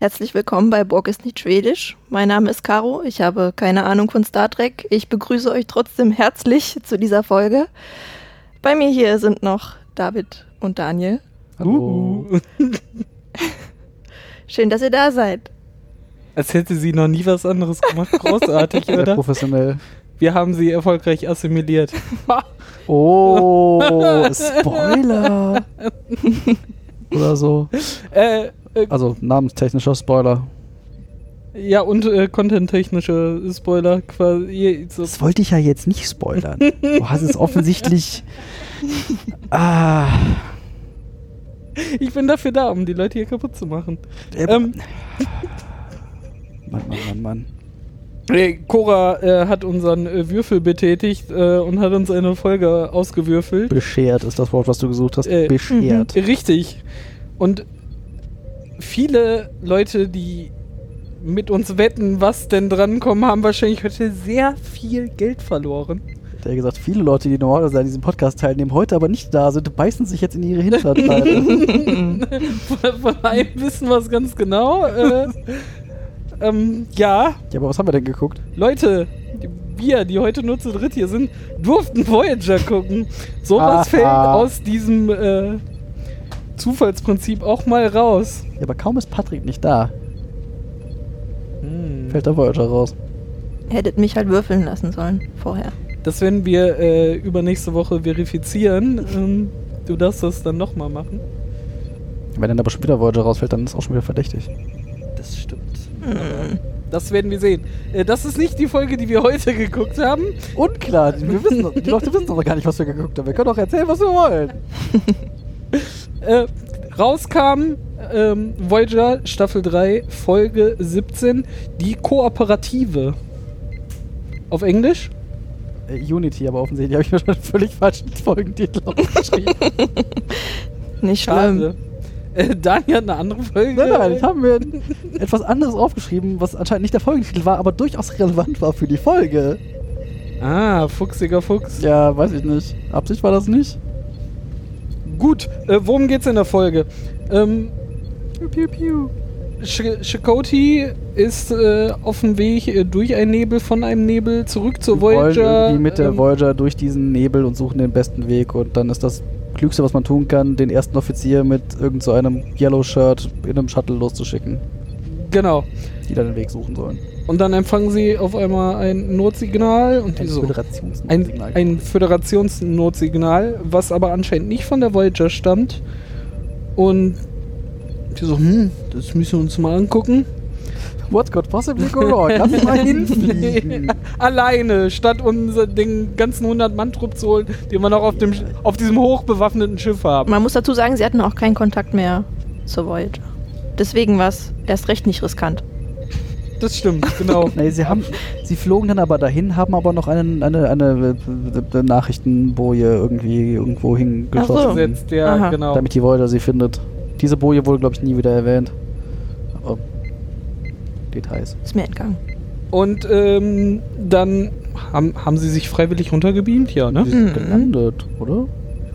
Herzlich willkommen bei Borg ist nicht schwedisch. Mein Name ist Caro, ich habe keine Ahnung von Star Trek. Ich begrüße euch trotzdem herzlich zu dieser Folge. Bei mir hier sind noch David und Daniel. Hallo. Schön, dass ihr da seid. Als hätte sie noch nie was anderes gemacht. Großartig, Sehr oder? professionell. Wir haben sie erfolgreich assimiliert. Oh, Spoiler. Oder so. äh, äh, Also namenstechnischer Spoiler. ja, und äh, content-technische Spoiler quasi. So. Das wollte ich ja jetzt nicht spoilern. Du hast es offensichtlich. Ah. Ich bin dafür da, um die Leute hier kaputt zu machen. Ähm. Mann, Mann, Mann, Mann. Nee, Cora äh, hat unseren äh, Würfel betätigt äh, und hat uns eine Folge ausgewürfelt. Beschert ist das Wort, was du gesucht hast. Äh, Beschert. Richtig. Und viele Leute, die mit uns wetten, was denn drankommen, haben wahrscheinlich heute sehr viel Geld verloren. Der hat gesagt, viele Leute, die normalerweise an diesem Podcast teilnehmen, heute aber nicht da sind, beißen sich jetzt in ihre Hinterteile. Von, von einem wissen wir es ganz genau. Äh, ähm, ja, ja, aber was haben wir denn geguckt? Leute, wir, die heute nur zu dritt hier sind, durften Voyager gucken. Sowas Aha. fällt aus diesem äh, Zufallsprinzip auch mal raus. Ja, aber kaum ist Patrick nicht da, Hm. fällt der Voyager raus. Hättet mich halt würfeln lassen sollen vorher. Das werden wir äh, übernächste Woche verifizieren. Ähm, du darfst das dann nochmal machen. Wenn dann aber schon wieder Voyager rausfällt, dann ist auch schon wieder verdächtig. Das stimmt. Das werden wir sehen. Äh, das ist nicht die Folge, die wir heute geguckt haben. Unklar, die- wir wissen, die Leute wissen noch gar nicht, was wir geguckt haben. Wir können doch erzählen, was wir wollen. Äh, rauskam ähm, Voyager Staffel 3, Folge 17, die Kooperative. Auf Englisch? Äh, Unity, aber offensichtlich habe ich mir schon einen völlig falschen Folgentitel aufgeschrieben. Nicht schlimm. Schade. Äh, Daniel hat eine andere Folge. Nein, nein, Ähm. ich habe mir etwas anderes aufgeschrieben, was anscheinend nicht der Folgentitel war, aber durchaus relevant war für die Folge. Ah, fuchsiger Fuchs. Ja, weiß ich nicht. Absicht war das nicht? Gut, äh, worum geht's in der Folge? Ähm, piu, piu, piu. Sh- Chakoti ist äh, auf dem Weg äh, durch einen Nebel, von einem Nebel zurück zur Die wollen Voyager. irgendwie mit der ähm, Voyager durch diesen Nebel und suchen den besten Weg und dann ist das Klügste, was man tun kann, den ersten Offizier mit irgend so einem Yellow-Shirt in einem Shuttle loszuschicken, Genau. die dann den Weg suchen sollen. Und dann empfangen sie auf einmal ein Notsignal und die Also, so. Ein, Föderationsnotsignal. ein Föderationsnotsignal, was aber anscheinend nicht von der Voyager stammt. Und die so, hm, das müssen wir uns mal angucken. What could possibly go wrong? Lass uns mal hinfliegen. Alleine, statt unser, den ganzen 100-Mann-Trupp zu holen, den wir noch auf, dem, Sch- auf diesem hochbewaffneten Schiff haben. Man muss dazu sagen, sie hatten auch keinen Kontakt mehr zur Voyager. Deswegen war es erst recht nicht riskant. Das stimmt, genau. Nee, sie, haben, sie flogen dann aber dahin, haben aber noch einen, eine, eine, eine Nachrichtenboje irgendwie Ach irgendwo so. hingeschossen, Gesetzt, ja, Aha. genau. damit die Voyager sie findet. Diese Boje wurde, glaube ich, nie wieder erwähnt. Aber Details. Ist mir entgangen. Und ähm, dann haben, haben sie sich freiwillig runtergebeamt, ja, Sie ne? sind Mhm. gelandet, oder? Mhm.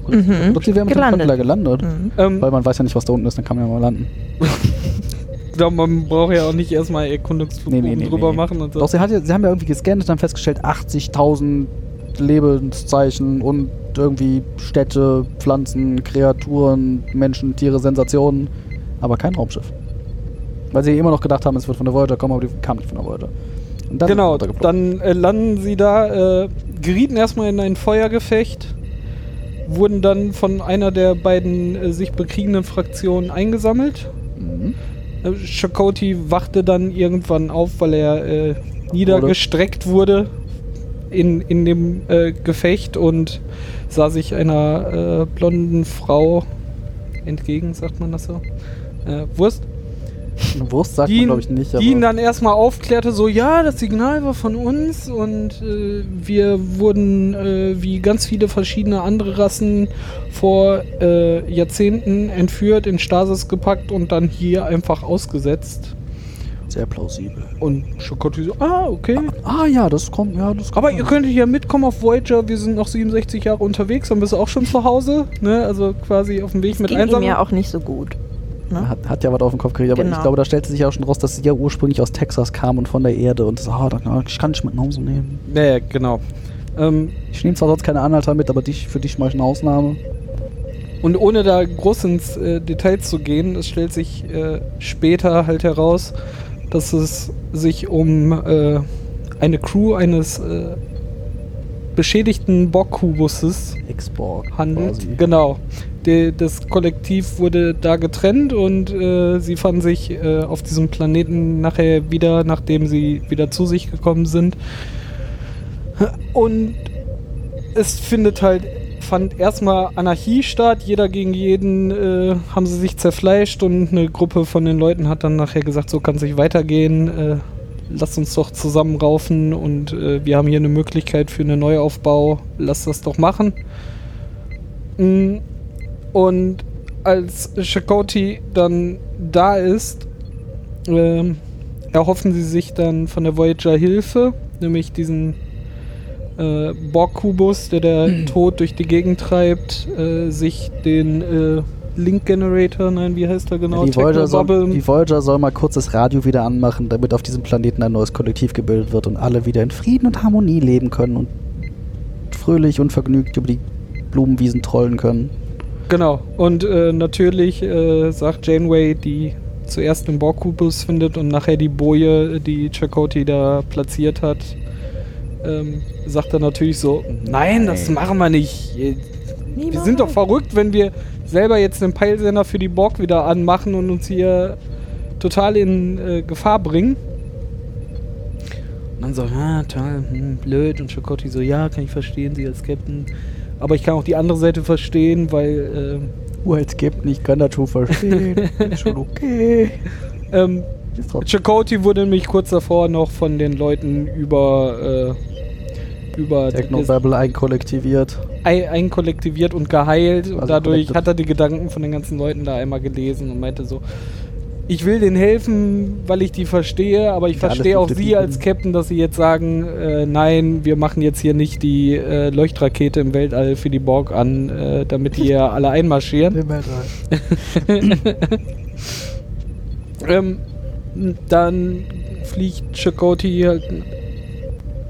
Ich glaube, sie wären mit Gelandet. dem Butler Hm? gelandet. Mhm. Ähm, Weil man weiß ja nicht, was da unten ist, dann kann man ja mal landen. Ich glaube, man braucht ja auch nicht erstmal Erkundungsflugbogen drüber machen und so. Doch, sie, hat ja, sie haben ja irgendwie gescannt und dann festgestellt, 80.000 Lebenszeichen und irgendwie Städte, Pflanzen, Kreaturen, Menschen, Tiere, Sensationen, aber kein Raumschiff. Weil sie immer noch gedacht haben, es wird von der Voyager kommen, aber die kam nicht von der Voyager. Und dann genau, sind sie runtergeflogen. dann äh, landen sie da, äh, gerieten erstmal in ein Feuergefecht, wurden dann von einer der beiden äh, sich bekriegenden Fraktionen eingesammelt. Mhm. Äh, Chakoti wachte dann irgendwann auf, weil er äh, niedergestreckt wurde in, in dem äh, Gefecht und sah sich einer äh, blonden Frau entgegen, sagt man das so. Äh, Wurst. Eine Wurst sagt die, man, glaube ich, nicht. die ihn dann erstmal aufklärte, so ja, das Signal war von uns und äh, wir wurden äh, wie ganz viele verschiedene andere Rassen vor äh, Jahrzehnten entführt, in Stasis gepackt und dann hier einfach ausgesetzt. sehr plausibel. Und Schokotti so, ah, okay. Ah ja, das kommt, ja, das kommt. Aber ihr könntet ja mitkommen auf Voyager, wir sind noch 67 Jahre unterwegs und bist auch schon zu Hause, ne? Also quasi auf dem Weg Es mit ging ihm einsam. ja auch nicht so gut. Ne? Hat, hat ja was auf den Kopf gekriegt, aber Genau. ich glaube, da stellte sich ja auch schon raus, dass sie ja ursprünglich aus Texas kam und von der Erde und so, ah, dann, ich kann dich mit nach Hause nehmen. Naja, genau. Ähm, Ich nehme zwar sonst keine Anhalter mit, aber dich, für dich mache ich eine Ausnahme. Und ohne da groß ins äh, Detail zu gehen, es stellt sich äh, später halt heraus, dass es sich um äh, eine Crew eines äh, beschädigten Bockkubuses Export. handelt. quasi. Genau. De, das Kollektiv wurde da getrennt und äh, sie fanden sich äh, auf diesem Planeten nachher wieder, nachdem sie wieder zu sich gekommen sind. Und es findet halt, fand erstmal Anarchie statt, jeder gegen jeden äh, haben sie sich zerfleischt und eine Gruppe von den Leuten hat dann nachher gesagt, so kann es nicht weitergehen, äh, lasst uns doch zusammenraufen und äh, wir haben hier eine Möglichkeit für einen Neuaufbau, lasst das doch machen. Mm, Und als Shakoti dann da ist, ähm, erhoffen sie sich dann von der Voyager Hilfe, nämlich diesen äh, Borg-Kubus, der der Tod durch die Gegend treibt, äh, sich den äh, Link-Generator, nein, wie heißt er genau? Ja, die, Voyager soll, Technobubble. die Voyager soll mal kurz das Radio wieder anmachen, damit auf diesem Planeten ein neues Kollektiv gebildet wird und alle wieder in Frieden und Harmonie leben können und fröhlich und vergnügt über die Blumenwiesen trollen können. Genau. Und äh, natürlich äh, sagt Janeway, die zuerst den Borg-Kubus findet und nachher die Boje, die Chakoti da platziert hat, ähm, sagt er natürlich so: Nein, das machen wir nicht. Wir sind doch verrückt, wenn wir selber jetzt den Peilsender für die Borg wieder anmachen und uns hier total in äh, Gefahr bringen. Und dann so, ja, toll, hm, blöd. Und Chakoti so, ja, kann ich verstehen, Sie als Captain. Aber ich kann auch die andere Seite verstehen, weil ähm, World gibt nicht, kann das schon verstehen. Ist schon okay. ähm, Ist trotzdem- Chakoti wurde nämlich kurz davor noch von den Leuten über äh, über Technobabble einkollektiviert. ein, einkollektiviert und geheilt und Also dadurch collected. hat er die Gedanken von den ganzen Leuten da einmal gelesen und meinte so ich will denen helfen, weil ich die verstehe, aber ich Ja, alles verstehe auch gute Sie People. als Captain, dass Sie jetzt sagen, äh, nein, wir machen jetzt hier nicht die äh, Leuchtrakete im Weltall für die Borg an, äh, damit die ja alle einmarschieren. Ähm, dann fliegt Chakoti halt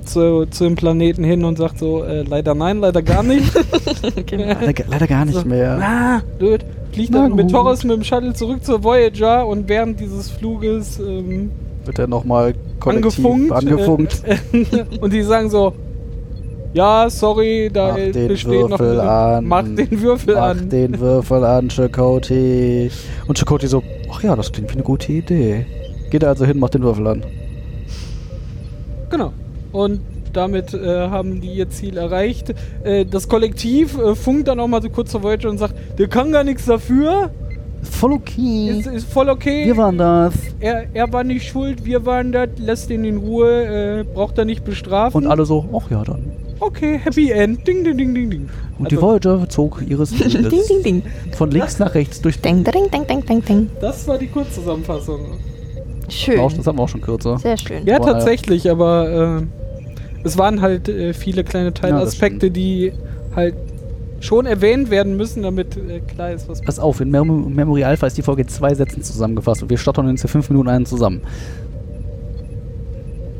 zu, zu dem Planeten hin und sagt so, äh, leider nein, leider gar nicht. genau. Leider, leider gar nicht So. mehr. ah, blöd. Fliegt Na dann mit gut. Torres mit dem Shuttle zurück zur Voyager und während dieses Fluges ähm, Wird er nochmal kollektiv angefunkt. angefunkt. Äh, und die sagen so, ja, sorry, da Mach den besteht noch... Würfel an. Mach den Würfel Mach an. den Würfel an, Chakoti. Und Chakoti so, ach ja, das klingt wie eine gute Idee. Geht er also hin, macht den Würfel an. Genau. Und damit äh, haben die ihr Ziel erreicht. Äh, das Kollektiv äh, funkt dann auch mal so kurz zur Voyager und sagt, der kann gar nichts dafür. Voll okay. Ist, ist voll okay. Wir waren das. er, er war nicht schuld, wir waren das. Lasst ihn in Ruhe, äh, braucht er nicht bestrafen. Und alle so, ach ja, dann. okay, Happy End. Ding, ding, ding, ding, ding. Und die Also, Voyager zog ihres ding, ding, Bildes ding. von links nach rechts durch den Ding, ding, ding, ding, ding, ding. das war die Kurzzusammenfassung. Schön. Das haben wir auch schon kürzer. Sehr schön. Ja, Wow. tatsächlich, aber äh, es waren halt äh, viele kleine Teilaspekte, die halt schon erwähnt werden müssen, damit äh, klar ist, was Pass auf, in Mem Memory Alpha ist die Folge in zwei Sätzen zusammengefasst und wir stottern uns in fünf Minuten einen zusammen.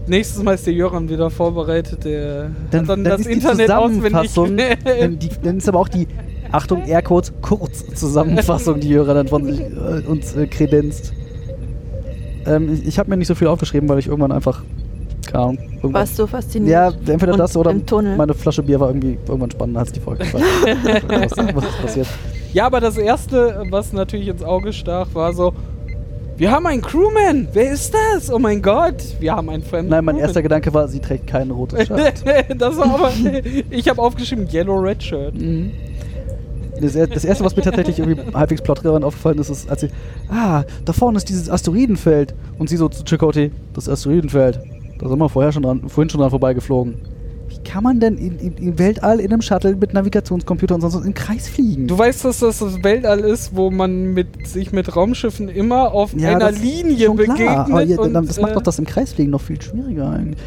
Nächstes Mal ist der Jöran wieder vorbereitet, der hat dann, das ist die Internet Zusammenfassung, dann, auswendig. die, dann ist aber auch die, Achtung, Aircodes, Kurzzusammenfassung, die Hörer dann von sich äh, uns äh, kredenzt. Ähm, ich ich habe mir nicht so viel aufgeschrieben, weil ich irgendwann einfach, keine Ahnung, irgendwann, Warst du fasziniert? Ja, entweder Und das oder im Tunnel. meine Flasche Bier war irgendwie irgendwann spannender als die Folge. Ich weiß nicht, was, was ist passiert? ja, aber das erste, was natürlich ins Auge stach, war so: Wir haben einen Crewman! Wer ist das? Oh mein Gott! Wir haben einen fremden. Nein, mein Crewman. erster Gedanke war, sie trägt kein rotes Shirt. das war aber. ich habe aufgeschrieben: Yellow Red Shirt. Mhm. Das, er- das erste, was mir tatsächlich irgendwie halbwegs plotrelevant aufgefallen ist, ist, als sie, ah, da vorne ist dieses Asteroidenfeld. Und sie so zu Chakotay, das Asteroidenfeld. Da sind wir vorher schon dran, vorhin schon dran vorbeigeflogen. Wie kann man denn in, in, im Weltall in einem Shuttle mit Navigationscomputer und sonst was im Kreis fliegen? Du weißt, dass das das Weltall ist, wo man mit, sich mit Raumschiffen immer auf einer das ist Linie schon begegnet. Klar, aber ja, und, äh, dann- das macht doch das im Kreis fliegen noch viel schwieriger eigentlich.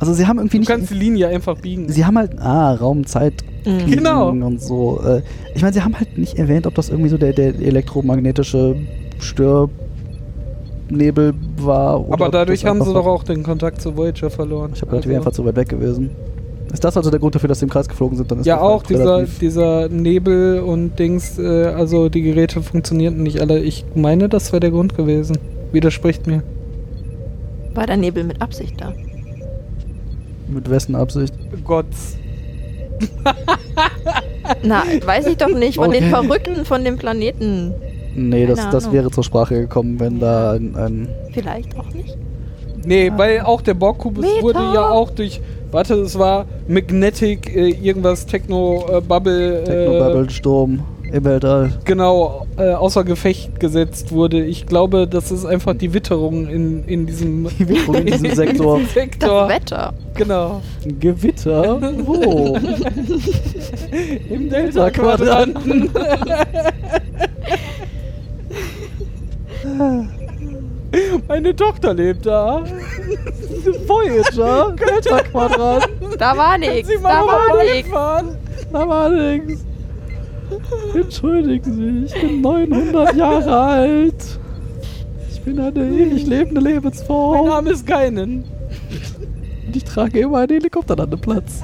Also sie haben irgendwie Äh, du nicht... kannst die Linie einfach biegen. Sie haben halt, ah, Raum, Zeit, Mhm. Klingen Genau. und so. Äh, Ich meine, sie haben halt nicht erwähnt, ob das irgendwie so der, der elektromagnetische Stör Nebel war. oder Aber ob dadurch das haben sie einfach- doch auch den Kontakt zu Voyager verloren. Also, Ich habe relativ einfach zu weit weg gewesen. Ist das also der Grund dafür, dass sie im Kreis geflogen sind? Dann ist ja, das auch halt dieser, relativ- dieser Nebel und Dings, äh, also die Geräte funktionierten nicht alle. Ich meine, das wäre der Grund gewesen. Widerspricht mir. War der Nebel mit Absicht da? Mit wessen Absicht? Gott. Na, weiß ich doch nicht. Von den Okay. Verrückten von dem Planeten. Nee, Keine das, das Ahnung. wäre zur Sprache gekommen, wenn Ja. da ein. ein Vielleicht auch nicht. Nee, Ja. weil auch der Borgkubus Meta. wurde ja auch durch, warte, es war Magnetic, äh, irgendwas äh, Techno-Bubble. Technobubble, Sturm im Weltall. genau äh, außer Gefecht gesetzt wurde. Ich glaube, das ist einfach die Witterung in, in diesem Die Witterung in diesem Sektor. in diesem Das Sektor. Wetter. Genau. Gewitter? Wo? Im Delta-Quadranten. Meine Tochter lebt da. Voyager? Delta-Quadrat? Da war Kann nix. sie Da mal war normal nix. fahren? Da war nix. Entschuldigen Sie, ich bin 900 Jahre alt. Ich bin eine ewig lebende Mein Lebensform. Name ist keinen. Und ich trage immer einen Helikopterlandeplatz.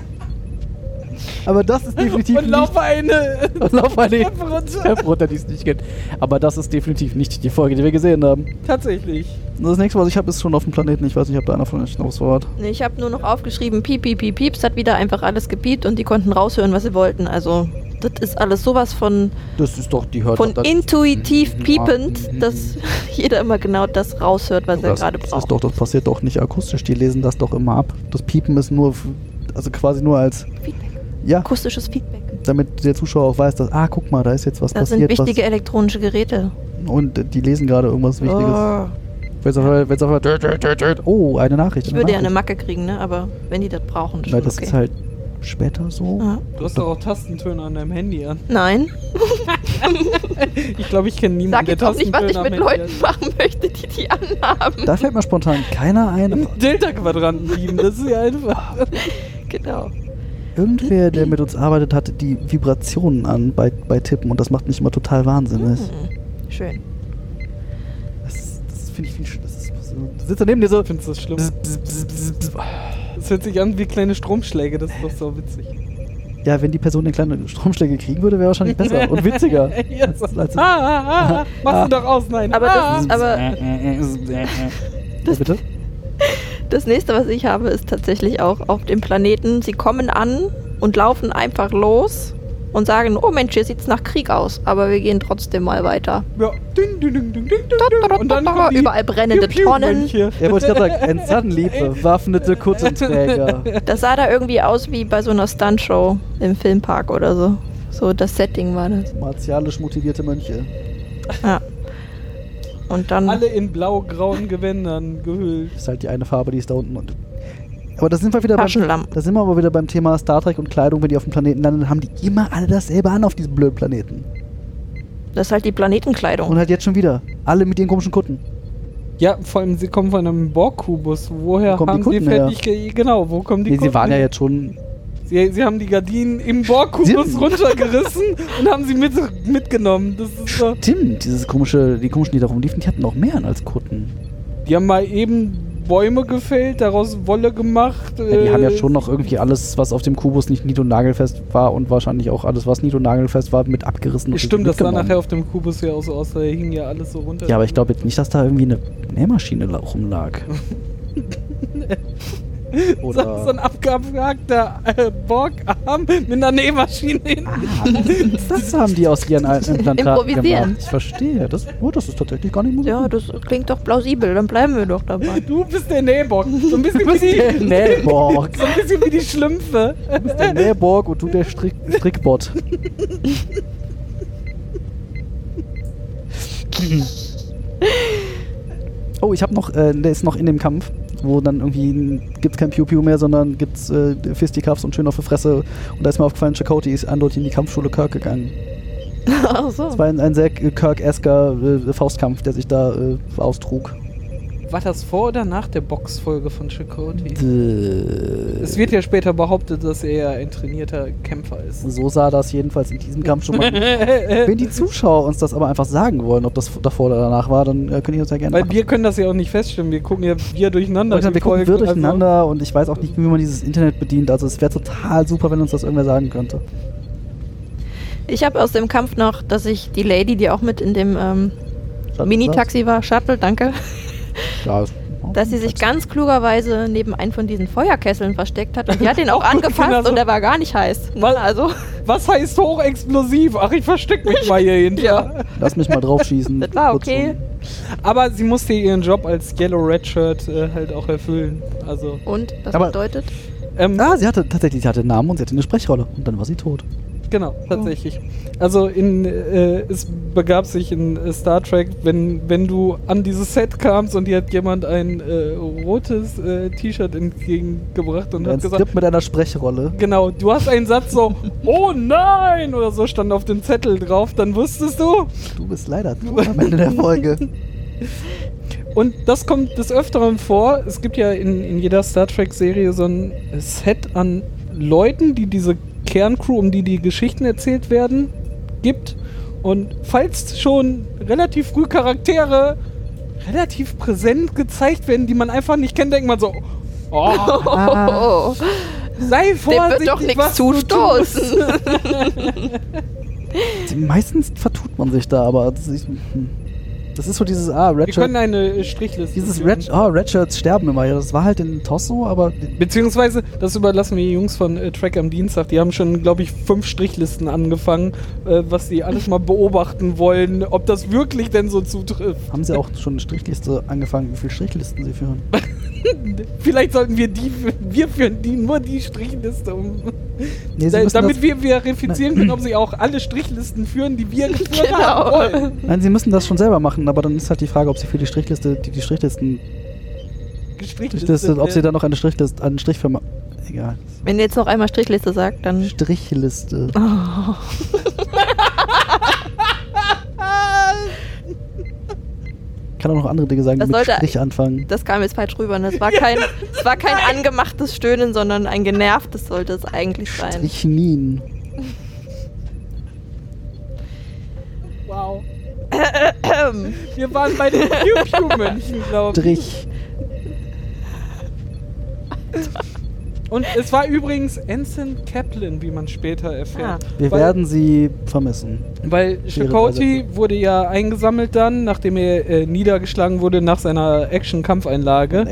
Aber das ist definitiv Und laufe eine. nicht... Lauf eine Treppe runter. Treppe runter, die es nicht kennt. Aber das ist definitiv nicht die Folge, die wir gesehen haben. Tatsächlich. Das nächste, was ich habe, ist schon auf dem Planeten. Ich weiß nicht, ob da einer von euch noch was war. Nee, Ich habe nur noch aufgeschrieben, piep, piep, piep, piep. Es hat wieder einfach alles gepiept und die konnten raushören, was sie wollten. Also, das ist alles sowas von, Das Mhm. ist doch die Hört. von intuitiv piepend, dass jeder immer genau das raushört, was er das, gerade das, ist braucht. doch, das passiert doch nicht akustisch. Die lesen das doch immer ab. Das Piepen ist nur, f- also quasi nur als, Feedback. ja, Akustisches Feedback. damit der Zuschauer auch weiß, dass, ah, guck mal, da ist jetzt was Das sind passiert. wichtige elektronische Geräte. was, und äh, die lesen gerade irgendwas Wichtiges. Oh. Wenn's auf einmal- wenn's auf einmal- tüt, tüt, tüt, tüt. Oh, eine Nachricht. Ich würde ja eine Nachricht. Macke kriegen, ne? aber wenn die das brauchen, Nein, schon das okay. ist halt später so. Ja. Du hast doch auch Tastentöne an deinem Handy an. Nein, Ich glaube, ich kenne sag niemanden, der jetzt auch nicht, Tastentöne was ich mit am Handy Leuten machen möchte, die die anhaben. Da fällt mir spontan keiner ein. hat. Delta-Quadranten lieben, das ist ja einfach. Genau. Irgendwer, der mit uns arbeitet, hatte die Vibrationen an bei, bei Tippen und das macht mich immer total wahnsinnig. Hm. Schön. Das, das finde ich viel sch- das ist so- Du sitzt daneben dir so. Findest du das schlimm? bzz, bzz, bzz, bzz, bzz. Es hört sich an wie kleine Stromschläge, das ist doch so witzig. Ja, wenn die Person den kleinen Stromschläge kriegen würde, wäre wahrscheinlich besser und witziger. Yes. Als- als- ah, ah, ah. Machst Ah. du doch aus, nein. Aber ah. das ist aber Ja, bitte? Das nächste, was ich habe, ist tatsächlich auch auf dem Planeten. Sie kommen an und laufen einfach los und sagen, oh Mensch, hier sieht's nach Krieg aus, aber wir gehen trotzdem mal weiter. Ja. Ding, ding, ding, ding, ding, ding, ding. Und dann kommen die Überall brennende Piu, Piu, Tonnen. Mönche. Ja, wollte ich gerade sagen, entsandenlieb, bewaffnete Kuttenträger. Das sah da irgendwie aus wie bei so einer Stuntshow im Filmpark oder so. So das Setting war das. Martialisch motivierte Mönche. Ja. Und dann Alle in blau-grauen Gewändern gehüllt. Ist halt die eine Farbe, die ist da unten. Und aber da sind wir wieder beim, Taschenlampen. da sind wir aber wieder beim Thema Star Trek und Kleidung, wenn die auf dem Planeten landen, dann haben die immer alle dasselbe an auf diesem blöden Planeten. das ist halt die Planetenkleidung. Und halt jetzt schon wieder. Alle mit ihren komischen Kutten. Ja, vor allem, sie kommen von einem Borgkubus. Wo Woher kommen die haben sie Kunden her? fertig... ge- Genau, wo kommen die Nee, sie waren ja her? jetzt schon. Sie, sie haben die Gardinen im Borgkubus Stimmt. runtergerissen und haben sie mit, mitgenommen. Das ist doch... Stimmt, dieses komische, die komischen, die da rumliefen, die hatten auch mehr an als Kutten. Die haben mal eben Bäume gefällt, daraus Wolle gemacht. Ja, die haben ja äh, schon noch irgendwie alles, was auf dem Kubus nicht nied- und nagelfest war und wahrscheinlich auch alles, was nied- und nagelfest war, mit abgerissen. und Stimmt, das sah mitgenommen. nachher auf dem Kubus ja auch so aus, da hing ja alles so runter. Ja, aber ich glaube jetzt nicht, dass da irgendwie eine Nähmaschine la- rumlag. So, so ein abgehackter äh, Borgarm mit einer Nähmaschine hin. das haben die aus ihren alten Implantaten Improvisieren. gemacht. Ich verstehe. Das, oh, das ist tatsächlich gar nicht Musik. Ja, das klingt doch plausibel, dann bleiben wir doch dabei. Du bist der Nähbock. So ein bisschen, wie, Der die, Nähborg. so ein bisschen wie die Schlümpfe. Du bist der Nähborg und du der Strick Strickbot. oh, ich habe noch, äh, der ist noch in dem Kampf, wo dann irgendwie gibt's kein Pew Pew mehr, sondern gibt's äh, Fisticuffs und schön auf die Fresse. Und da ist mir aufgefallen, Chakoti ist eindeutig in die Kampfschule Kirk gegangen. Ach so. Das war ein, ein sehr kirk esker äh, Faustkampf, der sich da äh, austrug. War das vor oder nach der Boxfolge von Chakotay? Däh. Es wird ja später behauptet, dass er ja ein trainierter Kämpfer ist. So sah das jedenfalls in diesem Kampf schon mal. Wenn die Zuschauer uns das aber einfach sagen wollen, ob das davor oder danach war, dann äh, können die uns ja gerne Weil wir können das ja auch nicht feststellen. Wir gucken ja wir durcheinander. Und dann, die wir gucken Folgen, wir also- durcheinander und ich weiß auch nicht, wie man dieses Internet bedient. Also es wäre total super, wenn uns das irgendwer sagen könnte. Ich habe aus dem Kampf noch, dass ich die Lady, die auch mit in dem ähm, Mini-Taxi war, Shuttle, danke, Ja, ist- dass sie sich ganz klugerweise neben einen von diesen Feuerkesseln versteckt hat und die hat ihn auch Genau angefasst so. und er war gar nicht heiß. Was? Also, Was heißt hochexplosiv? Ach, ich versteck mich mal hier hinter. ja. Lass mich mal draufschießen. Das war okay. Aber sie musste ihren Job als Yellow Red Shirt äh, halt auch erfüllen. Also, Und das Aber- bedeutet, ähm, Ah, sie hatte tatsächlich, sie hatte einen Namen und sie hatte eine Sprechrolle. Und dann war sie tot. Genau, tatsächlich. Also in, äh, es begab sich in äh, Star Trek, wenn, wenn du an dieses Set kamst und dir hat jemand ein äh, rotes äh, T-Shirt entgegengebracht und ein hat Skript gesagt, mit einer Sprechrolle. genau, du hast einen Satz so, oh nein, oder so stand auf dem Zettel drauf, dann wusstest du. Du bist leider tot am Ende der Folge. Und das kommt des Öfteren vor. Es gibt ja in, in jeder Star Trek-Serie so ein Set an Leuten, die diese Kerncrew, um die die Geschichten erzählt werden, gibt. Und falls schon relativ früh Charaktere relativ präsent gezeigt werden, die man einfach nicht kennt, denkt man so, oh, oh, sei dem vorsichtig, wird doch was nichts du tust." zustoßen. Meistens vertut man sich da, aber das ist, hm. das ist so dieses, ah, Wir können Redshirt. eine Strichliste Dieses führen. Red, oh, Redshirts sterben immer. Ja, das war halt in Tosso, aber Beziehungsweise, das überlassen wir die Jungs von äh, Track am Dienstag. Die haben schon, glaube ich, fünf Strichlisten angefangen, äh, was sie alles mal beobachten wollen, ob das wirklich denn so zutrifft. haben sie auch schon eine Strichliste angefangen, wie viele Strichlisten sie führen. Vielleicht sollten wir die, wir führen die nur die Strichliste um. Nee, Da, müssen damit das, wir verifizieren können, ob sie auch alle Strichlisten führen, die wir geführt Genau. haben wollen. nein, sie müssen das schon selber machen, aber dann ist halt die Frage, ob sie für die Strichliste, die, die Strichlisten, Strichliste, ob sie da noch eine Strichliste, einen Strich für ma- Egal. Wenn ihr jetzt noch einmal Strichliste sagt, dann. Strichliste. Oh. Kann auch noch andere Dinge sagen, die Das mit sollte- Strich anfangen. Das kam jetzt falsch rüber. Ne? Es war kein, es war kein angemachtes Stöhnen, sondern ein genervtes sollte es eigentlich sein. Strichnin. äh, Wow. Wir waren bei den Pew-Pew-Mönchen, glaube ich. Strich. Und es war übrigens Ensign Kaplan, wie man später erfährt. Wir Weil- werden sie vermissen. Weil Schwere Chakoti wurde ja eingesammelt dann, nachdem er äh, niedergeschlagen wurde nach seiner Action-Kampfeinlage.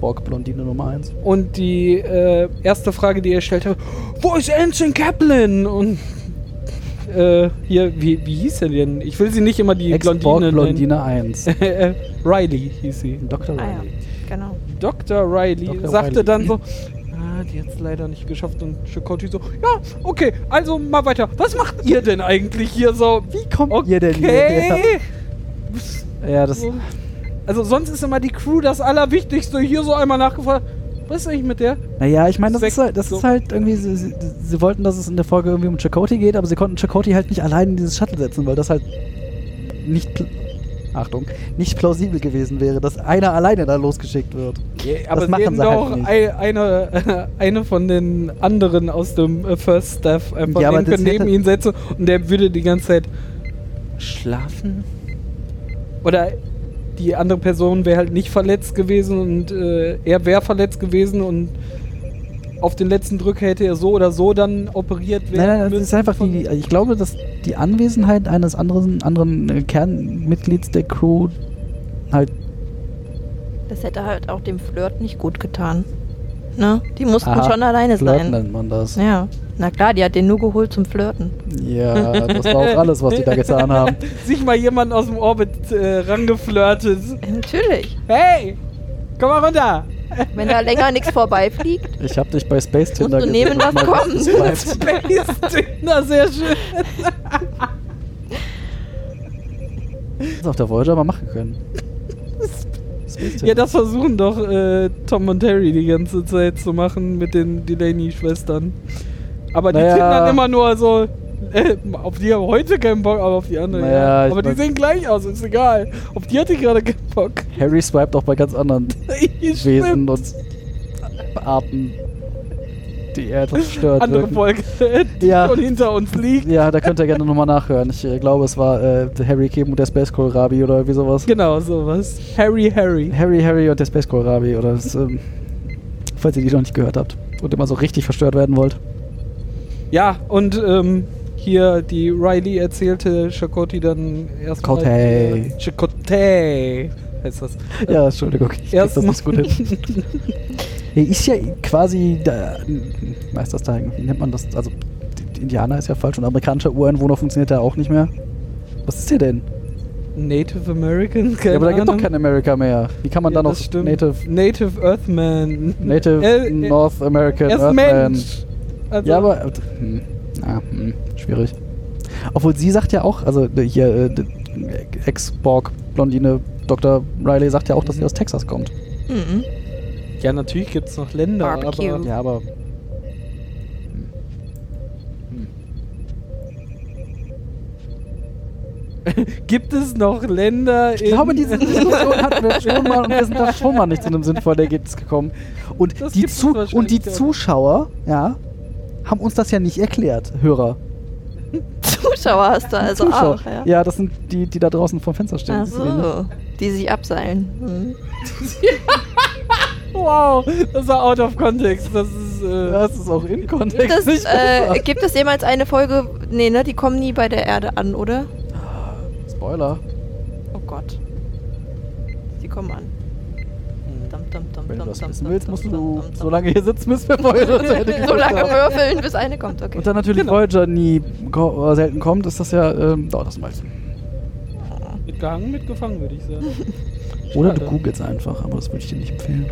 Borg-Blondine Nummer 1. Und die äh, erste Frage, die er stellte, wo ist Anson Kaplan? Und äh, hier, wie, wie hieß er denn? Ich will sie nicht immer die Blondine nennen. Ex-Borg-Blondine 1. Äh, Riley hieß sie. Dr. Ah ja, Riley. genau. Dr. Riley Dr. sagte Riley. dann so, ah, die hat es leider nicht geschafft. Und Chakoti so, ja, okay, also mal weiter. Was macht ihr denn eigentlich hier so? Wie kommt Okay. ihr denn hierher? Ja, das, So. Also sonst ist immer die Crew das Allerwichtigste. Hier so einmal nachgefragt. Was ist eigentlich mit der? naja, ich meine, das, Sechs- ist halt, das so. ist halt irgendwie, sie, sie, sie wollten, dass es in der Folge irgendwie um Chakoti geht, aber sie konnten Chakoti halt nicht allein in dieses Shuttle setzen, weil das halt nicht, pl- Achtung, nicht plausibel gewesen wäre, dass einer alleine da losgeschickt wird. Aber machen sie hätten sie doch halt nicht. ei- eine, eine von den anderen aus dem äh, First Staff einfach Ja, aber nehmen das können, neben hätte- ihn setzen und der würde die ganze Zeit schlafen. Oder die andere Person wäre halt nicht verletzt gewesen und äh, er wäre verletzt gewesen und auf den letzten Drück hätte er so oder so dann operiert werden Nein, nein, das müssen ist einfach von- die, ich glaube, dass die Anwesenheit eines anderen, anderen äh, Kernmitglieds der Crew halt Das hätte halt auch dem Flirt nicht gut getan. Ne? Die mussten Aha, schon alleine Flirt sein. nennt man das. Ja. Na klar, die hat den nur geholt zum Flirten. Ja, das war auch alles, was die da getan haben. sich mal jemand aus dem Orbit äh, rangeflirtet. Natürlich. Hey, komm mal runter. Wenn da länger nichts vorbeifliegt, Ich hab dich bei Space Tinder musst du nehmen, was kommt. Bleibt. Space Tinder, sehr schön. Das auf der Voyager mal machen können. Space Ja, das versuchen doch äh, Tom und Harry die ganze Zeit zu machen mit den Delaney-Schwestern. Aber die Naja. tindern immer nur so, Äh, auf die haben heute keinen Bock, aber auf die anderen. Naja, ja. ich Aber die mein- sehen gleich aus, ist egal. Auf die hatte ich gerade keinen Bock. Harry swiped auch bei ganz anderen Wesen Stimmt. und Arten, die er etwas stört. Andere Folge, die Ja. schon hinter uns liegt. Ja, da könnt ihr gerne nochmal nachhören. Ich äh, glaube, es war äh, der Harry Kim und der Space Kohlrabi oder irgendwie sowas. Genau, sowas. Harry, Harry. Harry, Harry und der Space Kohlrabi oder das, ähm, falls ihr die noch nicht gehört habt und immer so richtig verstört werden wollt. Ja, und ähm, hier die Riley erzählte Chakoti dann erstmal. Chakotay. äh, Chakotay heißt das. Ja, Entschuldigung, ich krieg das Erstmal- nicht gut hin. Er ist ja quasi, da, weiß das da, wie nennt man das? Also, die- die Indianer ist ja falsch und amerikanischer Ureinwohner funktioniert da auch nicht mehr. Was ist hier denn? Native American? Keine ja, aber da gibt Ahnung. doch kein America mehr. Wie kann man Ja, da noch das stimmt. Native, Native Earthman. Native Äh, äh, North American Er ist Earthman? Mensch. Also, Ja, aber. Hm, ah, hm, schwierig. Obwohl sie sagt ja auch, also äh, hier äh, d- Ex-Borg-Blondine Dr. Riley sagt ja auch, dass sie Mhm. aus Texas kommt. Mhm. ja natürlich gibt es noch Länder, Barbecue. aber Ja, aber. gibt es noch Länder Ich glaube, in diese Diskussion hatten wir schon mal und wir sind da schon mal nicht zu einem sinnvollen Ergebnis gekommen. Und Das die, gibt es Zu und die wahrscheinlich, ja. Zuschauer, ja, haben uns das ja nicht erklärt, Hörer. Zuschauer hast du also Zuschauer. auch, ja. ja, das sind die, die da draußen vom Fenster stehen. Ach Siehst du die nicht? so, die sich abseilen. Mhm. Wow, das war out of context. Das ist. Äh, Das ist auch in Kontext. Gibt es, nicht besser. äh, gibt es jemals eine Folge? Nee, ne? Die kommen nie bei der Erde an, oder? Spoiler. Oh Gott. Sie kommen an. Dum, dum, dum, Hm. Wenn du dum, das dum, wissen dum, willst, dum, musst dum, du dum, dum. so lange hier sitzen, bis wir Voyager zu Ende so geguckt lange haben. würfeln, bis eine kommt. Okay. Und dann natürlich Genau. Voyager nie ko oder selten kommt, ist das ja, ähm, dauert das mal. Mitgehangen, mitgefangen, würde ich sagen. Oder Schade. du googelst einfach, aber das würde ich dir nicht empfehlen.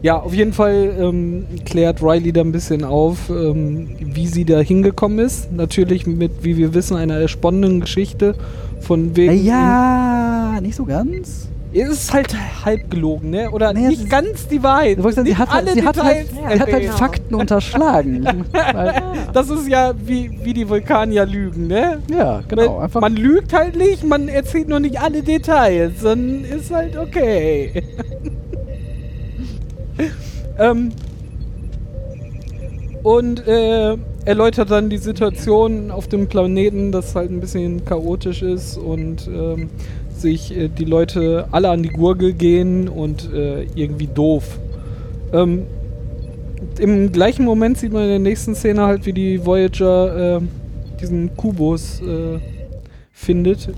Ja, auf jeden Fall ähm, klärt Riley da ein bisschen auf, ähm, wie sie da hingekommen ist. Natürlich mit, wie wir wissen, einer spannenden Geschichte von wegen. Naja, Äh, nicht so ganz. Es ist halt halb gelogen, ne? Oder Nee, es nicht ist- ganz die Wahrheit. Du wolltest sagen, sie Nicht hat, halt, alle sie hat, halt, Details sie hat halt erwähnt. Genau. Fakten unterschlagen. Weil, Das ist ja wie, wie die Vulkanier lügen, ne? ja, genau. Man- Einfach Man lügt halt nicht, man erzählt nur nicht alle Details, dann ist halt okay. ähm, und äh, erläutert dann die Situation auf dem Planeten, dass halt ein bisschen chaotisch ist und ähm, sich äh, die Leute alle an die Gurgel gehen und äh, irgendwie doof. Ähm, Im gleichen Moment sieht man in der nächsten Szene halt, wie die Voyager äh, diesen Kubus äh, findet.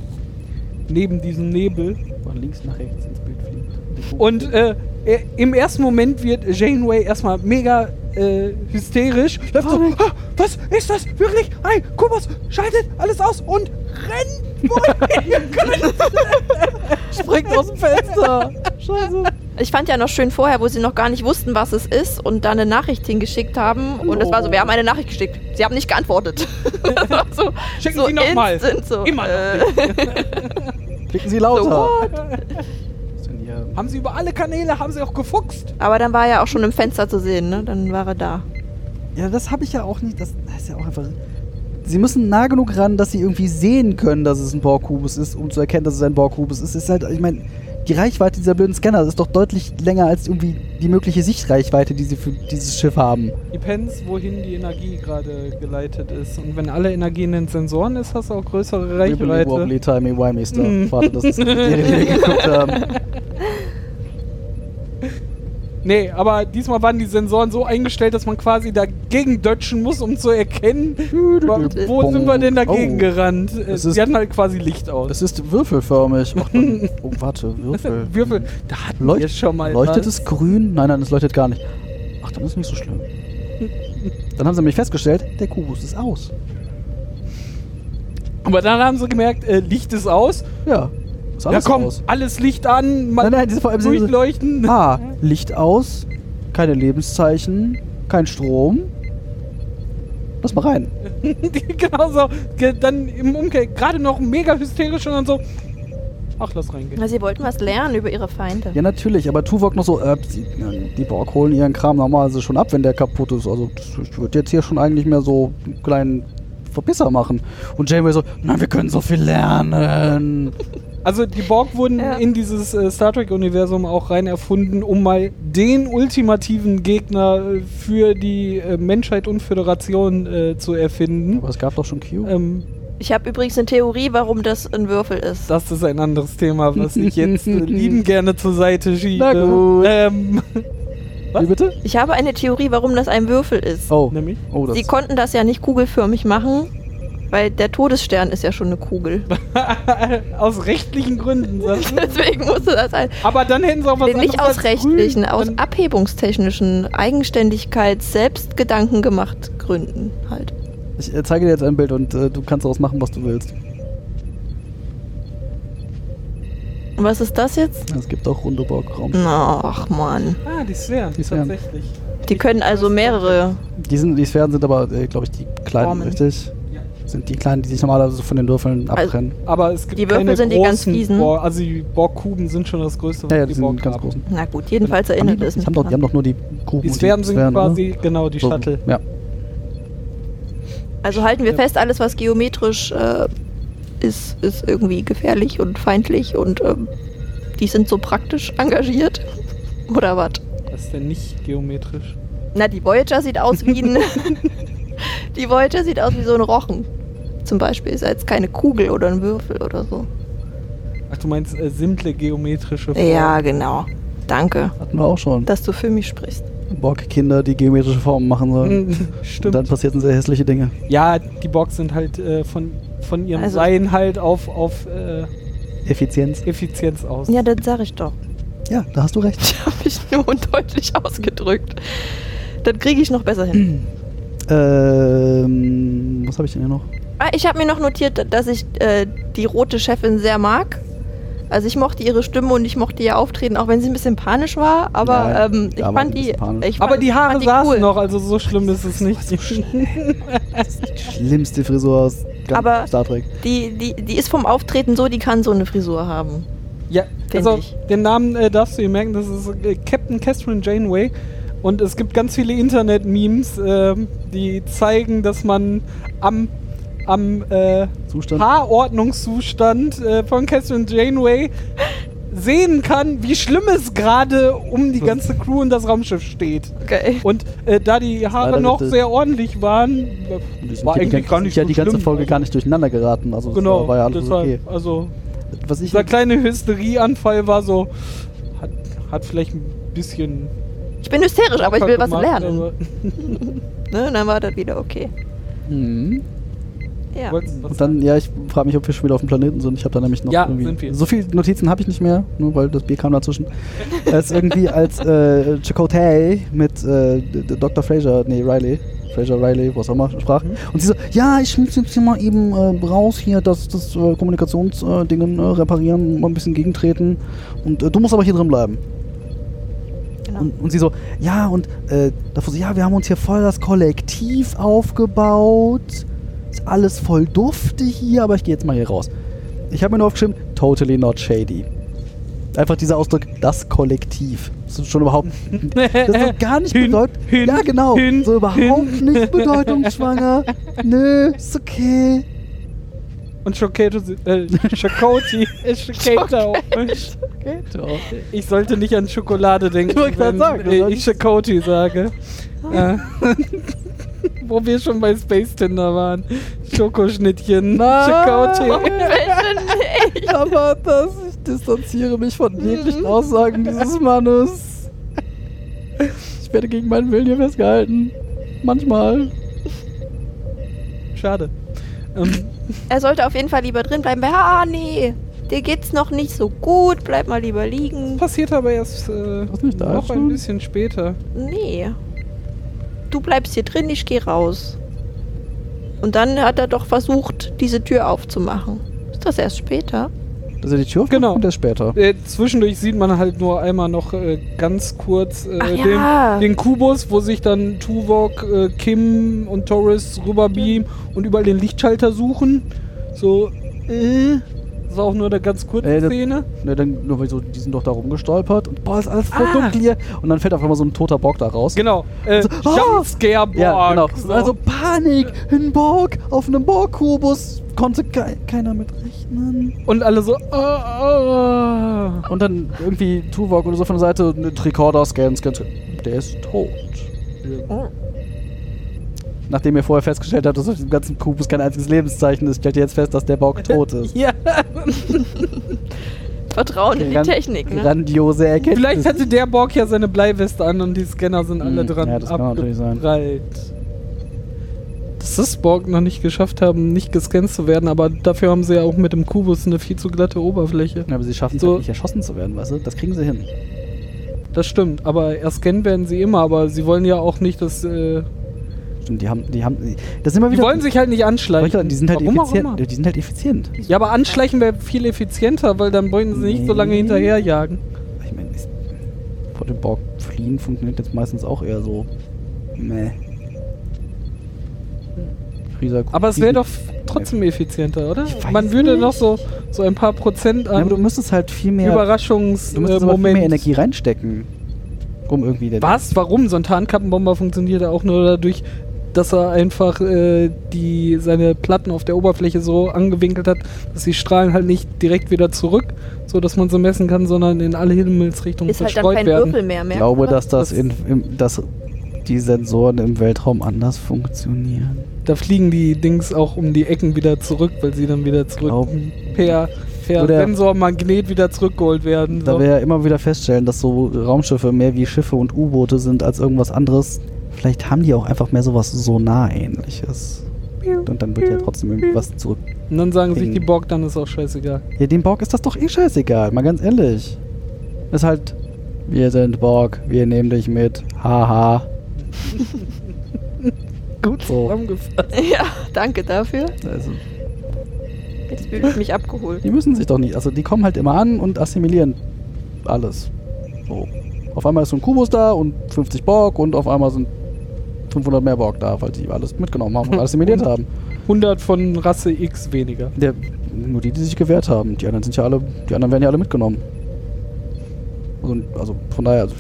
Neben diesem Nebel. von links nach rechts ins Bild fliegt. Und äh, er- im ersten Moment wird Janeway erstmal mega äh, hysterisch. Läuft Oh so, ah, was ist das? Wirklich? Ein Kubus schaltet alles aus und rennt, wohin ihr könnt. springt aus dem Fenster. Scheiße. Ich fand ja noch schön vorher, wo sie noch gar nicht wussten, was es ist und dann eine Nachricht hingeschickt haben. Und es Oh. war so, wir haben eine Nachricht geschickt. Sie haben nicht geantwortet. so, Schicken Sie noch mal. instant So, Immer noch äh, Klicken Sie so, lauter. what? Was ist denn hier? Haben sie über alle Kanäle, haben sie auch gefuchst. Aber dann war er auch schon im Fenster zu sehen, ne? Dann war er da. Ja, das habe ich ja auch nicht. Das, das ist ja auch einfach. Sie müssen nah genug ran, dass sie irgendwie sehen können, dass es ein Borgkubus ist, um zu erkennen, dass es ein Borgkubus ist. Es ist halt, ich meine, die Reichweite dieser blöden Scanner ist doch deutlich länger als irgendwie die mögliche Sichtreichweite, die sie für dieses Schiff haben. Depends, wohin die Energie gerade geleitet ist. Und wenn alle Energie in den Sensoren ist, hast du auch größere Reichweite. Wibbly-wobbly, timey-wimey stuff. Mhm. Warte, das ist die Serie, die wir geguckt haben. Nee, aber diesmal waren die Sensoren so eingestellt, dass man quasi dagegen dötschen muss, um zu erkennen, wo sind wir denn dagegen Oh. gerannt. Äh, Es ist- Sie hatten halt quasi Licht aus. Es ist würfelförmig. Ach, man, oh, warte, Würfel. Würfel, da hatten wir Leucht schon mal leuchtet was. es grün? Nein, nein, es leuchtet gar nicht. Ach, dann ist nicht so schlimm. Dann haben sie nämlich festgestellt, der Kubus ist aus. Aber dann haben sie gemerkt, äh, Licht ist aus. Ja, ist ja alles komm, aus. alles Licht an, mal Nein, nein, diese vor allem sind durchleuchten. Ah, Licht aus, keine Lebenszeichen, kein Strom. Lass mal rein. genau so. Ge- Dann im Umkehr gerade noch mega hysterisch und dann so, ach, lass reingehen. Na, sie wollten was lernen über ihre Feinde. Ja, natürlich, aber Tuvok noch so, äh, die, die Borg holen ihren Kram normalerweise schon ab, wenn der kaputt ist. Also, das- ich würde jetzt hier schon eigentlich mehr so einen kleinen Verpisser machen. Und Janeway so, nein, wir können so viel lernen. Also die Borg wurden Ja. in dieses äh, Star Trek-Universum auch rein erfunden, um mal den ultimativen Gegner äh, für die äh, Menschheit und Föderation äh, zu erfinden. Aber es gab doch schon Q. Ähm, Ich habe übrigens eine Theorie, warum das ein Würfel ist. das ist ein anderes Thema, was ich jetzt äh, lieben gerne zur Seite schiebe. Na gut. Ähm, was? Wie bitte? Ich habe eine Theorie, warum das ein Würfel ist. Oh. Nämlich? Oh, das Sie konnten das ja nicht kugelförmig machen, weil der Todesstern ist ja schon eine Kugel. aus rechtlichen Gründen. sagst du? Deswegen musste das sein. Aber dann hätten sie auch was Nee, nicht anderes aus als rechtlichen, grün. aus Dann- abhebungstechnischen Eigenständigkeits, Selbstgedanken gemacht Gründen halt. ich äh, zeige dir jetzt ein Bild und äh, du kannst daraus machen, was du willst. Und was ist das jetzt? Es gibt auch runde Borgraum. Na, Ach man. Ah, die Sphären, Die Sphären. tatsächlich. Die können also mehrere. Die, sind, die Sphären sind aber, äh, glaube ich, die kleinen, Formen. richtig? Ja. Sind die kleinen, die sich normalerweise so von den Würfeln Also, abtrennen. Aber es gibt Die Würfel keine sind die großen ganz fiesen. Borg, also die Borg-Kuben sind schon das Größte, was ja, ja, die die sind Borg ganz haben. großen. Na gut, jedenfalls Haben erinnert die, es mich. haben doch, die dran. haben doch nur die Kuben. Die und Sphären sind Sphären, quasi, oder? genau, die So, Shuttle. Ja. Also halten wir fest, alles was geometrisch äh, ist, ist irgendwie gefährlich und feindlich und ähm, die sind so praktisch engagiert. Oder was? Das ist denn nicht geometrisch. Na, die Voyager sieht aus wie ein. die Voyager sieht aus wie so ein Rochen. Zum Beispiel ist ja jetzt keine Kugel oder ein Würfel oder so. Ach, du meinst äh, simple geometrische Formen. Ja, genau. Danke, Hatten wir auch schon. dass du für mich sprichst. Borg-Kinder, die geometrische Formen machen sollen. Hm, Und dann Stimmt. passierten sehr hässliche Dinge. Ja, die Borg sind halt äh, von, von ihrem Also- Sein halt auf, auf äh, Effizienz. Effizienz aus. Ja, das sag ich doch. Ja, da hast du recht. Ich habe mich nur undeutlich ausgedrückt. Das kriege ich noch besser hin. Ähm, was habe ich denn hier noch? Ah, ich habe mir noch notiert, dass ich äh, die rote Chefin sehr mag. Also ich mochte ihre Stimme und ich mochte ihr Auftreten, auch wenn sie ein bisschen panisch war. Aber Nein, ähm, da ich, war fand die ein die, bisschen panisch. ich fand Aber die Haare fand saßen cool. noch, also so schlimm ist es nicht. Schlimmste Frisur aus ganz Aber- Star Trek. Die, die, die ist vom Auftreten so, die kann so eine Frisur haben. ja, Find also ich. den Namen äh, darfst du dir merken, das ist äh, Captain Catherine Janeway. Und es gibt ganz viele Internet-Memes, ähm, die zeigen, dass man am, am äh, Zustand. Haarordnungszustand äh, von Catherine Janeway sehen kann, wie schlimm es gerade um die ganze Crew und das Raumschiff steht. Okay. Und äh, da die Haare leider noch nicht, äh, sehr ordentlich waren, Und die äh, sind war die eigentlich ganze- gar nicht ja so die ganze schlimm. Folge gar nicht durcheinander geraten. Also das Genau, war, war ja alles deshalb, okay. also Was ich dieser kleine Hysterieanfall war so, hat, hat vielleicht ein bisschen... Ich bin hysterisch, aber ich will was gemacht, lernen. aber- Ne? Dann war das wieder okay. Mhm. Ja. wolltest was Und dann, ja, ich frage mich, ob wir schon wieder auf dem Planeten sind. Ich habe da nämlich noch Ja, irgendwie. sind wir. So viele Notizen habe ich nicht mehr, nur weil das Bier kam dazwischen. als irgendwie als äh, Chakotay mit äh, D- D- Dr. Fraser, nee, Riley. Fraser Riley, was auch immer, sprach. Mhm. Und sie so, ja, ich muss jetzt hier mal eben äh, raus hier, das, das äh, Kommunikationsdingen äh, Dingen, äh, reparieren, mal ein bisschen gegentreten. Und äh, du musst aber hier drin bleiben. Genau. Und, und sie so, ja, und äh, davor so, ja, wir haben uns hier voll das Kollektiv aufgebaut. Ist alles voll dufte hier, aber ich gehe jetzt mal hier raus. Ich habe mir nur aufgeschrieben, totally not shady. Einfach dieser Ausdruck, das Kollektiv. Das ist schon überhaupt. Das ist doch gar nicht Hin, bedeutend. hin, Ja, genau. hin, so überhaupt hin. nicht bedeutungsschwanger. Nö, ist okay. Und Chocato, äh, Chocoti, äh, Chocato. Ich sollte nicht an Schokolade denken, Ich wollte gerade wenn sagen, du äh, ich solltest- Ah. Chakoti sage. Äh, Wo wir schon bei Space Tinder waren. Schokoschnittchen, Ah. Chakoti. Aber das, ich distanziere mich von jeglichen Aussagen dieses Mannes. Ich werde gegen meinen Willen hier festgehalten. Manchmal. Schade. Ähm, Er sollte auf jeden Fall lieber drin bleiben. Ah, nee. Dir geht's noch nicht so gut. Bleib mal lieber liegen. passiert aber erst äh, Was nicht da noch ist ein schon? bisschen später. Nee. Du bleibst hier drin, ich gehe raus. Und dann hat er doch versucht, diese Tür aufzumachen. Ist das erst später? Also die Tür Genau. kommt erst später. Äh, zwischendurch sieht man halt nur einmal noch äh, ganz kurz äh, Ach den, ja. den Kubus, wo sich dann Tuvok, äh, Kim und Torres rüberbeamen und überall den Lichtschalter suchen. So, äh, Das ist auch nur eine ganz kurze Äh, das- Szene. Ne, dann, nur weil so, die sind doch da rumgestolpert und boah, ist alles voll Ah. dunkel hier. Und dann fällt auf einmal so ein toter Borg da raus. Genau. Äh, So, ah! Jumpscare Borg. Ja, genau. So. Also Panik, ein Borg auf einem Borg-Kubus. Konnte kei- keiner mit rechnen. und alle so. ah, ah. Und dann irgendwie Tuvok oder so von der Seite, ne, Tricorder, Scan, Scan, Scan. Der ist tot. äh. Nachdem ihr vorher festgestellt habt, dass auf dem ganzen Kubus kein einziges Lebenszeichen ist, stellt ihr jetzt fest, dass der Borg tot ist. Ja, Vertrauen in die Gran- Technik, ne? Grandiose Erkenntnis. vielleicht hatte der Borg ja seine Bleiweste an und die Scanner sind alle Hm, dran ja, das kann natürlich sein. abgeprallt. Dass das Borg noch nicht geschafft haben, nicht gescannt zu werden, aber dafür haben sie ja auch mit dem Kubus eine viel zu glatte Oberfläche. Ja, aber sie schaffen es So. halt nicht erschossen zu werden, weißt du? Das kriegen sie hin. Das stimmt, aber erscannt werden sie immer, aber sie wollen ja auch nicht, dass. Äh, Stimmt, die haben, die haben, das sind immer die wieder. wollen sich halt nicht Wollte ich anschleichen. sagen, die sind halt Warum auch immer. effizient. Die sind halt effizient. Ja, aber anschleichen wäre viel effizienter, weil dann wollen sie nicht so lange Nee. hinterherjagen. Ich meine, ist- vor dem Borg fliehen funktioniert jetzt meistens auch eher so. Meh. Frieser, Hm. Aber es wäre doch trotzdem effizienter, oder? Ich weiß Man würde nicht. noch so, so ein paar Prozent Ja, aber du an müsstest halt viel mehr. Du Äh, müsstest aber viel mehr Überraschungsmoment. Energie reinstecken. Um irgendwie den. Was? Warum? So ein Tarnkappenbomber funktioniert ja auch nur dadurch, dass er einfach äh, die, seine Platten auf der Oberfläche so angewinkelt hat, dass die Strahlen halt nicht direkt wieder zurück, so dass man sie messen kann, sondern in alle Himmelsrichtungen Ist halt dann verstreut kein werden. Würfel mehr, Ich mehr. glaube, dass das Das- in, im, dass die Sensoren im Weltraum anders funktionieren. Da fliegen die Dings auch um die Ecken wieder zurück, weil sie dann wieder zurück Glaub- per, per Genau. Oder- Sensormagnet wieder zurückgeholt werden. Da So. wir ja immer wieder feststellen, dass so Raumschiffe mehr wie Schiffe und U-Boote sind als irgendwas anderes, vielleicht haben die auch einfach mehr sowas Sonar-ähnliches. Und dann wird ja trotzdem irgendwie was zurück. Und dann sagen sich Ding. die Borg, dann ist auch scheißegal. Ja, dem Borg ist das doch eh scheißegal, mal ganz ehrlich. Ist halt, wir sind Borg, wir nehmen dich mit, haha. Gut So. zusammengefasst. Ja, danke dafür. Also, Jetzt fühle ich mich abgeholt. die müssen sich doch nicht, also die kommen halt immer an und assimilieren alles. So. Auf einmal ist so ein Kubus da und 50 Borg und auf einmal sind 500 mehr Borg da, weil die alles mitgenommen haben und assimiliert haben. 100 von Rasse X weniger. Der, nur die, die sich gewehrt haben. Die anderen sind ja alle, die anderen werden ja alle mitgenommen. Also, also von daher. Also,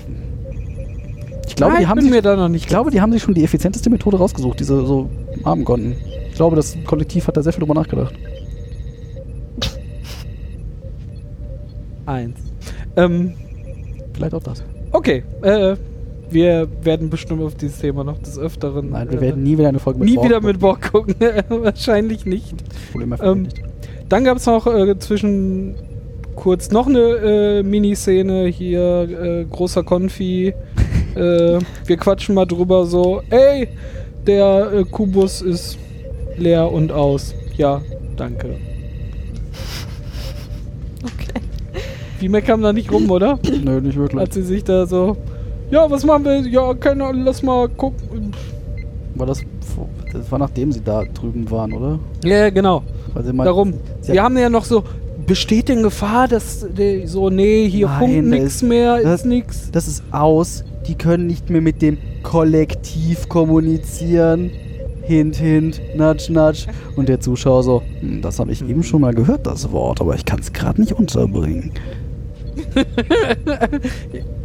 ich glaube, Nein, die haben bin sich, mir da noch nicht ich glaube, die haben sich schon die effizienteste Methode rausgesucht, diese so armen konnten. Ich glaube, das Kollektiv hat da sehr viel drüber nachgedacht. eins. Ähm, Vielleicht auch das. okay, äh, wir werden bestimmt auf dieses Thema noch des Öfteren. Nein, wir äh, werden nie wieder eine Folge mit nie Borg wieder gucken. mit Borg gucken. Wahrscheinlich nicht. Problem Ähm, erledigt. Dann gab es noch äh, zwischen kurz noch eine äh, Miniszene hier, äh, großer Konfi. äh, wir quatschen mal drüber so, ey, der äh, Kubus ist leer und aus. Ja, danke. Okay. Wie meckern da nicht rum, oder? Nö, nicht wirklich. Hat sie sich da so, ja, was machen wir? Ja, keine Ahnung, lass mal gucken. War das, vor- das war nachdem sie da drüben waren, oder? Ja, ja, genau. Weil sie meinten- Darum. Sie Wir haben ja noch so, besteht denn Gefahr, dass die, so, nee, hier Nein, funkt da nix ist- mehr, das- ist nix. Das ist aus. Die können nicht mehr mit dem Kollektiv kommunizieren. Hint, hint, natsch, natsch. Und der Zuschauer so, "Hm, das habe ich eben schon mal gehört, das Wort, aber ich kann es gerade nicht unterbringen.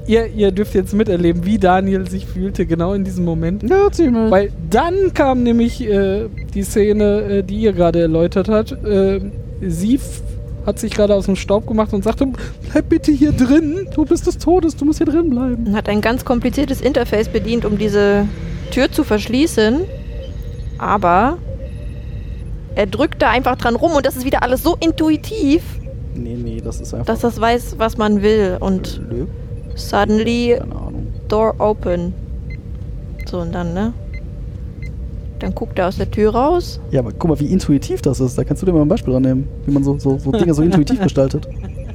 Ihr, ihr dürft jetzt miterleben, wie Daniel sich fühlte, genau in diesem Moment. Ja, ziemlich. Weil dann kam nämlich äh, die Szene, äh, die ihr gerade erläutert hat. Äh, sie f- hat sich gerade aus dem Staub gemacht und sagte, bleib bitte hier drin, du bist des Todes, du musst hier drin bleiben. Und hat ein ganz kompliziertes Interface bedient, um diese Tür zu verschließen. Aber er drückt da einfach dran rum und das ist wieder alles so intuitiv, nee, nee, das ist einfach dass das weiß, was man will. Und Lö- suddenly Keine Ahnung. door open. So und dann, ne? Dann guckt er aus der Tür raus. Ja, aber guck mal, wie intuitiv das ist. Da kannst du dir mal ein Beispiel dran nehmen, wie man so, so, so Dinge so intuitiv gestaltet.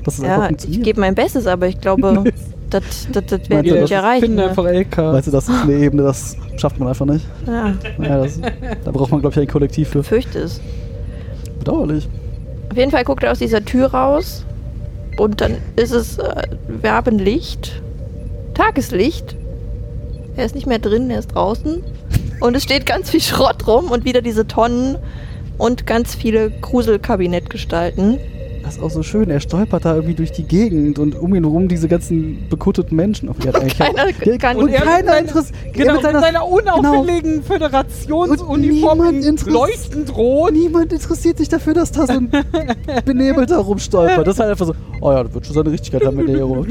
Dass es einfach Ja, ich funktioniert. gebe mein Bestes, aber ich glaube, das, das, das werden Meinst wir du, nicht das erreichen. finden Ne? einfach LK. Weißt du, das ist eine Ebene, das schafft man einfach nicht. Ja, Naja, das, da braucht man, glaube ich, ein Kollektiv für. fürchte es. Bedauerlich. Auf jeden Fall guckt er aus dieser Tür raus und dann ist es, äh, wir haben Licht, Tageslicht. Er ist nicht mehr drin, er ist draußen und es steht ganz viel Schrott rum und wieder diese Tonnen und ganz viele Kruselkabinettgestalten. Das ist auch so schön. Er stolpert da irgendwie durch die Gegend und um ihn herum diese ganzen bekutteten Menschen. Oh, der hat eigentlich Keiner der, kann- und und er- keiner seine- Interesse. Genau, mit seiner, unaufgelegenen Und Föderationsuniform niemand in interess- leuchtend rot. Oh, Niemand interessiert sich dafür, dass da so ein Benebelter rumstolpert. Das ist halt einfach so, oh ja, das wird schon seine Richtigkeit haben, wenn der hier rum. Und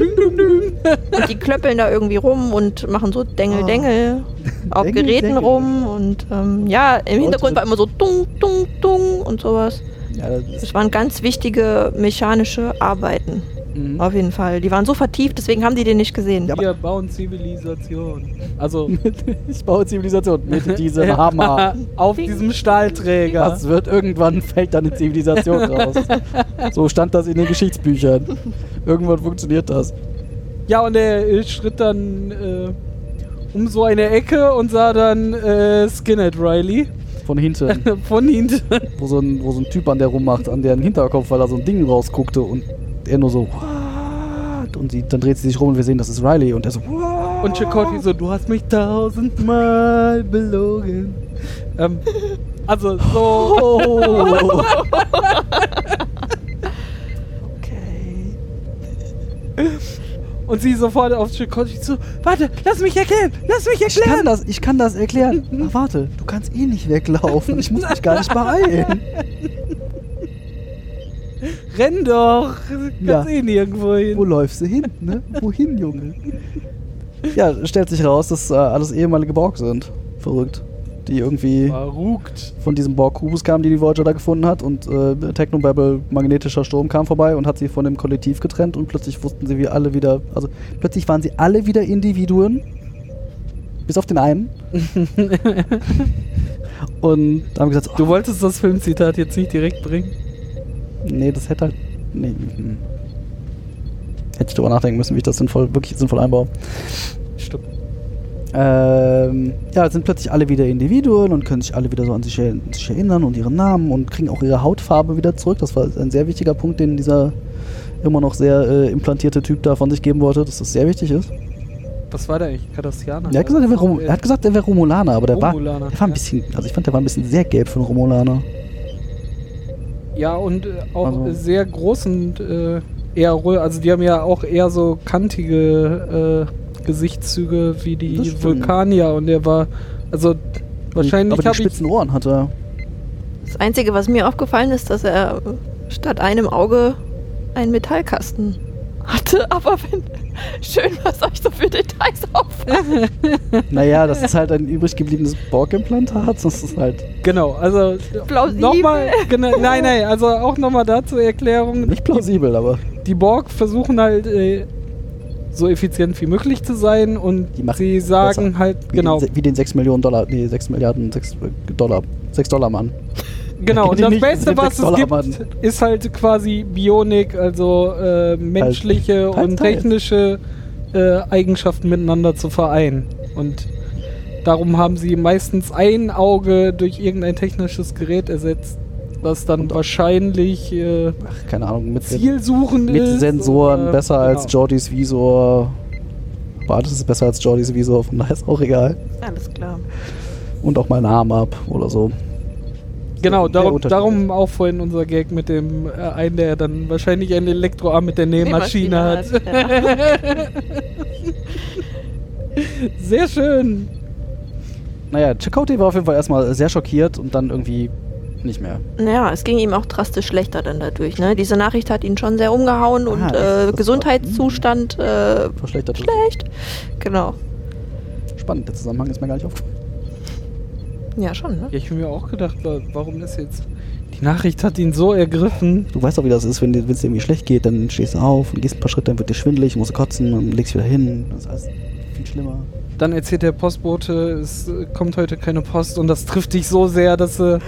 die klöppeln da irgendwie rum und machen so Dengel, Ah. Dengel auf Dengel, Geräten Dengel. rum. Und ähm, ja, im Hintergrund sind- war immer so dung, dung, dung und sowas. Ja, das ist, Das waren ganz wichtige mechanische Arbeiten. mhm. Auf jeden Fall. Die waren so vertieft, deswegen haben die den nicht gesehen. Ja. Wir bauen Zivilisation. Also äh, Ich baue Zivilisation mit diesem Hammer. auf Ding. diesem Stahlträger. Das wird irgendwann, fällt dann eine Zivilisation raus. So stand das in den Geschichtsbüchern. Irgendwann funktioniert das. Ja, und er äh, schritt dann äh, um so eine Ecke und sah dann äh, Skinhead Riley Von hinten. von hinten. Wo so, ein, wo so ein Typ an der rummacht, an deren Hinterkopf, weil da so ein Ding rausguckte und er nur so, what? Und sie, dann dreht sie sich rum und wir sehen, das ist Riley. Und er so, what? Und Chakotay so, du hast mich tausendmal belogen. Ähm, also so, Oh. Okay. und sie sofort auf Chakotay zu, warte, lass mich erklären, lass Ich mich kann erklären. das, ich kann das erklären. Ach, warte, du kannst eh nicht weglaufen. Ich muss mich gar nicht beeilen. Renn doch, kannst Ja. eh nirgendwo Wo hin. läufst du hin, ne? Wohin, Junge? Ja, stellt sich raus, dass äh, alles ehemalige Borg sind. Verrückt. Die irgendwie Verrugt. von diesem Borg-Kubus kamen, die die Voyager da gefunden hat. Und äh, Technobabble, magnetischer Sturm, kam vorbei und hat sie von dem Kollektiv getrennt. Und plötzlich wussten sie, wie alle wieder. Also plötzlich waren sie alle wieder Individuen. Bis auf den einen. und haben gesagt: Du wolltest das Filmzitat jetzt nicht direkt bringen? Nee, das hätte halt. Nee. hm. Hätte ich drüber nachdenken müssen, wie ich das sinnvoll, wirklich sinnvoll einbaue. Stimmt. Ähm, ja, jetzt sind plötzlich alle wieder Individuen und können sich alle wieder so an sich, er- an sich erinnern und ihre Namen und kriegen auch ihre Hautfarbe wieder zurück. Das war ein sehr wichtiger Punkt, den dieser immer noch sehr äh, implantierte Typ da von sich geben wollte, dass das sehr wichtig ist. Ah, Was war der eigentlich? Kardassianer? Er hat gesagt, er, wäre Rom- Äh, er hat gesagt, er wäre Romulaner, aber der Romulaner, war, der war ein ja. bisschen, also ich fand, der war ein bisschen sehr gelb für einen Romulaner. Ja, und äh, auch Also- äh, sehr groß und äh, eher ruhig. Also die haben ja auch eher so kantige äh, Gesichtszüge wie Das die stimmt. Vulkanier. Und der war, also wahrscheinlich aber die habe ich... spitzen Ohren hatte er. Das Einzige, was mir aufgefallen ist, dass er statt einem Auge einen Metallkasten hatte. Aber wenn, schön, was euch so für Details auffallen. Naja, das ist halt ein übrig gebliebenes Borg-Implantat. Das ist halt Genau, also Plausibel. nochmal... Genau, nein, nein, also auch nochmal dazu Erklärung. nicht plausibel, aber Die Borg versuchen halt... Äh, so effizient wie möglich zu sein und Die machen sie sagen besser. halt wie, genau den, se- wie den 6 Millionen Dollar, nee, 6 Milliarden, 6 Dollar, 6 Dollar Mann. Genau, und Die das nicht Beste, den was es Dollar gibt, machen. ist halt quasi Bionik, also äh, menschliche Teils, und teils. technische äh, Eigenschaften miteinander zu vereinen. Und darum haben sie meistens ein Auge durch irgendein technisches Gerät ersetzt, das dann wahrscheinlich äh, Ach, keine Ahnung, mit, zielsuchend ist. mit Sensoren oder- besser als genau. Jordys Visor. Aber alles ist besser als Jordys Visor, von daher ist auch egal. Alles klar. Und auch mal einen Arm ab oder so. Genau, Der darum, Unterschied. darum auch vorhin unser Gag mit dem äh, einen, der dann wahrscheinlich einen Elektroarm mit der Nähmaschine hat. Ja. Sehr schön. Naja, Chakotay war auf jeden Fall erstmal sehr schockiert und dann irgendwie nicht mehr. Naja, es ging ihm auch drastisch schlechter dann dadurch. Ne? Diese Nachricht hat ihn schon sehr umgehauen und Ah, das- Mhm. das äh, war- Gesundheitszustand äh, Verschlechtert. schlecht. Genau. Spannend, der Zusammenhang ist mir gar nicht aufgefallen. Ja, schon. Ne? Ja, ich habe mir auch gedacht, wa- warum ist jetzt. Die Nachricht hat ihn so ergriffen. Du weißt doch, wie das ist, wenn dir- wenn es dir irgendwie schlecht geht, dann stehst du auf und gehst ein paar Schritte, dann wird dir schwindelig, musst du kotzen und legst wieder hin. Das ist alles viel schlimmer. Dann erzählt der Postbote, es äh, kommt heute keine Post und das trifft dich so sehr, dass du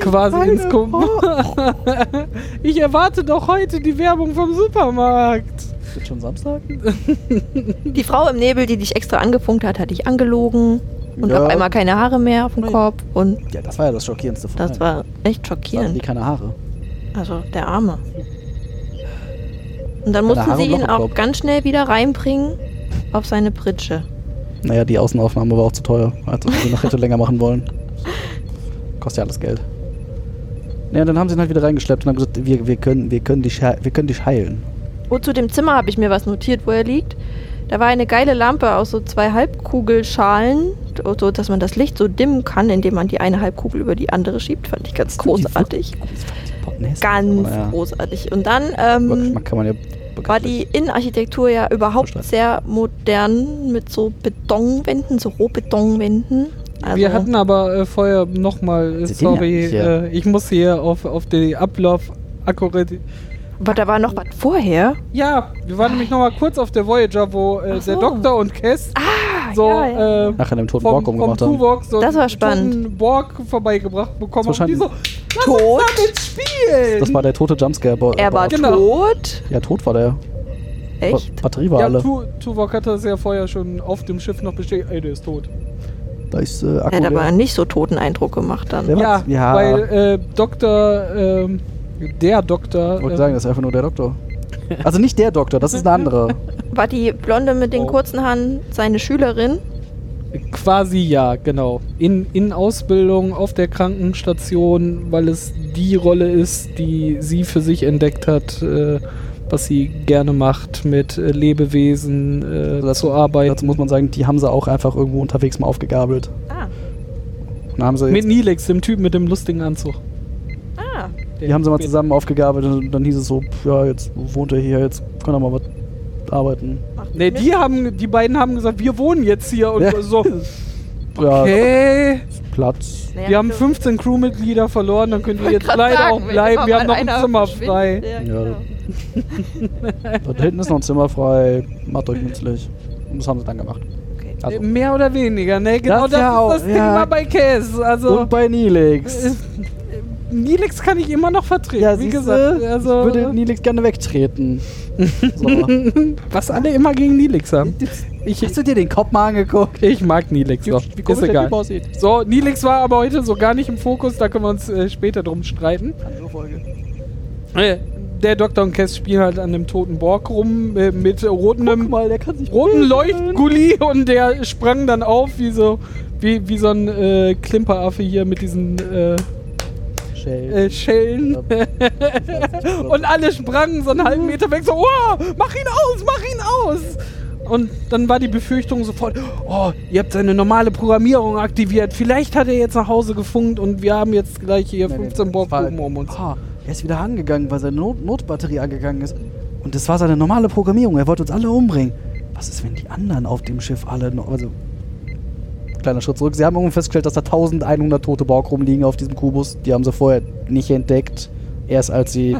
quasi Keine ins Kom Ich erwarte doch heute die Werbung vom Supermarkt. Ist schon Samstag? Die Frau im Nebel, die dich extra angefunkt hat, hat dich angelogen und Ja. auf einmal keine Haare mehr auf dem Nein. Kopf. Und Ja, das war ja das Schockierendste von das allen. war echt Da hatten die schockierend. keine Haare. Also der Arme. Und dann mussten Haare sie ihn und Loch im auch Kopf. ganz schnell wieder reinbringen auf seine Pritsche. Naja, die Außenaufnahme war auch zu Also, teuer, als ob ich die noch hätte länger machen wollen. Kostet ja alles Geld. Ja, dann haben sie ihn halt wieder reingeschleppt und haben gesagt, wir, wir, können, wir, können, dich, hei- wir können dich heilen. Oh, zu dem Zimmer habe ich mir was notiert, wo er liegt. Da war eine geile Lampe aus so zwei Halbkugelschalen, so dass man das Licht so dimmen kann, indem man die eine Halbkugel über die andere schiebt. Fand ich ganz großartig. Ganz ja. großartig. Und dann Über ähm, Geschmack kann man ja war bekanntlich- die Innenarchitektur ja überhaupt Verstanden. sehr modern mit so Betonwänden, so Rohbetonwänden. Also, Wir hatten aber äh, vorher nochmal, äh, Sie sehen ja sorry, nicht, ja. äh, ich muss hier auf, auf den Ablauf akkurat. aber da war noch was vorher. Ja, wir waren nämlich nochmal kurz auf der Voyager, wo äh, Ach der so. Doktor und Cass Ah, so ja, ja. Äh, nachher dem toten vom, Borg vom umgebracht haben. Tuvok so Das war einen spannend. toten Borg vorbeigebracht bekommen Das haben. Die so, lass Tot? uns damit spielen! Das war der tote Jumpscare. Bo- er war Bo- Genau. tot. Ja, tot war der. Ba- Echt? Batterie war ja, alle. Tu Tuvok hatte das ja vorher schon auf dem Schiff noch bestätigt. Ey, der ist tot. Da ist äh, Akku. Er hat aber leer. nicht so toten Eindruck gemacht dann. Der Ja, war's. Ja. weil äh, Doktor, ähm, der Doktor. Ich wollte äh, sagen, das ist einfach nur der Doktor. Also nicht der Doktor, das ist eine andere. War die Blonde mit den Oh. kurzen Haaren seine Schülerin? Quasi ja, genau. In, in Ausbildung auf der Krankenstation, weil es die Rolle ist, die sie für sich entdeckt hat, äh, was sie gerne macht, mit äh, Lebewesen äh, zu Dazu arbeiten. muss man sagen, die haben sie auch einfach irgendwo unterwegs mal aufgegabelt. Ah, Und Dann haben sie Mit jetzt, Nilix, dem Typen mit dem lustigen Anzug. ah. die haben sie mal zusammen aufgegabelt und dann hieß es so, pf, ja, jetzt wohnt er hier, jetzt kann er mal was arbeiten. Macht Nee, mit. die haben, die beiden haben gesagt, wir wohnen jetzt hier und Ja. so. Ja, Okay. Platz. Naja, Wir haben du- 15 Crewmitglieder verloren, dann könnt ihr wollte jetzt grad leider sagen, auch wenn bleiben. immer Wir haben mal noch ein einer Zimmer verschwindet, frei. Ja, Ja. genau. Da hinten ist noch ein Zimmer frei, macht euch nützlich. Und das haben sie dann gemacht. Okay. Also. Mehr oder weniger, ne? Genau das, Das ja auch, ist das Ding ja. war bei Cass. Also äh, Und bei Nilix. Nilix kann ich immer noch vertreten, Ja, wie siehste, gesagt. Ich Also, würde Nilix gerne wegtreten. So. was alle immer gegen Nilix haben. Ich, Hast du dir den Kopf mal angeguckt? ich mag Nilix noch. Ist egal. aussieht. So, Nilix war aber heute so gar nicht im Fokus, da können wir uns äh, später drum streiten. Andere halt Folge. Äh, Der Doktor und Cass spielen halt an dem toten Borg rum äh, mit rotem, mal, der kann sich roten Leuchtgulli und der sprang dann auf wie so, wie, wie so ein äh, Klimperaffe hier mit diesen äh, Shell. äh, Schellen. Und alle sprangen so einen halben Meter weg, so, wow, mach ihn aus, mach ihn aus! Und dann war die Befürchtung sofort, oh, ihr habt seine normale Programmierung aktiviert, vielleicht hat er jetzt nach Hause gefunkt und wir haben jetzt gleich hier 15 Borgproben um uns. Ah, er ist wieder angegangen, weil seine Not Notbatterie angegangen ist. Und das war seine normale Programmierung. Er wollte uns alle umbringen. Was ist, wenn die anderen auf dem Schiff alle noch. Also. Kleiner Schritt zurück. Sie haben irgendwann festgestellt, dass da 1100 tote Borg rumliegen auf diesem Kubus. Die haben sie vorher nicht entdeckt. Erst als sie.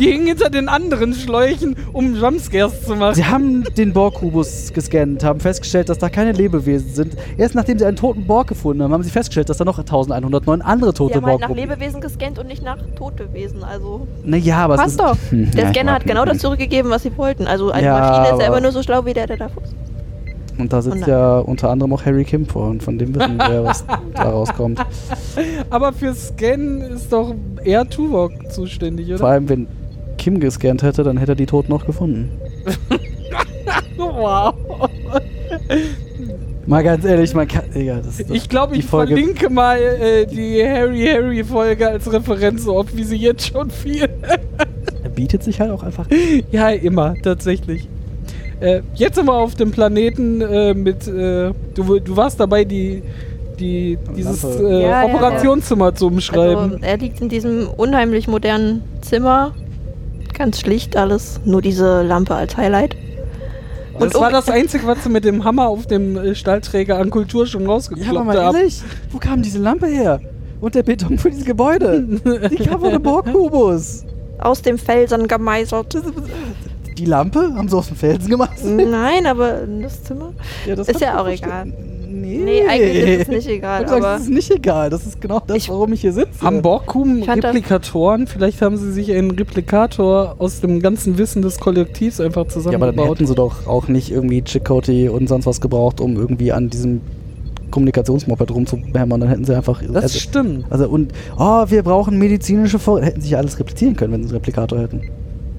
Die hingen hinter den anderen Schläuchen, um Jumpscares zu machen. Sie haben den Borg-Kubus gescannt, haben festgestellt, dass da keine Lebewesen sind. Erst nachdem sie einen toten Borg gefunden haben, haben sie festgestellt, dass da noch 1109 andere Die tote haben halt Borg nach rumliegen. Lebewesen gescannt und nicht nach tote Wesen. Also Naja, aber es passt ist, doch. Hm, Der ja, Scanner hat warte. genau das zurückgegeben, was sie wollten. Also eine Ja, Maschine ist ja aber- immer nur so schlau wie der, der da fußt. Und da Und sitzt dann- ja unter anderem auch Harry Kim vor und von dem wissen wir, was da rauskommt. Aber für Scan ist doch eher Tuvok zuständig, Vor oder? allem, wenn Kim gescannt hätte, dann hätte er die Toten noch gefunden. Wow. Mal ganz ehrlich, man kann. Egal, das ist Ich glaube, die ich Folge. verlinke mal äh, die Harry-Harry-Folge als Referenz, so oft wie sie jetzt schon viel bietet sich halt auch einfach. Ja, immer, tatsächlich. Äh, jetzt sind wir auf dem Planeten äh, mit. Äh, du, du warst dabei, die, die, dieses Lampe. äh, Ja, ja, Operationszimmer zu umschreiben. Also er liegt in diesem unheimlich modernen Zimmer. Ganz schlicht alles. Nur diese Lampe als Highlight. das war das Einzige, was sie mit dem Hammer auf dem äh, Stahlträger an Kultur schon Ja, aber rausgekloppt mal haben. ehrlich, wo kam diese Lampe her? Und der Beton für dieses Gebäude. Die kam von einem Borgkubus. Aus dem Felsen gemeißelt. Die Lampe? Haben sie aus dem Felsen gemacht? Nein, aber das Zimmer. Ja, das Ist hat ja man auch verste- egal. Nee. Nee, eigentlich ist es nicht egal. Ich sag, Aber das ist nicht egal. Das ist genau das, Ich- warum ich hier sitze. Haben Borkum Ich fand das- Replikatoren? Vielleicht haben sie sich einen Replikator aus dem ganzen Wissen des Kollektivs einfach Ja, aber dann zusammengebaut. hätten sie doch auch nicht irgendwie Chicote und sonst was gebraucht, um irgendwie an diesem Kommunikationsmoped rumzuhämmern. Dann hätten sie einfach. das also, stimmt. also und, oh, wir brauchen medizinische Vor. Hätten sich ja alles replizieren können, wenn sie einen Replikator hätten.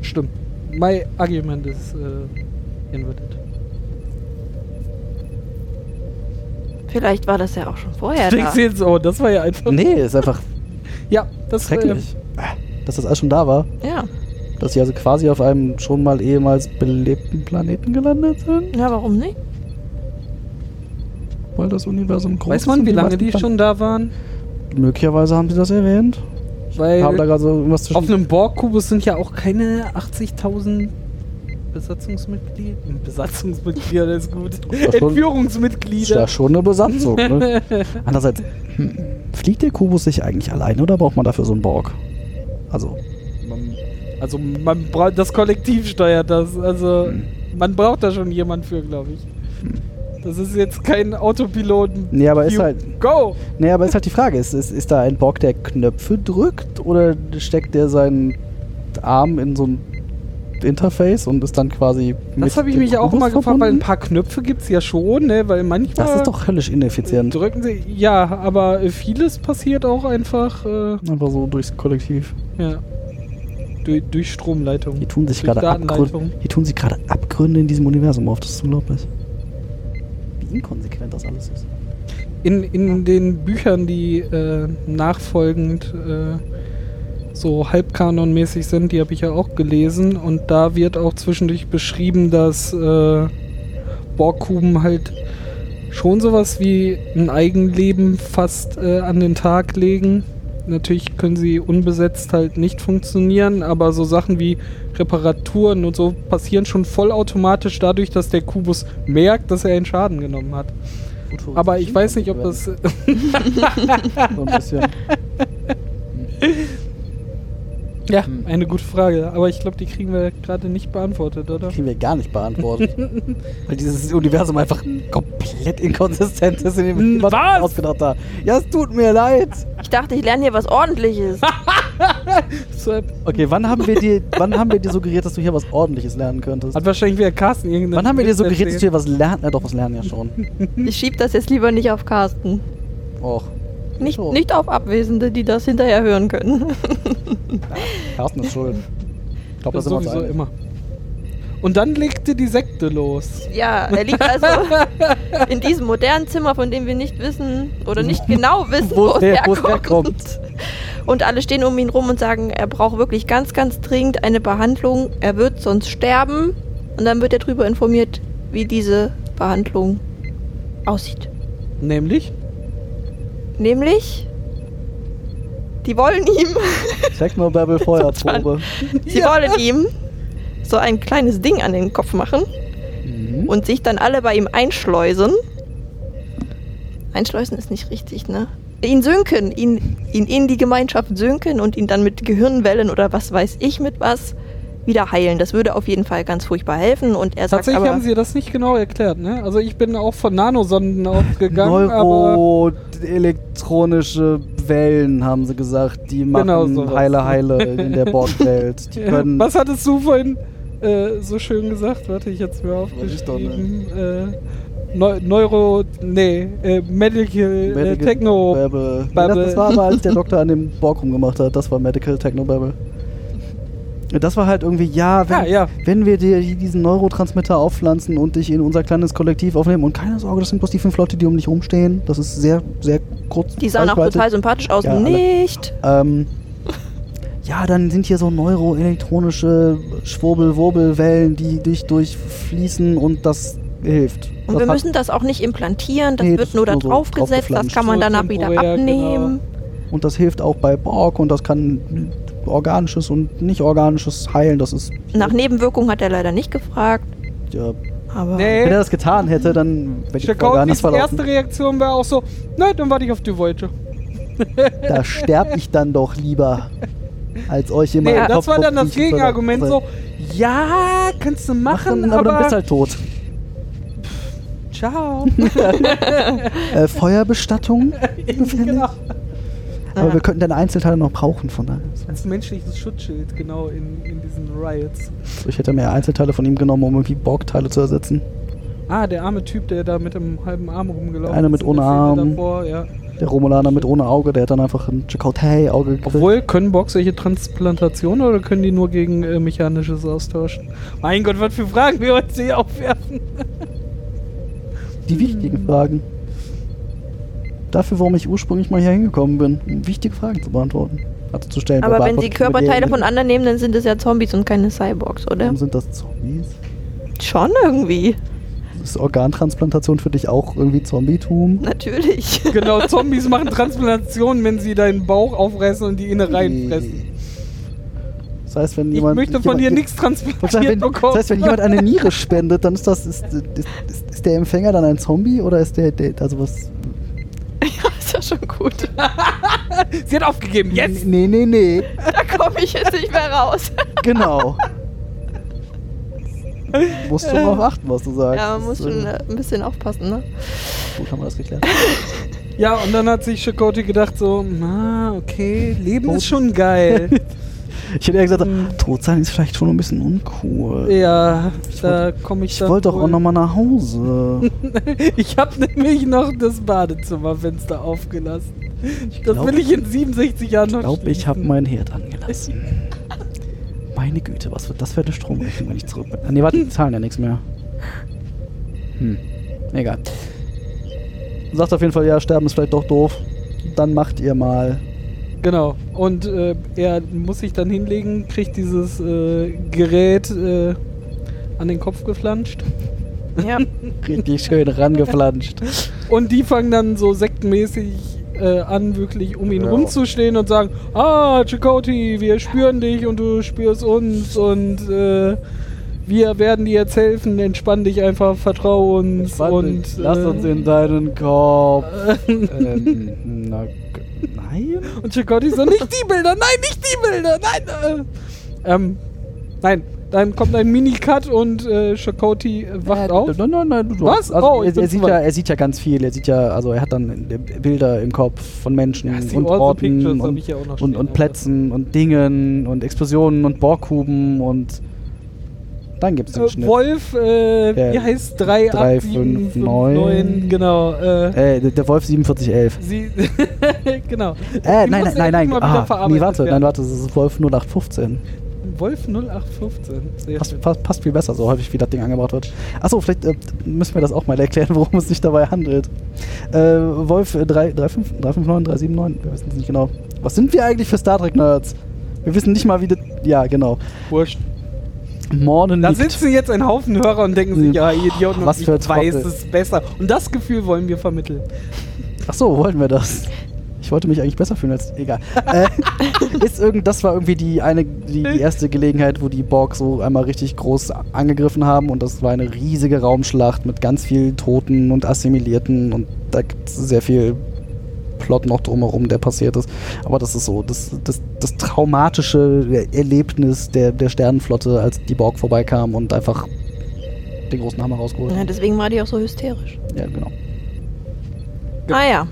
Stimmt. My argument is äh, inverted. vielleicht war das ja auch schon vorher Ja, da. Denkst du jetzt, oh, das war ja einfach. Nee, ist einfach. Ja, Das äh, Schrecklich. Ah, Dass das alles schon da war. Ja. Dass sie also quasi auf einem schon mal ehemals belebten Planeten gelandet sind, Ja, warum nicht? weil das Universum groß Weiß ist. man, und wie lange meisten die Plan- schon da waren? Möglicherweise haben sie das erwähnt. Weil haben da gerade so irgendwas Äh, auf zwischen. einem Borg-Kubus sind ja auch keine 80.000 Besatzungsmitglieder. Besatzungsmitglieder ist gut. war schon- Ist da Entführungsmitglieder. schon eine Besatzung, ne? Andererseits, hm, fliegt der Kubus sich eigentlich alleine oder braucht man dafür so einen Borg? Also, Man- Also man braucht das Kollektiv steuert das. Also Hm. man braucht da schon jemand für, glaube ich. Das ist jetzt kein Autopiloten. Nee, Hm. aber ist You halt- Go! naja, aber ist halt die Frage, ist, ist, ist da ein Borg, der Knöpfe drückt oder steckt der seinen Arm in so ein Interface und ist dann quasi Das habe ich dem mich auch Kubus mal gefragt, weil ein verbunden? paar Knöpfe gibt es ja schon, ne? Weil manchmal. Das ist doch höllisch ineffizient. Drücken sie. Ja, aber vieles passiert auch einfach äh, Einfach so durchs Kollektiv. ja, durch, durch Stromleitung. Hier tun sich Durch gerade Abgründe. Datenleitung. Hier tun sich gerade Abgründe in diesem Universum auf. Das ist unglaublich. Wie inkonsequent das alles ist. In, in den Büchern, die äh, nachfolgend äh, so halbkanonmäßig sind, die habe ich ja auch gelesen. Und da wird auch zwischendurch beschrieben, dass äh, Borgkuben halt schon sowas wie ein Eigenleben fast äh, an den Tag legen. Natürlich können sie unbesetzt halt nicht funktionieren, aber so Sachen wie Reparaturen und so passieren schon vollautomatisch dadurch, dass der Kubus merkt, dass er einen Schaden genommen hat. Aber ich weiß nicht, ob das. So ein bisschen. Ja, Hm. eine gute Frage. Aber ich glaube, die kriegen wir gerade nicht beantwortet, oder? Kriegen wir gar nicht beantwortet. Weil dieses Universum einfach komplett inkonsistent ist, in dem Hm, niemand was? ausgedacht hat. Ja, es tut mir leid. Ich dachte, ich lerne hier was ordentliches. So, Okay, wann haben wir dir, wann haben wir dir suggeriert, dass du hier was ordentliches lernen könntest? hat wahrscheinlich wieder Carsten irgendeine. Wann haben wir dir suggeriert, dass du Mist erzählt. hier was lernen? Ja, doch, was lernen ja schon. Ich schieb das jetzt lieber nicht auf Carsten. Och. Nicht, So. nicht auf Abwesende, die das hinterher hören können. Carsten ist schuld. Ich glaube, Das das sind wir uns sowieso einig. immer. Und dann legte die Sekte los. Ja, er liegt also in diesem modernen Zimmer, von dem wir nicht wissen oder nicht genau wissen, Wo wo, es der- wo es herkommt. Und alle stehen um ihn rum und sagen, er braucht wirklich ganz, ganz dringend eine Behandlung. Er wird sonst sterben. Und dann wird er darüber informiert, wie diese Behandlung aussieht. Nämlich? Nämlich, die wollen ihm, Technobabble Feuerprobe. sie wollen ihm so ein kleines Ding an den Kopf machen. Mhm. und sich dann alle bei ihm einschleusen. Einschleusen ist nicht richtig, ne? Ihn sinken, ihn, ihn in die Gemeinschaft sinken und ihn dann mit Gehirnwellen oder was weiß ich mit was wieder heilen. Das würde auf jeden Fall ganz furchtbar helfen und er sagt Tatsächlich aber, haben sie das nicht genau erklärt, ne? Also ich bin auch von Nanosonden ausgegangen, aber. Neuroelektronische Wellen, haben sie gesagt. Die machen Genau sowas. heile Heile in der Borgwelt. Die können Was hattest du vorhin äh, so schön gesagt? Warte, ich jetzt mir Weiß ich doch aufgeschrieben. Äh, Neu Neuro. Nee, äh, Medical, äh, Medical Techno. Babble. Nee, Babble. Das, das war aber, als der Doktor an dem Borg rumgemacht hat. Das war Medical Techno Babble. Das war halt irgendwie, ja, wenn, Ah, ja. wenn wir dir diesen Neurotransmitter aufpflanzen und dich in unser kleines Kollektiv aufnehmen und keine Sorge, das sind bloß die fünf Leute, die um dich rumstehen. Das ist sehr, sehr kurz. die sahen auch Reichweite. total sympathisch aus. Ja, alle. nicht. Ähm, ja, dann sind hier so neuroelektronische Schwurbel-Wurbel-Wellen, die dich durchfließen und das hilft. Und das wir hat- müssen das auch nicht implantieren, das Nee, wird das nur da ist nur so draufgesetzt, das draufgeflanscht. kann man So danach wieder temporär, abnehmen. und das hilft auch bei Borg und das kann organisches und nicht organisches heilen. Das ist. Nach Nebenwirkungen hat er leider nicht gefragt, Ja, aber Nee. wenn er das getan hätte, dann wäre die Folge anders Strakowskis erste verlaufen. Reaktion war auch so, nein, dann warte ich auf die Voyager. Da sterb ich dann doch lieber, als euch jemand. Nee, in den das Kopf war dann das rumkriechen zu Gegenargument so, lassen. ja, kannst du machen, Machen, aber, aber, dann bist halt tot. ciao. Äh, Feuerbestattung? genau. Aber wir könnten deine Einzelteile noch brauchen, von daher. Als menschliches Schutzschild, genau, in, in diesen Riots. Ich hätte mehr Einzelteile von ihm genommen, um irgendwie Borg-Teile zu ersetzen. Ah, der arme Typ, der da mit dem halben Arm rumgelaufen Einer mit in ohne der Szene Arm. Davor, ja. Der Romulaner mit ohne Auge, der hat dann einfach ein Chakotay-Auge gekriegt. Obwohl, können Borg solche Transplantationen oder können die nur gegen äh, mechanisches austauschen? Mein Gott, was für Fragen wir heute hier aufwerfen. Die Hm. wichtigen Fragen. Dafür, warum ich ursprünglich mal hier hingekommen bin, um wichtige Fragen zu beantworten. Also zu stellen. Aber wenn sie beantwortet mit Körperteile denen- von anderen nehmen, dann sind es ja Zombies und keine Cyborgs, oder? Warum sind das Zombies? Schon irgendwie. Ist Organtransplantation für dich auch irgendwie Zombietum? Natürlich. Genau, Zombies machen Transplantationen, wenn sie deinen Bauch aufreißen und die Innereien fressen. Das heißt, wenn Ich jemand. möchte von jemand, dir nichts Das heißt, transplantiert wenn, das bekommen. heißt, wenn jemand eine Niere spendet, dann ist das. Ist, ist, ist, ist der Empfänger dann ein Zombie oder ist der. der also was. ja, ist ja schon gut. Sie hat aufgegeben, yes! Nee, nee, nee. Da komme ich jetzt nicht mehr raus. Genau. musst schon drauf achten, was du sagst. Ja, man Das muss ist, ähm, schon äh, ein bisschen aufpassen, ne? Gut, haben wir das geklärt. Ja, und dann hat sich Chakoti gedacht so, ah, okay, Leben Oh. ist schon geil. Ich hätte eher gesagt, Mhm. tot sein ist vielleicht schon ein bisschen uncool. ja, Ich da komme ich Ich dann wollte doch wohl- auch nochmal nach Hause. Ich habe nämlich noch das Badezimmerfenster aufgelassen. glaub- das will ich in 67 Jahren noch Ich glaube, ich habe schließen. meinen Herd angelassen. Meine Güte, was wird das für eine Stromrechnung, wenn ich zurück bin? Ah, Nee, warte, die zahlen ja nichts mehr. Hm, egal. Sagt auf jeden Fall, ja, sterben ist vielleicht doch doof. Dann macht ihr mal. Genau. Und äh, er muss sich dann hinlegen, kriegt dieses äh, Gerät äh, an den Kopf geflanscht. Ja. Richtig schön rangeflanscht. Und die fangen dann so sektenmäßig äh, an, wirklich um ihn Ja. rumzustehen und sagen, ah, Chakoti, wir spüren dich und du spürst uns und äh, wir werden dir jetzt helfen, entspann dich einfach, vertrau uns und äh, in deinen Kopf. ähm, na, g- nein? Und Chicotti so, nicht die Bilder, nein, nicht die Bilder, nein. Äh. Ähm, nein, dann kommt ein Minicut und äh, Chicotti wacht Äh, auf. Nein, nein, nein. Du Was? Also, Oh, ich er, bin er, sieht zu ja, weit. er sieht ja ganz viel. Er sieht ja, also er hat dann äh, Bilder im Kopf von Menschen Ja, see und all the Orten pictures, hab und, ich ja auch noch und, stehen, also. und Alter. Plätzen und Dingen und Explosionen und Borghuben und dann gibt es den Äh, Schnitt. Wolf, äh, wie Der heißt 3, drei, 8, 7, fünf, 5, neun. 9, genau. Äh, Äh, der- der Wolf 4711. Sie, genau. Äh, nein, nein, Die muss nein, erst nein. mal wieder Ah, nee, verarbeitet warte, nein, werden. warte, das ist Wolf 0815. Wolf 0815. Sehr Passt, schön. passt, passt viel besser, so häufig wie das Ding angebracht wird. Achso, vielleicht äh, müssen wir das auch mal erklären, worum es sich dabei handelt. Äh, Wolf äh, drei- drei fünf- 359, 379, wir wissen es nicht genau. Was sind wir eigentlich für Star Trek-Nerds? Wir wissen nicht mal, wie das. Ja, genau. Wurscht. Morden Da liegt. sitzen jetzt ein Haufen Hörer und denken sich, Hm. ja, Idioten, Was und für ich weiß Trottel. es besser. Und das Gefühl wollen wir vermitteln. Achso, wollten wir das? Ich wollte mich eigentlich besser fühlen als. Egal. äh, ist irgend, das war irgendwie die, eine, die, die erste Gelegenheit, wo die Borg so einmal richtig groß angegriffen haben und das war eine riesige Raumschlacht mit ganz vielen Toten und Assimilierten und da gibt es sehr viel Plot noch drumherum, der passiert ist. Aber das ist so, das, das, das traumatische Erlebnis der, der Sternenflotte, als die Borg vorbeikam und einfach den großen Hammer rausgeholt ja. haben. Deswegen war die auch so hysterisch. Ja, genau. Ja. Ah ja.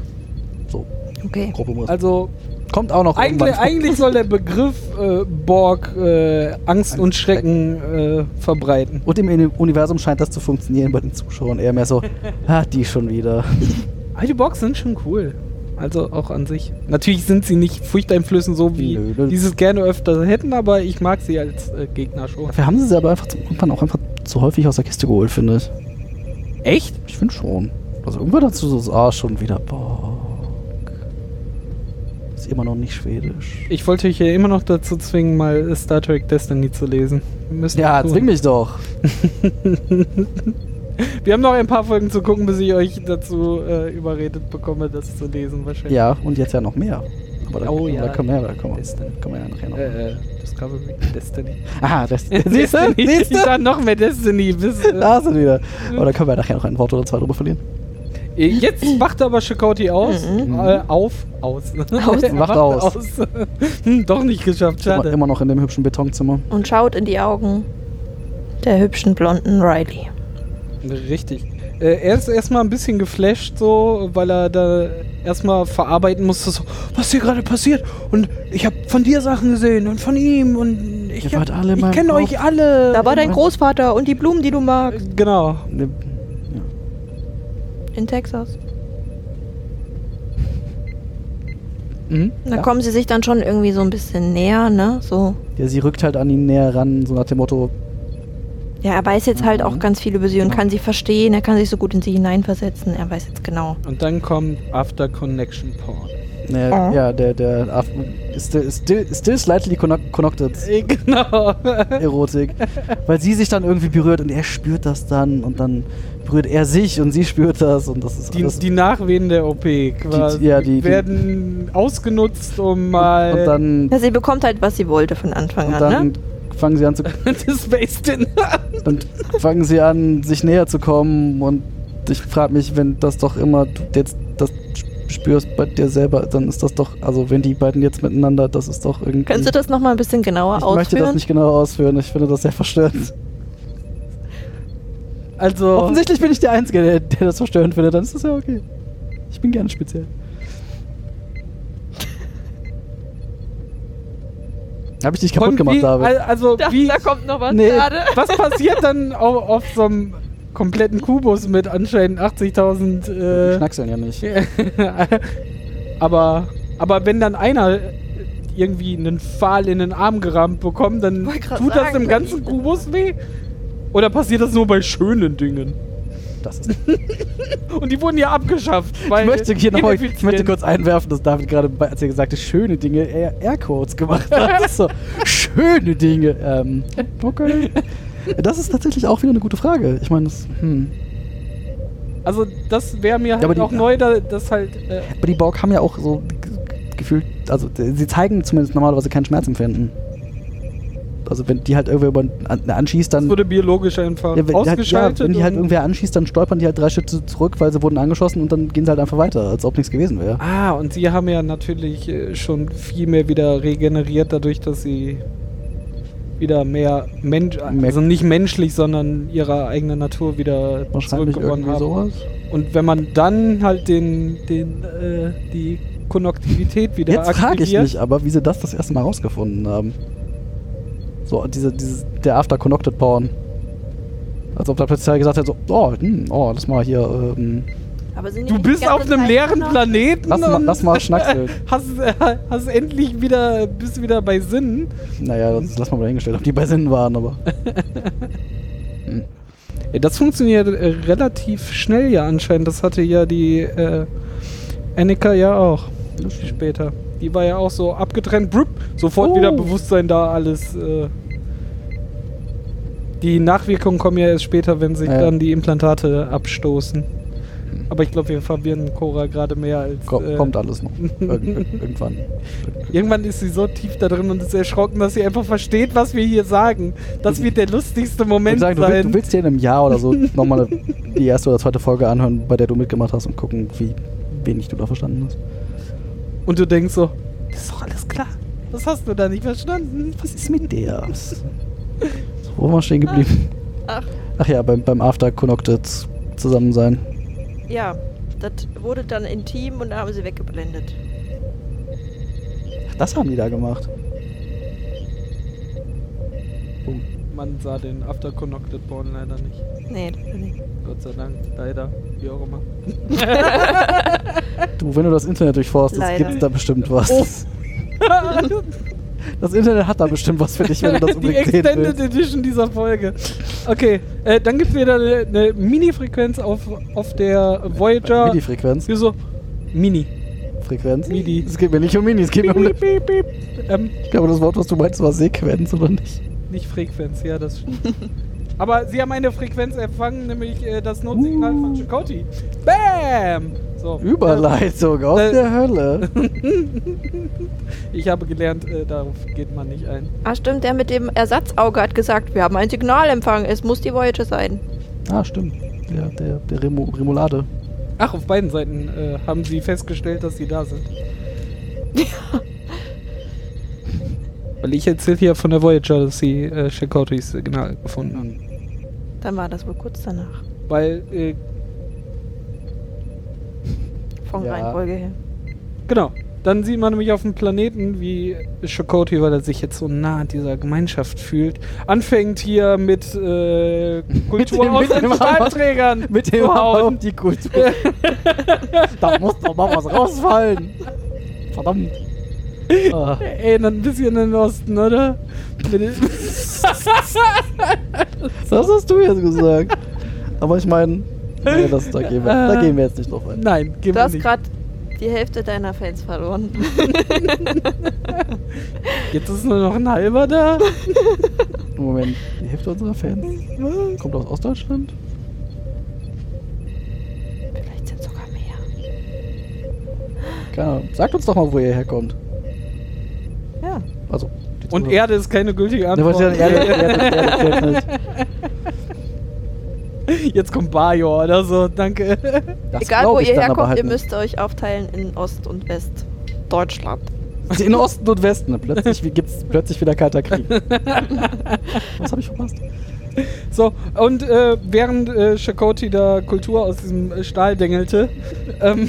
So, Okay. grob umrissen. Also, Kommt auch noch Eigentlich, irgendwann. eigentlich soll der Begriff äh, Borg äh, Angst und Schrecken äh, verbreiten. Und im Universum scheint das zu funktionieren bei den Zuschauern. Eher mehr so, ah, die schon wieder. Aber die Borgs sind schon cool. Also auch an sich. Natürlich sind sie nicht furchteinflößend so, wie Nö, nö. die es gerne öfter hätten, aber ich mag sie als äh, Gegner schon. Dafür haben sie sie aber einfach zum irgendwann auch einfach zu häufig aus der Kiste geholt, finde ich. Echt? Ich finde schon. Also irgendwann dazu so, ah, schon wieder, boah. Ist immer noch nicht schwedisch. Ich wollte euch ja immer noch dazu zwingen, mal Star Trek Destiny zu lesen. Wir müssen Ja, das zwing tun. mich doch. Wir haben noch ein paar Folgen zu gucken, bis ich euch dazu äh, überredet bekomme, das zu lesen wahrscheinlich. Ja, und jetzt ja noch mehr. Aber da, Oh, ja. da kommen wir, da kommen wir, Destiny. kommen wir ja nachher noch. Äh, äh, Discovery Destiny. Aha, das siehst du, Destiny. siehst du? Dann noch mehr Destiny. Bis, äh, Da sind wieder. Aber da können wir nachher noch ein Wort oder zwei drüber verlieren. Jetzt wacht aber Chakoti aus. Mhm. Äh, auf, aus. Er Wacht aus. Hm, Doch nicht geschafft, Immer, schade. immer noch in dem hübschen Betonzimmer. Und schaut in die Augen der hübschen blonden Riley. Richtig. Äh, er ist erstmal ein bisschen geflasht, so, weil er da erstmal verarbeiten musste, so, was hier gerade passiert. Und ich habe von dir Sachen gesehen und von ihm und ich, Ihr wart alle in ich meinem kenne Kopf. euch alle. Da war dein Großvater und die Blumen, die du magst. Genau. Ne- In Texas. Mhm. Da Ja. kommen sie sich dann schon irgendwie so ein bisschen näher, ne? So. Ja, sie rückt halt an ihn näher ran, so nach dem Motto, Ja, er weiß jetzt halt auch ganz viel über sie und Genau. kann sie verstehen. Er kann sich so gut in sie hineinversetzen. Er weiß jetzt genau. Und dann kommt After Connection Porn. Nee, Ah. Ja, der, der Af- still, still, still slightly conno- connected Äh, Genau. Erotik. Weil sie sich dann irgendwie berührt und er spürt das dann und dann berührt er sich und sie spürt das und das ist Die, alles. die Nachwehen der OP quasi ja, die- die- werden ausgenutzt, um mal und dann, Ja, sie bekommt halt, was sie wollte von Anfang und an, dann ne? fangen sie an zu das Space Dinner. und fangen sie an, sich näher zu kommen und ich frage mich, wenn das doch immer du jetzt das spürst bei dir selber, dann ist das doch, also wenn die beiden jetzt miteinander, das ist doch irgendwie. Kannst du das nochmal ein bisschen genauer ich möchte das ausführen? nicht genau ausführen, ich finde das sehr verstörend. Also, Offensichtlich bin ich der Einzige, der, der das verstörend findet, dann ist das ja okay. Ich bin gerne speziell. Habe ich dich kaputt und gemacht, wie, David? al- also da, wie, da kommt noch was. Nee. Schade. was passiert dann auf, auf so einem kompletten Kubus mit anscheinend 80.000 äh, Schnackseln ja nicht. aber, aber wenn dann einer irgendwie einen Pfahl in den Arm gerammt bekommt, dann Wollte grad tut das sagen, im ganzen dann- Kubus weh? Oder passiert das nur bei schönen Dingen? Das ist Und die wurden ja abgeschafft. Weil Ich möchte, hier noch, ich möchte ineffizient. kurz einwerfen, dass David gerade, bei- als er gesagt hat, schöne Dinge, Air- Airquotes gemacht hat. Das ist so, schöne Dinge. Ähm, okay. Das ist tatsächlich auch wieder eine gute Frage. Ich meine, das, hm. Also das wäre mir halt aber die- auch neu, da, dass halt... Äh, aber die Borg haben ja auch so ge- gefühlt, also d- sie zeigen zumindest normalerweise keinen Schmerzempfinden. Also wenn die halt irgendwer über an, anschießt, dann das wurde biologisch einfach Ähm, ja, wenn, die halt, ja, ausgeschaltet. wenn die halt und- irgendwer anschießt, dann stolpern die halt drei Schritte zurück, weil sie wurden angeschossen und dann gehen sie halt einfach weiter, als ob nichts gewesen wäre. ah, und sie haben ja natürlich äh, schon viel mehr wieder regeneriert, dadurch, dass sie wieder mehr Mensch, Mehr- also nicht menschlich, sondern ihrer eigenen Natur wieder Wahrscheinlich zurückgewonnen irgendwie haben. sowas. Und wenn man dann halt den, den, äh, die Konnektivität wieder Jetzt frage ich aktiviert, mich aber, wie sie das das erste Mal rausgefunden haben. So, diese, dieses, der After Connected Porn. Als ob da plötzlich einer gesagt hat, so, oh, hm, oh, lass mal hier, ähm, Aber sind die Du nicht die bist ganze auf einem Zeit leeren noch- Planeten lass mal, und lass mal schnackseln. hast, äh, hast endlich wieder, bist wieder bei Sinnen. naja, das lass mal mal dahingestellt, ob die bei Sinnen waren, aber. Hm. Das funktioniert äh, relativ schnell ja anscheinend. Das hatte ja die äh, Annika ja auch später. Die war ja auch so abgetrennt, brupp, sofort Oh. wieder Bewusstsein da, alles. Äh. Die Nachwirkungen kommen ja erst später, wenn sich Ja. Hm. dann die Implantate abstoßen. Aber ich glaube, wir verwirren Cora gerade mehr als. Ko äh, kommt alles noch. Irgend, irgend- irgendwann. Irgendwann ist sie so tief da drin und ist erschrocken, dass sie einfach versteht, was wir hier sagen. Das wird der lustigste Mhm. Ich Moment würde sagen, du, sein. willst, du willst dir in einem Jahr oder so nochmal die erste oder zweite Folge anhören, bei der du mitgemacht hast und gucken, wie wenig du da verstanden hast. Und du denkst so, das ist doch alles klar. Das hast du da nicht verstanden. Was ist mit der? Wo waren wir stehen geblieben? Ach, Ach ja, beim, beim After Connected zusammen sein. ja. Das wurde dann intim und da haben sie weggeblendet. Ach, Das haben die da gemacht. Man sah den After Connected Porn leider nicht. Nee, das war nicht. Gott sei Dank, leider, wie auch immer. Du, wenn du das Internet durchforstest, Leider. gibt's da bestimmt was. Oh. Das Internet hat da bestimmt was für dich, wenn du das Die unbedingt sehen Extended willst. Edition dieser Folge. Okay, äh, dann gibt es wieder eine, eine Mini-Frequenz auf, auf der Voyager. MIDI-Frequenz. Für so Mini. Frequenz. MIDI. Es geht mir nicht um Mini, es geht mir um. Piep, piep, piep. Ähm, Ich glaube, das Wort, was du meinst, war Sequenz, oder nicht? nicht Frequenz, ja, das stimmt. Aber sie haben eine Frequenz erfangen, nämlich äh, das Notsignal Uh. von Chakoti. Bam! So. Überleitung aus Äh. der Hölle. Ich habe gelernt, äh, darauf geht man nicht ein. Ah, stimmt, der mit dem Ersatzauge hat gesagt, wir haben ein Signal empfangen, es muss die Voyager sein. Ah, stimmt. Der, der, der Remo Remolade. Ach, auf beiden Seiten äh, haben sie festgestellt, dass sie da sind. Weil ich erzählt hier von der Voyager, dass sie äh, Shakotis Signal gefunden haben. Dann war das wohl kurz danach. Weil, äh, Von Ja. Reihenfolge her. genau. Dann sieht man nämlich auf dem Planeten, wie Shakoti, weil er sich jetzt so nah an dieser Gemeinschaft fühlt, anfängt hier mit äh, Kultur dem- aus mit den dem Hammer. Stahlträgern Mit zu dem hauen. Hammer auf die Kultur. da muss doch mal was rausfallen. Verdammt. Ah, Erinnert ein bisschen an den Osten, oder? das hast du jetzt gesagt. Aber ich meine, nee, das, da, gehen wir, da gehen wir jetzt nicht drauf ein. Nein, gehen Du wir hast nicht. gerade die Hälfte deiner Fans verloren. Jetzt ist nur noch ein halber da. Moment, die Hälfte unserer Fans kommt aus Ostdeutschland? Vielleicht sind sogar mehr. Keine Ahnung. Sagt uns doch mal, wo ihr herkommt. Ja. Also, die Und Zuhörer- Erde ist keine gültige Ne, wollte Antwort. ich sagen, Erde, Erde, Erde zählt nicht. Jetzt kommt Bajor oder so, danke. Das Egal glaub wo ich ihr dann aber herkommt, halt ihr nicht. müsst euch aufteilen in Ost und West. Deutschland. Also In Osten und Westen. Ne, Plötzlich gibt es plötzlich wieder kalter Krieg. Was habe ich verpasst? Äh, So, und äh, während äh, Shakoti da Kultur aus diesem äh, Stahl dengelte, ähm,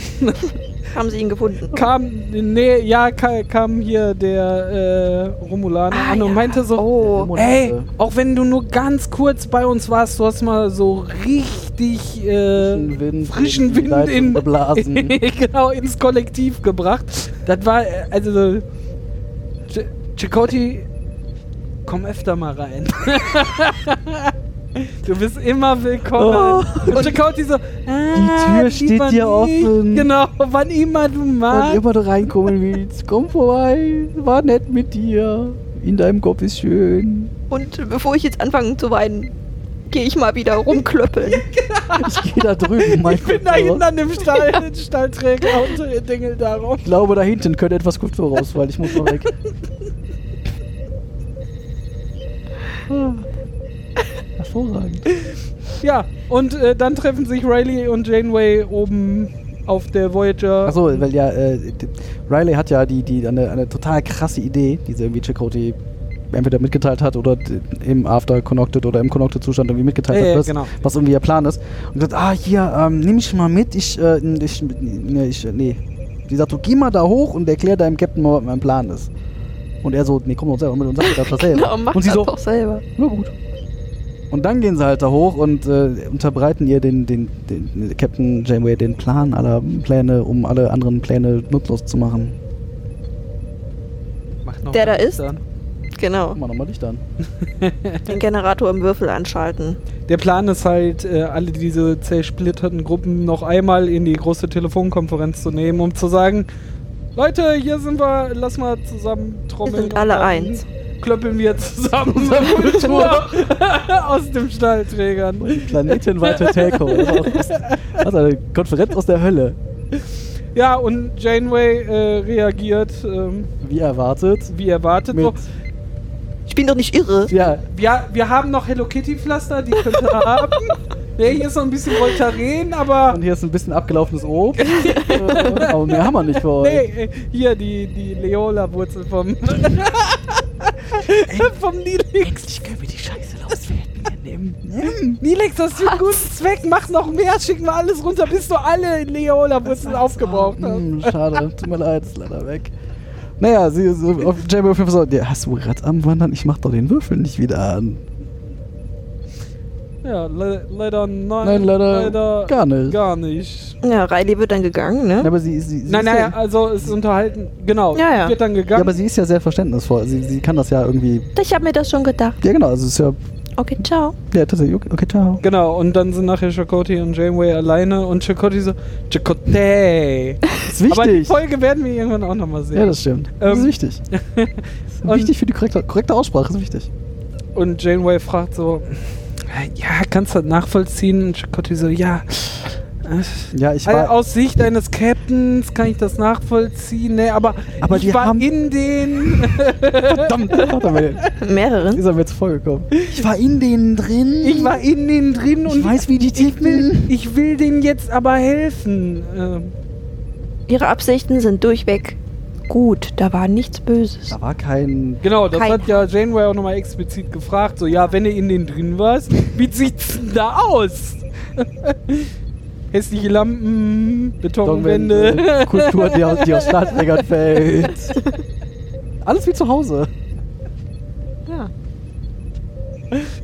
Haben sie ihn gefunden? kam, nee, ja, ka kam hier der äh, Romulaner Ah, an und ja. meinte so, Oh. Monate. ey, auch wenn du nur ganz kurz bei uns warst, du hast mal so richtig äh, Frischen Wind in frischen die Wind Leitung in, geblasen. genau, ins Kollektiv gebracht. Das war, äh, also, Ch Chicotti, komm öfter mal rein. Du bist immer willkommen. Oh. Und Chicotti so, Die Tür steht wann dir ich- offen. Genau, wann immer du Wann magst. immer du reinkommen willst, komm vorbei. War nett mit dir. In deinem Kopf ist schön. Und bevor ich jetzt anfange zu weinen, gehe ich mal wieder rumklöppeln. Ich gehe da drüben, mein Ich bin da hinten an dem Stall, Stallträger und dingel da rum. Ich glaube, da hinten könnte etwas Kultur raus, weil ich muss mal weg. Ah. Hervorragend. Ja, und äh, dann treffen sich Riley und Janeway oben auf der Voyager. Achso, weil ja, äh, d- Riley hat ja die, die eine, eine total krasse Idee, die sie irgendwie Chakoti entweder mitgeteilt hat oder d- im After Connected oder im Connected Zustand irgendwie mitgeteilt Ja, hat, ja, was, genau. was irgendwie ihr Plan ist. Und gesagt, ah, hier, ähm, nimm ich mal mit, ich, äh, ich, nee, ich, äh, nee. Die sagt, so, geh mal da hoch und erklär deinem Captain mal, was mein Plan ist. Und er so, nee, komm doch selber mit und sag dir das selber. Genau, mach und sie das so, doch selber. na gut. Und dann gehen sie halt da hoch und äh, unterbreiten ihr den, den, den, den Captain Janeway den Plan aller Pläne, um alle anderen Pläne nutzlos zu machen. Macht noch Der da was ist? Genau. Guck mal nochmal Licht an. Den Generator im Würfel anschalten. Der Plan ist halt, äh, alle diese zersplitterten Gruppen noch einmal in die große Telefonkonferenz zu nehmen, um zu sagen, Leute, hier sind wir, lass mal zusammen trommeln. Wir sind und alle dann eins. Klöppeln wir zusammen Kultur aus dem Stahlträgern. Planetenweite Telco. Das ist also eine Konferenz aus der Hölle. Ja, und Janeway äh, reagiert, ähm, Wie erwartet. wie erwartet. Mit, So, Ich bin doch nicht irre. ja, Ja, wir haben noch Hello Kitty Pflaster, die könnt ihr haben. Nee, hier ist noch ein bisschen Voltaren, aber. und hier ist ein bisschen abgelaufenes Obst. Äh, aber mehr haben wir nicht für euch. Nee, äh, hier die, die Leola-Wurzel vom. vom Nilix. Ich kann mir die Scheiße loswerden. Nimm, Nilix, das ist für einen guten Zweck. Mach noch mehr, schick mal alles runter, bis du alle Leola-Wurzeln aufgebraucht hast. Hm, schade, tut mir leid, ist leider weg. Naja, sie ist auf Jamie auf jeden Fall so, ja, hast du Rad am Wandern? Ich mach doch den Würfel nicht wieder an. Ja, le leider nein. mm. Nein, leider gar nicht. Gar nicht. Ja, Riley wird dann gegangen, Ja, ne? aber sie, sie, sie Nein, ist naja, ja, also es ist unterhalten. Genau, Ja, ja. wird dann ja, gegangen. aber sie ist ja sehr verständnisvoll. Sie, sie kann das ja irgendwie. Ich habe mir das schon gedacht. Ja, genau, also es ist ja. Okay, ciao. Ja, tatsächlich, okay, okay ciao. Genau, und dann sind nachher Chakoti und Janeway alleine und Chakoti so, Chakotay. Ist wichtig. Aber die Folge werden wir irgendwann auch nochmal sehen. ja, das stimmt. das ist Ähm, wichtig. und- wichtig für die korrekte, korrekte Aussprache, ist wichtig. Und Janeway fragt so, ja, kannst du das nachvollziehen? Und Chakoti so, ja. äh, Ja, ich also war. Aus Sicht eines Captains kann ich das nachvollziehen, ne, aber, Aber ich die war haben- in den... verdammt, verdammt, Mehreren? ist er mir zu voll gekommen. Ich war in denen drin. ich war in den drin und Ich weiß, wie die ich will, ticken. ich will denen jetzt aber helfen. Ähm, Ihre Absichten sind durchweg gut. Da war nichts Böses. Da war kein Genau, das Kein- hat ja Janeway auch nochmal explizit gefragt. So, ja, wenn du in den drin warst, wie sieht's denn da aus? Hässliche Lampen, Betonwände. Betonwände, Kultur, die aus, die aus Stahlträgern fällt. Alles wie zu Hause. Ja.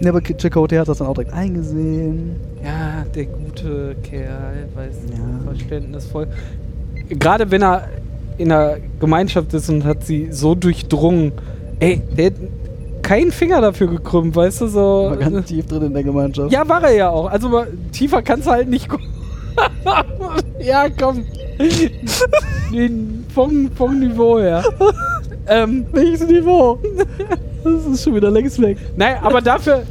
Ne, aber Chakotay hat das dann auch direkt eingesehen. Ja, der gute Kerl, weiß Ja. verständnisvoll. Gerade wenn er in der Gemeinschaft ist und hat sie so durchdrungen. Ey, der hat keinen Finger dafür gekrümmt, weißt du, so. War ganz tief drin in der Gemeinschaft. Ja, war er ja auch. Also mal, tiefer kannst du halt nicht. gu- ja, komm. den vom, vom Niveau her. ähm, Welches Niveau? Das ist schon wieder längst weg. nein, aber dafür.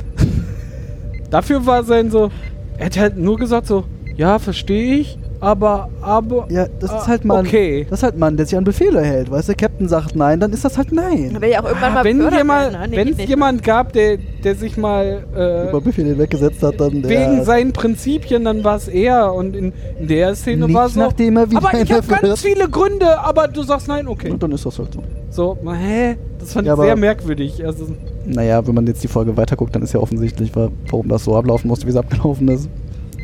Dafür war sein so. Er hätte halt nur gesagt so, ja, verstehe ich, aber, aber. Ja, das ah, ist halt mal. Okay. Ein, das ist halt Mann, der sich an Befehle hält. Weißt du, der Captain sagt nein, dann ist das halt nein. Dann will ja auch irgendwann Ah, mal wenn befördert jemand, werden, ne? Nee, wenn geht es nicht. jemand gab, der, der sich mal äh, Über Befehle hinweggesetzt hat, dann der. wegen seinen Prinzipien, dann war es er. Und in, in der Szene Nicht war so. nachdem er wieder aber ich habe einer wird. ganz viele Gründe, aber du sagst nein, okay. Und dann ist das halt so. So, hä? Das fand Ja, ich aber- sehr merkwürdig. Also, Naja, wenn man jetzt die Folge weiterguckt, dann ist ja offensichtlich, wa- warum das so ablaufen musste, wie es abgelaufen ist.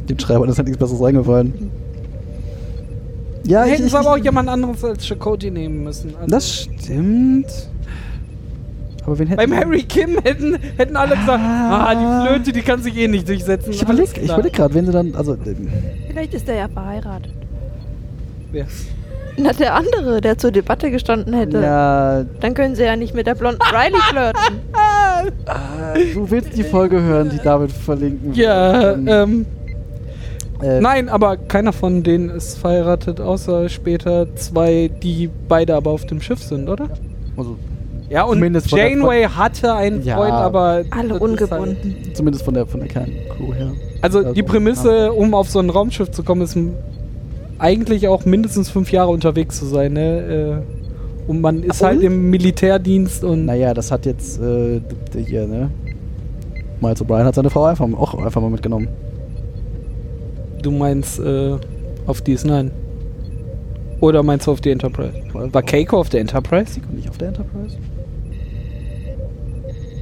Dem Schreiber ist halt nichts Besseres eingefallen. Ja, ich, hätten ich, sie aber auch ich, jemand anderes als Chakoti nehmen müssen. Also, das stimmt. Aber wen hätten beim Harry Kim hätten, hätten alle gesagt, ah, die Flöte, die kann sich eh nicht durchsetzen. Ich überlege Alles ich klar. überleg gerade, wen sie dann. Also, ähm, Vielleicht ist er ja verheiratet. Wer? Na, der andere, der zur Debatte gestanden hätte. ja, Dann können sie ja nicht mit der blonden Riley flirten. Äh, du willst die Folge hören, die David verlinken Ja, wird. ähm, äh, nein, aber keiner von denen ist verheiratet, außer später zwei, die beide aber auf dem Schiff sind, oder? Also, Ja, und Zumindest von der Janeway hatte einen Ja. Freund, aber... Alle das ist ungebunden. zumindest von der, von der Kerncrew her. Halt, also die Prämisse, um auf so ein Raumschiff zu kommen, ist m- eigentlich auch mindestens fünf Jahre unterwegs zu sein, ne? Äh, Und man ist Und? halt im Militärdienst und... Naja, das hat jetzt äh, der hier, ne? Miles O'Brien hat seine Frau einfach, auch einfach mal mitgenommen. Du meinst äh, auf DS9? Oder meinst du auf die Enterprise? War Keiko auf der Enterprise? Und nicht auf der Enterprise?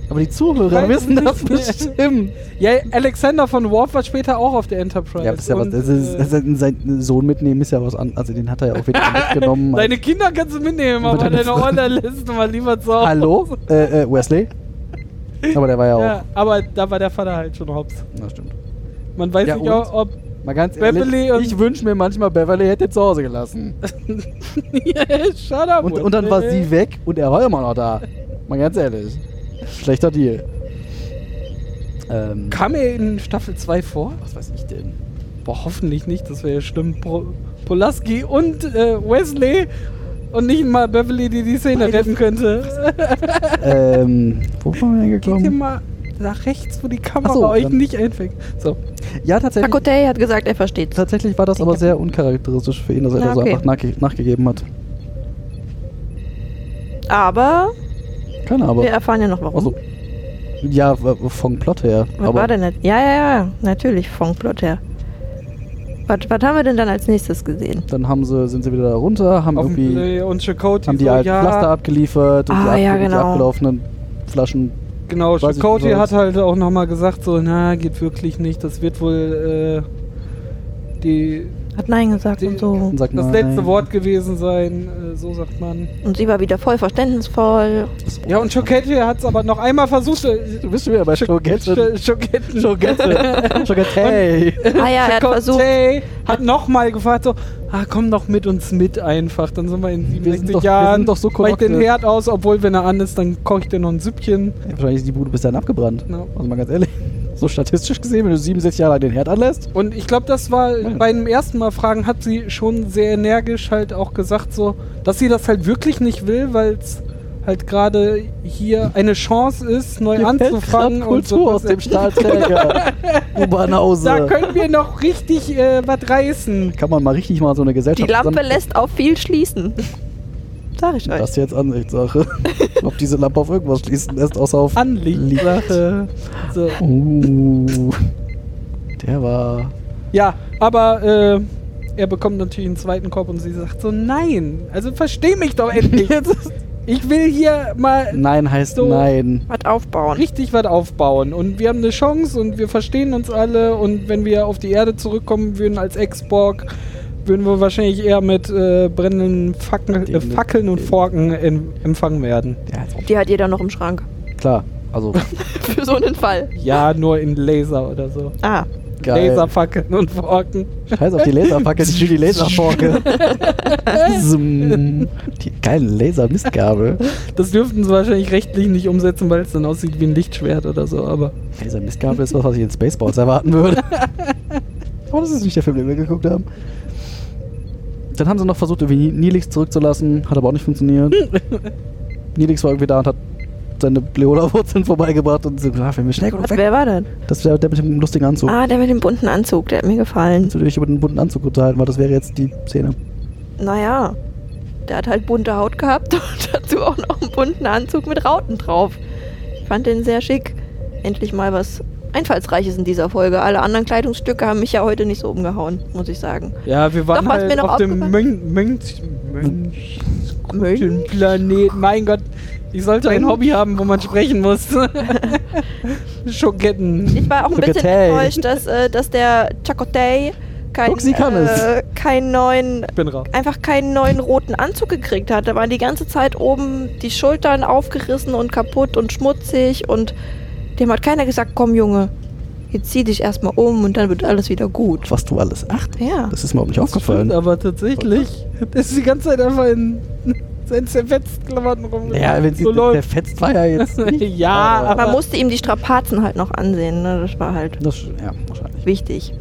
Aber die Zuhörer wissen das bestimmt. Ja, Alexander von Worf war später auch auf der Enterprise. Ja, das ist ja was, und, das ist, das äh, ist, seinen Sohn mitnehmen ist ja was an. Also den hat er ja auch wieder mitgenommen. deine Kinder kannst du mitnehmen, Aber aber deine deine Frau- Orderliste mal lieber zu Hause. Hallo? Äh, äh, Wesley? Aber der war ja auch. Ja, aber da war der Vater halt schon hops. Na, stimmt. Man weiß Ja, nicht, und? ob, ob Mal ganz Beverly und- ehrlich, ich wünsche mir manchmal, Beverly hätte ihn zu Hause gelassen. Shut up, Und, und dann war sie weg und er war immer noch da. Mal ganz ehrlich. Schlechter Deal. Ähm, Kam er in Staffel 2 vor? was weiß ich denn? Boah, hoffentlich nicht, das wäre ja schlimm. Po Polaski und äh, Wesley und nicht mal Beverly, die die Szene retten könnte. ähm, wo waren wir denn Geht ihr gekommen? mal nach rechts, wo die Kamera Ach so, euch dann- nicht einfängt. So, Ja, tatsächlich. Takotei hat gesagt, er versteht Tatsächlich war das aber sehr uncharakteristisch für ihn, dass er Na, das okay. einfach nachge nachgegeben hat. Aber Keine aber. wir erfahren ja noch warum. Also, ja, w- vom Plot her. was aber war denn das? Ja, ja, ja, natürlich, vom Plot her. Was, was haben wir denn dann als nächstes gesehen? Dann haben sie, sind sie wieder da runter, haben auf dem irgendwie Play und Chakoti haben die so, alten ja, Pflaster abgeliefert und die, Ah, ab ja, und die genau. abgelaufenen Flaschen. Genau, Weiß ich Chakoti nicht, hat was- halt auch nochmal gesagt, so, na, geht wirklich nicht, das wird wohl äh, die, Hat Nein gesagt Die- und so. Und sagt, das nein. letzte Wort gewesen sein, äh, so sagt man. Und sie war wieder voll verständnisvoll. Ja, und Chakoti hat es aber noch einmal versucht. äh, Du bist schon wieder bei Schogetten. Sch- Schogetten. Schogetten. Schogetten. Ah ja, er hat versucht. Chakotay hat nochmal gefragt, so, ah, komm doch mit uns mit einfach, dann sind wir in Wir sind 67 doch- wir Jahren, sind doch so mach den connected. Herd aus, obwohl, wenn er an ist, dann koche ich dir noch ein Süppchen. Ja, wahrscheinlich ist die Bude bis dahin abgebrannt. Ja. Also mal ganz ehrlich. So statistisch gesehen, wenn du 67 Jahre lang den Herd anlässt. Und ich glaube, das war Ja. bei dem ersten Mal Fragen, hat sie schon sehr energisch halt auch gesagt, so, dass sie das halt wirklich nicht will, weil es halt gerade hier eine Chance ist, neu Hier fällt anzufangen. grad und Kultur so. aus dem Stahlträger. da U-Bahnhause. können wir noch richtig äh, was reißen. Kann man mal richtig mal so eine Die Gesellschaft Lampe zusammen- lässt auf viel schließen. Sag ich euch. Das ist jetzt Ansichtssache. Ob diese Lampe auf irgendwas schließen lässt, außer auf. Anliegt. Sache. So. Uh, der war. Ja, aber äh, er bekommt natürlich einen zweiten Korb und sie sagt so, nein, also versteh mich doch endlich. ich will hier mal Nein heißt So. nein. Was aufbauen. richtig was aufbauen und wir haben eine Chance und wir verstehen uns alle und wenn wir auf die Erde zurückkommen würden als Ex-Borg, würden wir wahrscheinlich eher mit äh, brennenden Fackeln, äh, Denen- Fackeln und denen- Forken in, empfangen werden. Ja, als ob- Die hat jeder noch im Schrank. klar. Also, Für so einen Fall. Ja, nur in Laser oder so. Ah, geil. Laserfackeln und Forken. Scheiß auf die Laserfackel, ich will die Laserforke. Zum- die geile Lasermistgabel. Das dürften sie wahrscheinlich rechtlich nicht umsetzen, weil es dann aussieht wie ein Lichtschwert oder so, aber. Lasermistgabel ist was, was ich in Oh, Spaceballs erwarten würde. Aber das ist nicht der Film, den wir geguckt haben. Dann haben sie noch versucht, irgendwie Nilix zurückzulassen, hat aber auch nicht funktioniert. Nilix war irgendwie da und hat seine Bleola-Wurzeln vorbeigebracht und so, ah, wir müssen schnell Was, weg. wer war das? Das wäre der mit dem lustigen Anzug. Ah, der mit dem bunten Anzug, der hat mir gefallen. Kannst du dich über den bunten Anzug unterhalten, weil das wäre jetzt die Szene. Naja, der hat halt bunte Haut gehabt und dazu auch noch einen bunten Anzug mit Rauten drauf. Ich fand den sehr schick. Endlich mal was Einfallsreiches in dieser Folge. Alle anderen Kleidungsstücke haben mich ja heute nicht so umgehauen, muss ich sagen. Ja, wir waren Doch, was mir halt noch auf dem aufgefallen- Mönch- Mönch- Mönchplaneten. Mein Gott, ich sollte ein Mönch- Hobby haben, wo man sprechen muss. Schoketten. Ich war auch ein bisschen Chakotay. enttäuscht, dass, äh, dass der Chakotay kein, Guck, sie kann äh, keinen neuen Ich bin raus. einfach keinen neuen roten Anzug gekriegt hat. Da waren die ganze Zeit oben die Schultern aufgerissen und kaputt und schmutzig und dem hat keiner gesagt, komm Junge, jetzt zieh dich erstmal um und dann wird alles wieder gut. Was du alles. Ach, Ja. das ist mir überhaupt nicht Das stimmt aufgefallen. aber tatsächlich. Der ist die ganze Zeit einfach in seinen zerfetzten Klamotten rum. Ja, wenn sie so der läuft. fetzt war ja jetzt. nicht. Ja, aber- Man musste ihm die Strapazen halt noch ansehen, ne? das war halt Das, ja, wahrscheinlich. wichtig.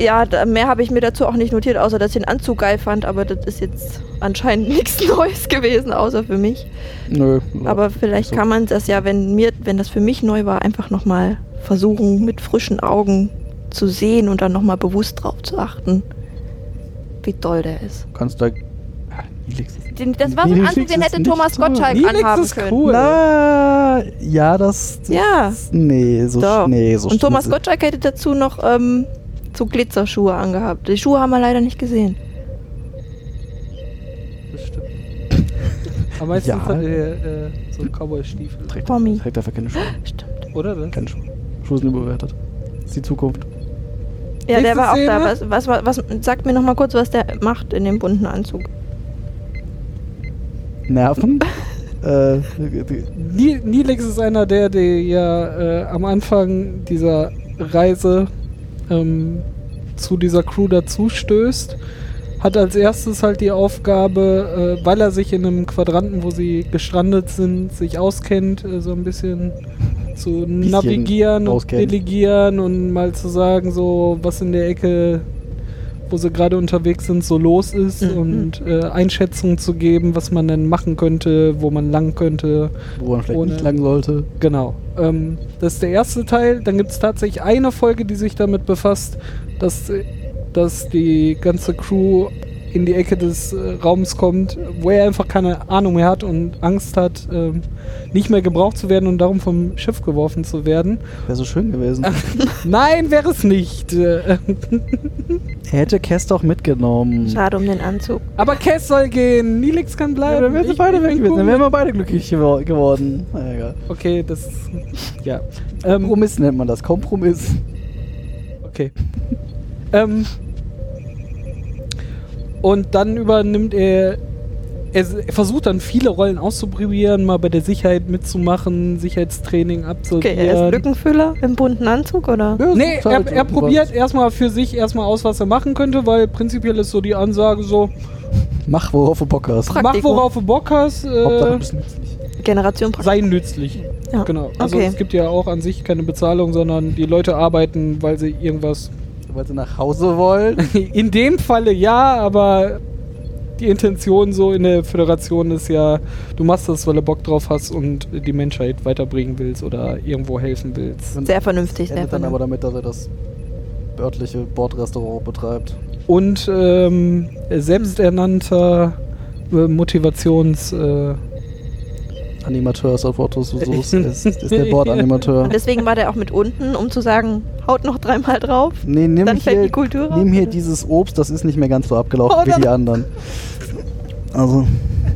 Ja, da- mehr habe ich mir dazu auch nicht notiert, außer dass ich den Anzug geil fand, aber das ist jetzt anscheinend nichts Neues gewesen, außer für mich. Nö. Aber vielleicht so. kann man das ja, wenn mir, wenn das für mich neu war, einfach nochmal versuchen, mit frischen Augen zu sehen und dann nochmal bewusst drauf zu achten, wie toll der ist. Kannst da. Ah, Nilix ist- Den, das war so ein Nilix Anzug, den ist hätte nicht Thomas toll. Gottschalk Nilix anhaben ist können. cool. Na, ja, das. das Ja. Nee, so Doch. sch- nee, so und Thomas schmutzig. Gottschalk hätte dazu noch ähm, so Glitzerschuhe angehabt. Die Schuhe haben wir leider nicht gesehen. Bestimmt. Aber meistens Ja. hat er äh, so einen Cowboy-Stiefel. Trägt, Tommy. trägt einfach keine Schuhe. Stimmt. Oder das? Keine Schuhe. Schuhe sind überbewertet. Das ist die Zukunft. Ja, der Nächste war auch da. Szene. Was, was, was, was, sagt mir nochmal kurz, was der macht in dem bunten Anzug. Nerven. äh, die- Ni- Nilix ist einer der, der ja äh, am Anfang dieser Reise ähm, zu dieser Crew dazu stößt. Hat als erstes halt die Aufgabe, äh, weil er sich in einem Quadranten, wo sie gestrandet sind, sich auskennt, äh, so ein bisschen zu navigieren und auskennen. delegieren und mal zu sagen, so was in der Ecke, wo sie gerade unterwegs sind, so los ist Mhm. und äh, Einschätzungen zu geben, was man denn machen könnte, wo man lang könnte. wo man vielleicht Ohne- nicht lang sollte. Genau. Ähm, das ist der erste Teil. Dann gibt es tatsächlich eine Folge, die sich damit befasst, dass, äh, dass die ganze Crew in die Ecke des äh, Raums kommt, wo er einfach keine Ahnung mehr hat und Angst hat, ähm, nicht mehr gebraucht zu werden und darum vom Schiff geworfen zu werden. Wäre so schön gewesen. Nein, wäre es nicht. Äh, Er hätte Cass doch mitgenommen. Schade um den Anzug. Aber Cass soll gehen, Nilix kann bleiben. dann wären sie Ich- beide ich weg bin gewesen. cool Dann wären wir beide glücklich gewor- geworden. Na, egal. mit- Okay, das. Ja. Ähm, Kompromiss nennt man das. Kompromiss. Okay. ähm, und dann übernimmt er. Er s- er versucht dann viele Rollen auszuprobieren, mal bei der Sicherheit mitzumachen, Sicherheitstraining Okay, er ist absolvieren. Lückenfüller im bunten Anzug, oder? Ja, nee, ist er, halt er so. probiert erstmal für sich erstmal aus, was er machen könnte, weil prinzipiell ist so die Ansage so, Mach, worauf du Bock hast. Praktikum. mach worauf du Bock hast, Hauptsache ein äh, bisschen nützlich. Generation Praktikum. sei nützlich. Ja. Genau. Also okay. es gibt ja auch an sich keine Bezahlung, sondern die Leute arbeiten, weil sie irgendwas Weil sie nach Hause wollen. In dem Falle ja, aber die Intention so in der Föderation ist ja, du machst das, weil du Bock drauf hast und die Menschheit weiterbringen willst oder irgendwo helfen willst. Sehr vernünftig, sehr Endet dann vernünftig. aber damit, dass er das örtliche Bordrestaurant betreibt. Und ähm, selbsternannter äh, Motivations... Äh, Animateur ist auf Otto Susus. ist, ist der Bordanimateur. Und deswegen war der auch mit unten, um zu sagen, haut noch dreimal drauf. Nee, nimm Dann fällt hier, die Kultur raus, nimm hier oder? dieses Obst, das ist nicht mehr ganz so abgelaufen Oh, wie die dann- anderen. Also,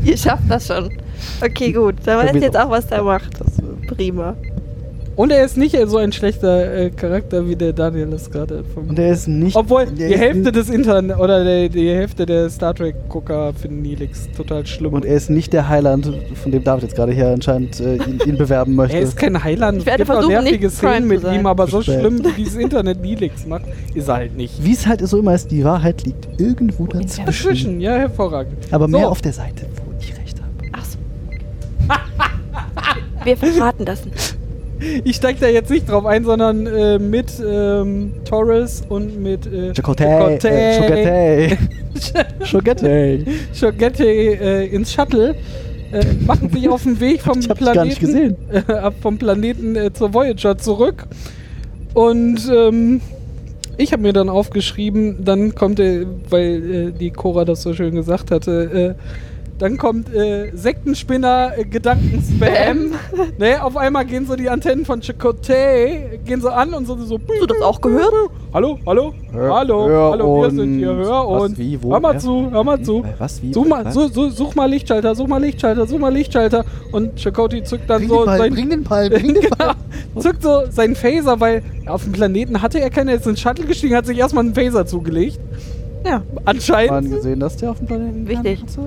Ihr schafft das schon. Okay, gut. Dann weiß ich jetzt auch, was der macht. das, äh, Prima. und er ist nicht so ein schlechter äh, Charakter, wie der Daniel das gerade vom... und er ist nicht. Obwohl, der die ist Hälfte n- des Internet oder der, die Hälfte der Star Trek-Gucker finden Nilix total schlimm. Und er ist nicht der Heiland, von dem David jetzt gerade hier anscheinend äh, ihn, ihn bewerben möchte. Er ist kein Heiland. Ich werde Es gibt auch versuchen, nervige nicht Prime Szenen zu mit sein. ihm, aber so Spät. schlimm, wie dieses Internet Nilix macht, ist er halt nicht. Wie es halt so immer ist, die Wahrheit liegt irgendwo dazwischen. Dazwischen, ja, hervorragend. Aber So. mehr auf der Seite, wo ich recht habe. Ach so. Wir verraten das nicht. ich steige da jetzt nicht drauf ein, sondern äh, mit ähm, Torres und mit äh, Chakotay, äh, Chokotay. Chokotay. Schogette äh, ins Shuttle äh, machen sich auf den Weg vom Ich hab's Planeten, gar nicht gesehen. Äh, ab vom Planeten äh, zur Voyager zurück. Und ähm, ich habe mir dann aufgeschrieben, dann kommt, äh, weil äh, die Cora das so schön gesagt hatte, äh, dann kommt äh, Sektenspinner, äh, Gedankenspam. ne, auf einmal gehen so die Antennen von Chicote, gehen so an und so so. Hast du das auch gehört? Hallo, hallo, Hör- hallo, hör hallo, wir sind hier, uns. hör Was, uns. wie, wo, hör mal wer? zu, hör mal zu. Bei Äh, Was, wie? Such mal, was? su, su, such mal Lichtschalter, such mal Lichtschalter, such mal Lichtschalter. Und Chakoti zückt dann bring, so den Ball, sein, Genau. bring den Ball, bring den Ball. zückt so seinen Phaser, weil auf dem Planeten hatte er keinen, er ist ins Shuttle gestiegen, hat sich erstmal einen Phaser zugelegt. Ja. Anscheinend. Mann, gesehen, dass der auf dem Planeten Wichtig. hatte?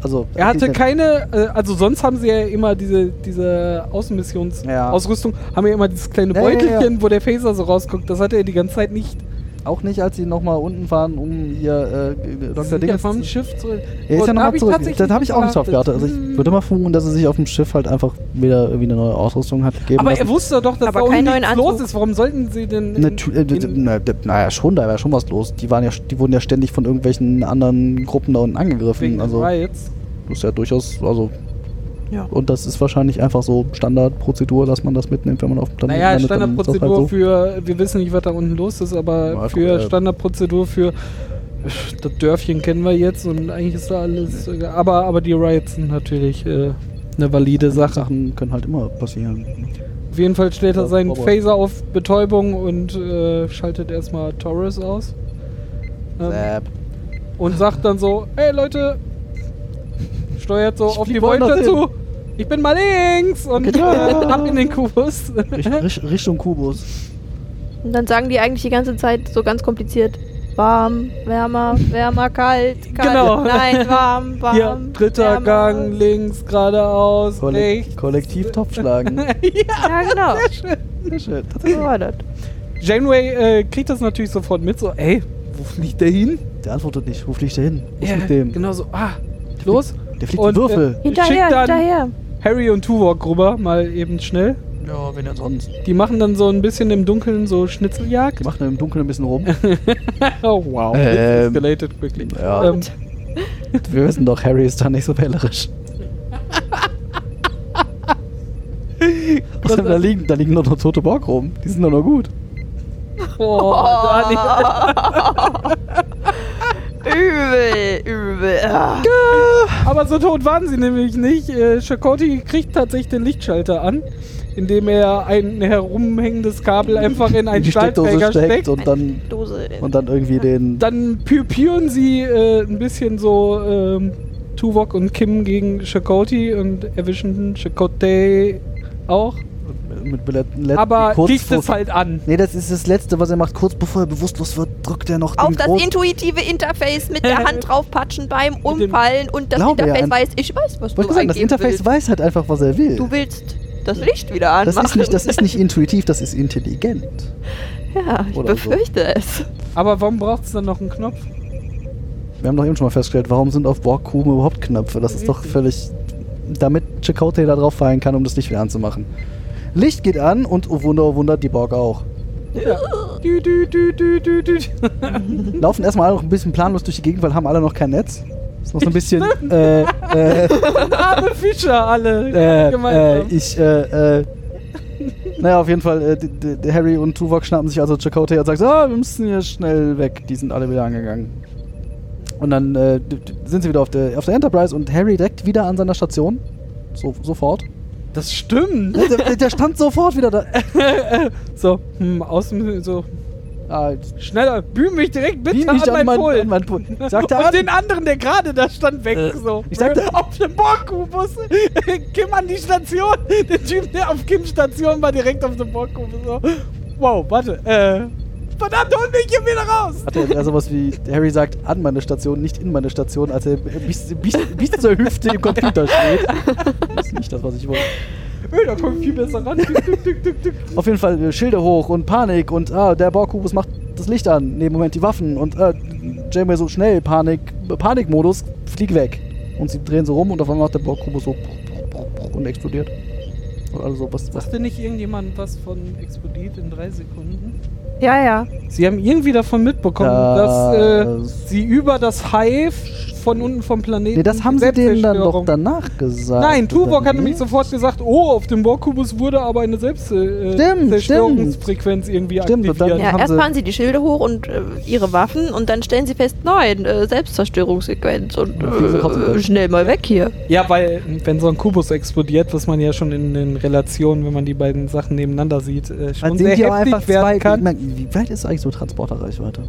Also, Er hatte den- keine, äh, also sonst haben sie ja immer diese, diese Ja. Außenmissionsausrüstung, haben ja immer dieses kleine Ja, ja, ja, Beutelchen, wo der Phaser so rausguckt. Das hatte er die ganze Zeit nicht. Auch nicht, als sie nochmal unten fahren, um ihr äh, Sie Dr. sind Dings. vom Schiff zurück. Er ist ja Und hab nochmal ich zurück. tatsächlich Das habe ich auch nicht drauf geachtet. geachtet. Also ich Hm. würde mal vermuten, dass er sich auf dem Schiff halt einfach wieder irgendwie eine neue Ausrüstung hat gegeben. Aber lassen. er wusste doch, dass Aber da unten keinen neuen nichts Anzug. los ist. Warum sollten sie denn... in- Natü- äh, d- d- in- na, d- Naja, schon, da war ja schon was los. Die, waren ja, die wurden ja ständig von irgendwelchen anderen Gruppen da unten angegriffen. Wegen Also, also, das Rides. ist ja durchaus, also, Ja. und das ist wahrscheinlich einfach so Standardprozedur, dass man das mitnimmt, wenn man auf dem Planeten Naja, landet, dann ist das Standardprozedur halt so. für, wir wissen nicht, was da unten los ist, aber Ja, für guck, äh, Standardprozedur für das Dörfchen kennen wir jetzt und eigentlich ist da alles. Aber, aber die Riots sind natürlich äh, eine valide Sache. Sachen können halt immer passieren. Auf jeden Fall stellt er Ja, seinen aber- Phaser auf Betäubung und äh, schaltet erstmal Torres aus. Ähm, Zap. und sagt dann so: Hey Leute, steuert so Ich auf die flieg woanders Beute hin." Genau. zu. Ich bin mal links und äh, ab in den Kubus. Richt, Richt, Richtung Kubus. Und dann sagen die eigentlich die ganze Zeit so ganz kompliziert: warm, wärmer, wärmer, kalt, kalt. Genau. Nein, warm, warm. Hier, dritter wärmer. Gang, links, geradeaus, Kollek rechts. Kollektiv Topfschlagen. Ja, genau. Sehr schön. Das ist- So war das. Janeway äh, kriegt das natürlich sofort mit, so, ey, wo fliegt der hin? Der antwortet nicht. Wo fliegt der hin? Was Ja, mit dem? Genau äh, so, ah, los. Der fliegt ein Würfel. Hinterher, schickt dann hinterher. Harry und Tuvok rüber, mal eben schnell. Ja, wenn er sonst. Die machen dann so ein bisschen im Dunkeln so Schnitzeljagd. Die machen im Dunkeln ein bisschen rum. Oh, wow. this Ähm, escalated quickly. ja. Ähm, Wir wissen doch, Harry ist da nicht so wählerisch. Außerdem, da liegen, da liegen doch noch tote Borg rum. Die sind doch noch gut. oh, Daniel. Übel, übel. Ah. Aber so tot waren sie nämlich nicht. Äh, Chakoti kriegt tatsächlich den Lichtschalter an, indem er ein herumhängendes Kabel einfach in einen die Steckdose Stahlträger steckt, steckt. und dann Dose. in- und dann irgendwie den. Dann püpieren sie äh, ein bisschen so ähm, Tuvok und Kim gegen Chakoti und erwischen Chakote auch. mit Billett- Let- Aber kurz liegt vor- es halt an. Nee, das ist das Letzte, was er macht. Kurz bevor er bewusstlos wird, drückt er noch auf den das großen- intuitive Interface mit der Hand draufpatschen beim dem- Umfallen und das Glaube ja Interface an- weiß, ich weiß, was du Wollte ich sagen, das eingeben Interface willst. weiß halt einfach, was er will. Du willst das Licht wieder anmachen. das, ist nicht, das ist nicht intuitiv, das ist intelligent. ja, ich oder so. befürchte es. Aber warum braucht es dann noch einen Knopf? Wir haben doch eben schon mal festgestellt, warum sind auf Borgkuben überhaupt Knöpfe? Das ist doch völlig. Damit Chakotay da drauf fallen kann, um das Licht wieder anzumachen. Licht geht an und oh Wunder, oh Wunder, die Borg auch. Ja. Du, du, du, du, du, du. Laufen erstmal alle noch ein bisschen planlos durch die Gegend, weil haben alle noch kein Netz. Ist noch so ein bisschen. Äh, äh, Arme Fischer alle. äh, äh, gemeinsam. ich, äh, äh. Naja, auf jeden Fall, äh, die- die- die Harry und Tuvok schnappen sich also Chakotay und sagen, so, ah, wir müssen hier schnell weg. Die sind alle wieder angegangen. Und dann äh, d- d- sind sie wieder auf der, auf der Enterprise und Harry direkt wieder an seiner Station. So, sofort. das stimmt. Der- Der, der stand sofort wieder da. So, hm, außen so. Ah, Schneller, bühm mich direkt bitte Beam mich an an mein mein- Pult. an mein Pult. Sagte Und an. den anderen, der gerade da stand, weg. Äh, so. ich sagte- auf dem Borgkubus. Kim an die Station. Der Typ, der auf Kims Station war, direkt auf dem Borgkubus. So. Wow, warte. Äh, verdammt, hol mich hier wieder raus. hat er eher sowas wie, Harry sagt, an meine Station, nicht in meine Station, als er bis, bis, bis zur Hüfte im Computer steht. Das ist nicht das, was ich wollte. Öh, da kommt viel besser ran. Tück, tück, tück, tück, tück. Auf jeden Fall äh, Schilder hoch und Panik und ah, der Borgkubus macht das Licht an. Nee, Moment, die Waffen und äh, Janeway so schnell, Panik, Panikmodus, flieg weg. Und sie drehen so rum und auf einmal macht der Borgkubus so und explodiert. Also was, was Sagte nicht irgendjemand was von explodiert in drei Sekunden? Ja, ja. Sie haben irgendwie davon mitbekommen, dass äh, Das- sie über das Hive von unten vom Planeten. Nee, das haben sie denen dann doch Selbstzerstörung- danach gesagt. Nein, Tuvok oder hat nicht? nämlich sofort gesagt, oh, auf dem Borkubus wurde aber eine Stimmt, Selbstzerstörungsfrequenz äh, Zerstörungsfrequenz irgendwie Stimmt, und dann- aktiviert. Ja, haben erst sie- fahren sie die Schilde hoch und äh, ihre Waffen und dann stellen sie fest, nein, äh, Selbstzerstörungssequenz und Ja, fliegen sie trotzdem äh, weg. schnell mal weg hier. Ja, weil wenn so ein Kubus explodiert, was man ja schon in den Relationen, wenn man die beiden Sachen nebeneinander sieht, äh, Dann schon sind sehr die auch heftig einfach werden zwei. Ich kann. Mein, wie weit ist eigentlich so Transporterreichweite?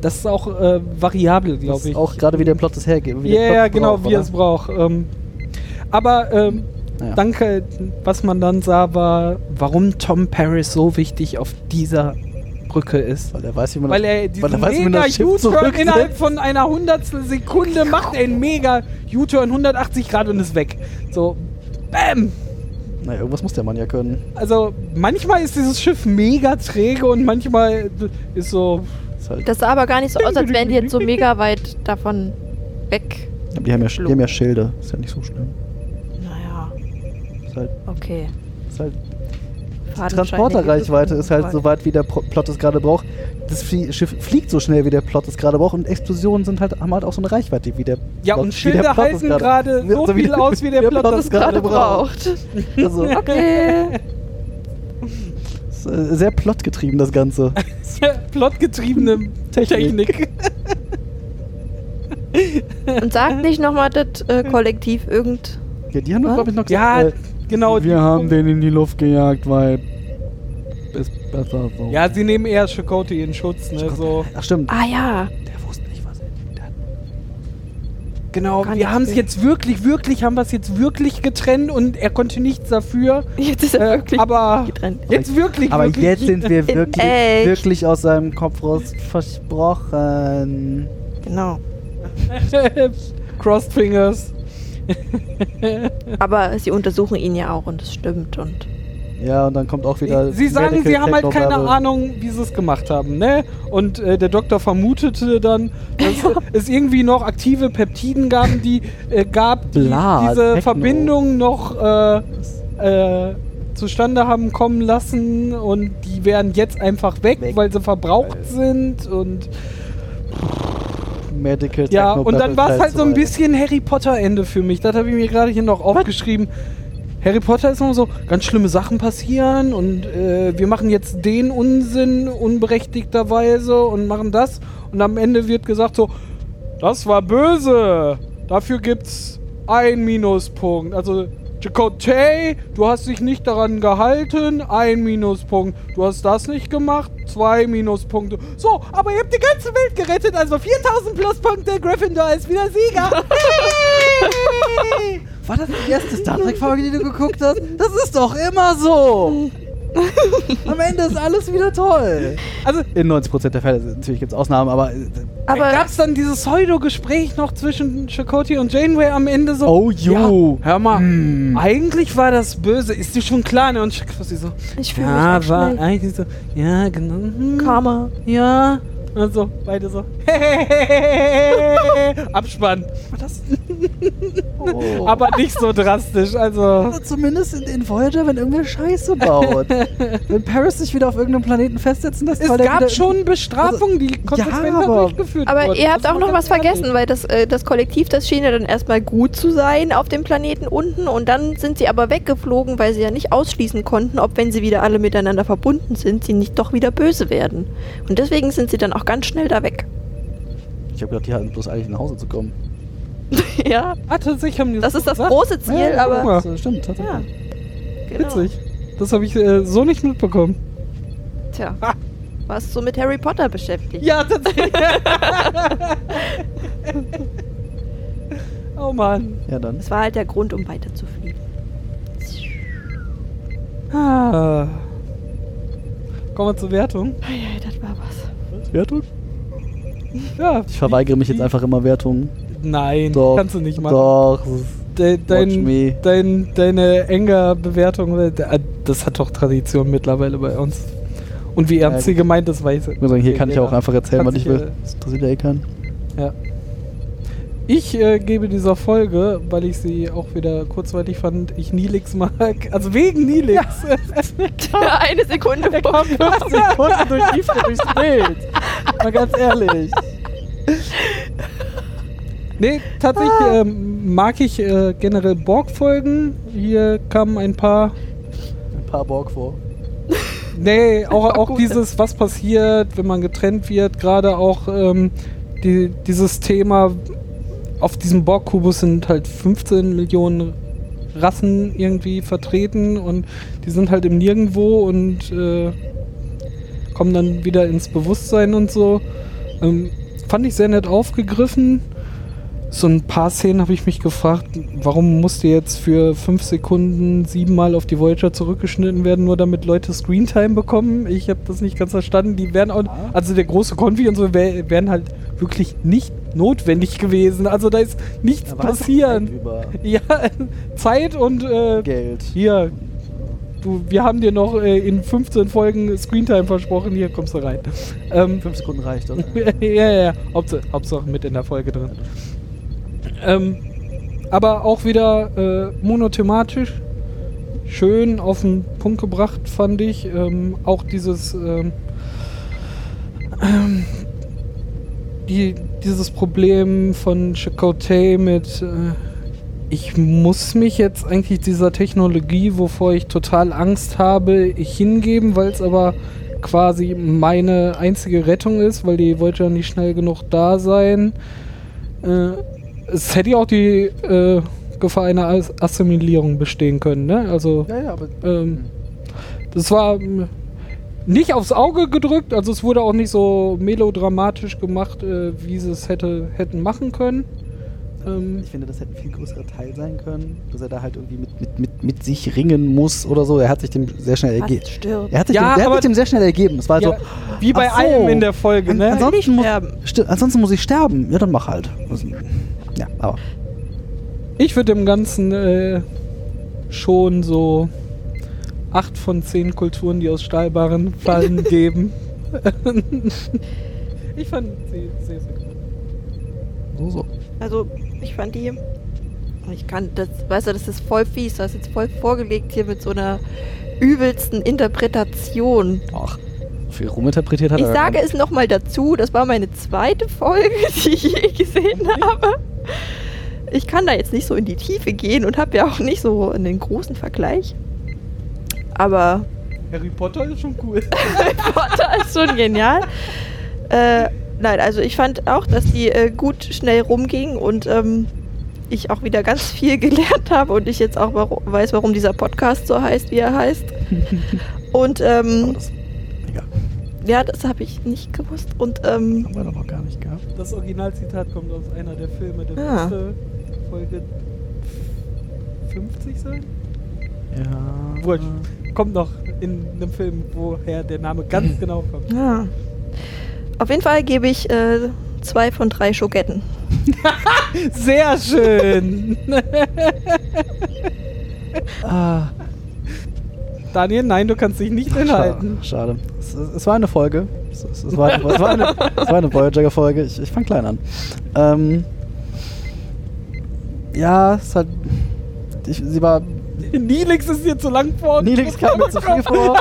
Das ist auch äh, variabel, Das glaube ist ich. auch gerade wie der Plot das hergeht. wie der Ja, Plot ja, genau, braucht, wie oder? es braucht. Ähm, aber ähm, Naja. danke, was man dann sah, war, warum Tom Paris so wichtig auf dieser Brücke ist. Weil er weiß, wie man Weil er weil diesen er weiß, wie man mega das Schiff Genau. U-Turn zurücksetzt. innerhalb von einer Hundertstel Sekunde macht, einen mega U-Turn 180 Grad und ist weg. So, bam! Naja, irgendwas muss der Mann ja können. Also, manchmal ist dieses Schiff mega träge und manchmal ist so. Ist halt, Das sah aber gar nicht so aus, als wären die jetzt so mega weit davon weg. die, haben ja, die haben ja Schilde. Ist ja nicht so schlimm. Naja, Ist halt, okay. ist halt Die Fadenscheine Transporterreichweite gibt es ist halt überall. so weit, wie der Pro Plot es gerade braucht. Das Flie Schiff fliegt so schnell, wie der Plot es gerade braucht. Und Explosionen sind halt, haben halt auch so eine Reichweite, wie der Ja, Plot, und wie der Schilder Plot es heißen gerade so Also wie viel der- aus, wie der, Plot das gerade braucht. Also, Okay. ist, äh, sehr plotgetrieben, das Ganze. plotgetriebene Technik. Technik. Und sagt nicht nochmal das äh, Kollektiv irgend. Ja, die äh, haben doch, Was? glaube ich, noch Ja, gesagt, genau. die- wir haben den in die Luft gejagt, weil ist besser so. ja, sie nehmen eher Chakotay in Schutz, ne? So. Ach stimmt. Ah ja. Der wusste nicht, was er der hat- Genau, Kann ich wir haben es sehen. jetzt wirklich, wirklich, haben wir es jetzt wirklich getrennt und er konnte nichts dafür. Jetzt ist er Äh, wirklich aber getrennt. jetzt wirklich, Aber wirklich. jetzt sind wir In wirklich, echt. wirklich aus seinem Kopf raus versprochen. Genau. Crossed Fingers. Aber sie untersuchen ihn ja auch und es stimmt. Und Ja, und dann kommt auch wieder. Sie sagen, sie Medical haben halt keine Technobabble. Ahnung, wie sie es gemacht haben, ne? Und äh, der Doktor vermutete dann, dass es irgendwie noch aktive Peptiden gab, die äh, gab, die Bla, diese Techno. Verbindung noch äh, äh, zustande haben kommen lassen und die wären jetzt einfach weg, Weg. weil sie verbraucht sind und Medical ja, Technobabble und dann war es halt so ein Teil bisschen Harry Potter Ende für mich. Das habe ich mir gerade hier noch aufgeschrieben. Harry Potter ist immer so, ganz schlimme Sachen passieren und äh, wir machen jetzt den Unsinn unberechtigterweise und machen das. Und am Ende wird gesagt so, das war böse. Dafür gibt's ein Minuspunkt. Also Chakotay, du hast dich nicht daran gehalten, ein Minuspunkt. Du hast das nicht gemacht, zwei Minuspunkte. So, aber ihr habt die ganze Welt gerettet, also 4000 Pluspunkte. Gryffindor ist wieder Sieger. Hey! zwei. War das die erste Star Trek-Folge, die du geguckt hast? Das ist doch immer so! Am Ende ist alles wieder toll. also In 90% der Fälle, natürlich gibt es Ausnahmen, aber. äh, aber gab es dann dieses Pseudo-Gespräch noch zwischen Chakotay und Janeway am Ende so? Oh, jo. Ja, hör mal, Hm. eigentlich war das böse. Ist dir schon klar, ne? Und Chakotay so, ich fühle ja, mich auch war schlecht. eigentlich so, ja, genau. hm. Karma. Ja. Also, beide so. Abspann. oh. Aber nicht so drastisch. Also. Oder zumindest in, in Voyager, wenn irgendwer Scheiße baut. wenn Paris sich wieder auf irgendeinem Planeten festsetzen lässt, Es weil der wieder gab schon Bestrafungen, die konsequenter aber- durchgeführt wurden. Aber ihr habt Das auch war noch ganz was vergessen, weil das, äh, das Kollektiv, das schien ja dann erstmal gut zu sein auf dem Planeten unten und dann sind sie aber weggeflogen, weil sie ja nicht ausschließen konnten, ob wenn sie wieder alle miteinander verbunden sind, sie nicht doch wieder böse werden. Und deswegen sind sie dann auch ganz schnell da weg. Ich habe gedacht, die hatten bloß eigentlich nach Hause zu kommen. ja, ehrlich. Ah, tatsächlich haben die das ist das gesagt. große Ziel, Ja, guck aber mal. Das stimmt, tatsächlich. ja. Genau. Witzig. Das habe ich äh, so nicht mitbekommen. Tja, Ha. warst du mit Harry Potter beschäftigt? Ja, tatsächlich. oh Mann. Ja, dann. Das war halt der Grund, um weiterzufliegen. Ah. Kommen wir zur Wertung. Ja, das war was. Wertung? Ja, Ich verweigere mich jetzt wie- einfach immer Wertungen. Nein, Doch. kannst du nicht machen. Doch. es ist- De, Watch me. dein, dein, deine enger Bewertung, äh, das hat doch Tradition mittlerweile bei uns. Und wie ernst Ja, sie gut. gemeint ist, weiß äh, Ich muss sagen, hier kann ich auch einfach erzählen, Kann was ich sich, will. Das interessiert ja eh keinen. Ja. Ich äh, gebe dieser Folge, weil ich sie auch wieder kurzweilig fand, ich Nilix mag. Also wegen Nilix. Eine Sekunde. Komm, 15 Sekunden durch die durchs Bild. Mal ganz ehrlich. Nee, tatsächlich Ah. ähm, mag ich äh, generell Borg-Folgen. Hier kamen ein paar. Ein paar Borg vor. Nee, auch, War auch gut. dieses, was passiert, wenn man getrennt wird. Gerade auch ähm, die, dieses Thema. Auf diesem Borg-Kubus sind halt 15 Millionen Rassen irgendwie vertreten und die sind halt im Nirgendwo und äh, kommen dann wieder ins Bewusstsein und so. Ähm, fand ich sehr nett aufgegriffen. So ein paar Szenen habe ich mich gefragt, warum musste jetzt für fünf Sekunden siebenmal auf die Voyager zurückgeschnitten werden, nur damit Leute Screentime bekommen. Ich habe das nicht ganz verstanden. Die wären auch, Ah. also der große Konfi und so wär, wären halt wirklich nicht notwendig gewesen. Also da ist nichts Da war es passieren. Über Ja, Zeit und äh, Geld. hier. Du, wir haben dir noch äh, in 15 Folgen Screentime versprochen. Hier kommst du rein. Ähm, Fünf Sekunden reicht, oder? ja, ja, ja. Hauptsache, Hauptsache mit in der Folge drin. Ähm, aber auch wieder äh, monothematisch. Schön auf den Punkt gebracht, fand ich. Ähm, auch dieses. Ähm, ähm, die, dieses Problem von Chakotay mit. Äh, ich muss mich jetzt eigentlich dieser Technologie, wovor ich total Angst habe, hingeben, weil es aber quasi meine einzige Rettung ist, weil die wollte ja nicht schnell genug da sein. Äh, es hätte ja auch die äh, Gefahr einer As Assimilierung bestehen können, ne? Also Ja, ja, aber ähm, das war ähm, nicht aufs Auge gedrückt, also es wurde auch nicht so melodramatisch gemacht, äh, wie sie es hätte, hätten machen können. Ähm, ich finde, das hätte ein viel größerer Teil sein können, dass er da halt irgendwie mit, mit, mit, mit sich ringen muss oder so. Er hat sich dem sehr schnell ergeben. stirbt. Er hat sich, Ja, dem, er hat aber- sich dem sehr schnell ergeben. Es war ja, so, wie bei ach so. allem in der Folge, an, ne? ansonsten, muss, sterben. sti- ansonsten muss ich sterben. Ja, dann mach halt. Also, Ja, aber Ich würde dem Ganzen äh, schon so 8 von 10 Kulturen, die aus Stahlbarren fallen, geben. ich fand sie sehr, sehr gut. so, so. Also, ich fand die. Ich kann das, weißt du, das ist voll fies. Du hast jetzt voll vorgelegt hier mit so einer übelsten Interpretation. Ach, viel ruminterpretiert hat Ich er. sage es nochmal dazu, das war meine zweite Folge, die ich je gesehen habe. Ich kann da jetzt nicht so in die Tiefe gehen und habe ja auch nicht so einen großen Vergleich. Aber Harry Potter ist schon cool. Potter ist schon genial. Äh, nein, also ich fand auch, dass die äh, gut schnell rumging und ähm, ich auch wieder ganz viel gelernt habe und ich jetzt auch waru- weiß, warum dieser Podcast so heißt, wie er heißt. Und Aber ähm, das egal, ja, das habe ich nicht gewusst. Und ähm, haben wir doch noch gar nicht gehabt. Das Originalzitat kommt aus einer der Filme, der Ah. müsste Folge 50 sein. Ja. Wurscht. Kommt noch in einem Film, woher der Name ganz genau kommt. ja. auf jeden Fall gebe ich äh, zwei von drei Schoketten. Sehr schön! Ah, Daniel, nein, du kannst dich nicht enthalten. schade. schade. Es, es, es war eine Folge. Es, es, es, war, eine, es war eine, es war eine Voyager-Folge. Ich, ich fang klein an. Ähm, ja, es hat. Ich, sie war. Nilix ist hier zu lang vor. Nilix kam mir zu viel vor.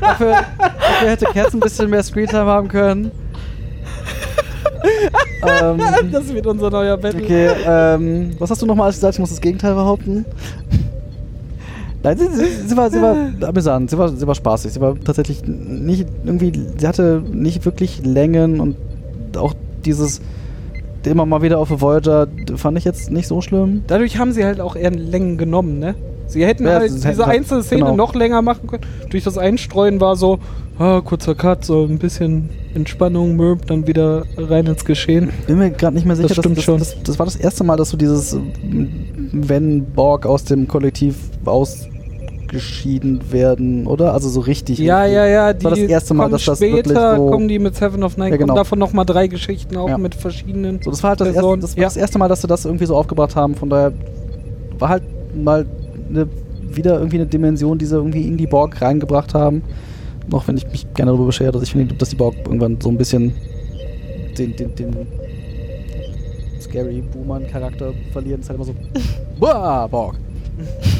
Dafür, dafür hätte Kerz ein bisschen mehr Screentime haben können. Ähm, Das wird unser neuer Battle. Okay, ähm, was hast du nochmal alles gesagt? Ich muss das Gegenteil behaupten. Nein, sie, sie, sie war, sie war amüsant, sie war, sie war spaßig, sie war tatsächlich nicht irgendwie, sie hatte nicht wirklich Längen und auch dieses immer mal wieder auf der Voyager fand ich jetzt nicht so schlimm. Dadurch haben sie halt auch eher Längen genommen, ne? Sie hätten Ja, halt sie diese hätten- einzelne Szene genau. noch länger machen können. Durch das Einstreuen war so, ah, kurzer Cut, so ein bisschen Entspannung, Möb, dann wieder rein ins Geschehen. Bin mir gerade nicht mehr sicher, Das stimmt dass, schon. Das, das, das war das erste Mal, dass so dieses ähm, wenn Borg aus dem Kollektiv ausgeschieden werden, oder? Also so richtig. Ja, ja, ja, die war das erste Mal, kommen dass das später wirklich so- kommen die mit Seven of Nine, Ja, genau. kommen davon nochmal drei Geschichten auch Ja. mit verschiedenen. So, das war halt das, erste, Person. das, war Ja. das erste Mal, dass sie das irgendwie so aufgebracht haben. Von daher war halt mal ne- wieder irgendwie eine Dimension, die sie irgendwie in die Borg reingebracht haben. Auch wenn ich mich gerne darüber beschere, dass ich finde, dass die Borg irgendwann so ein bisschen den, den, den Scary Boomer Charakter verlieren, ist halt immer so. Boah, Borg.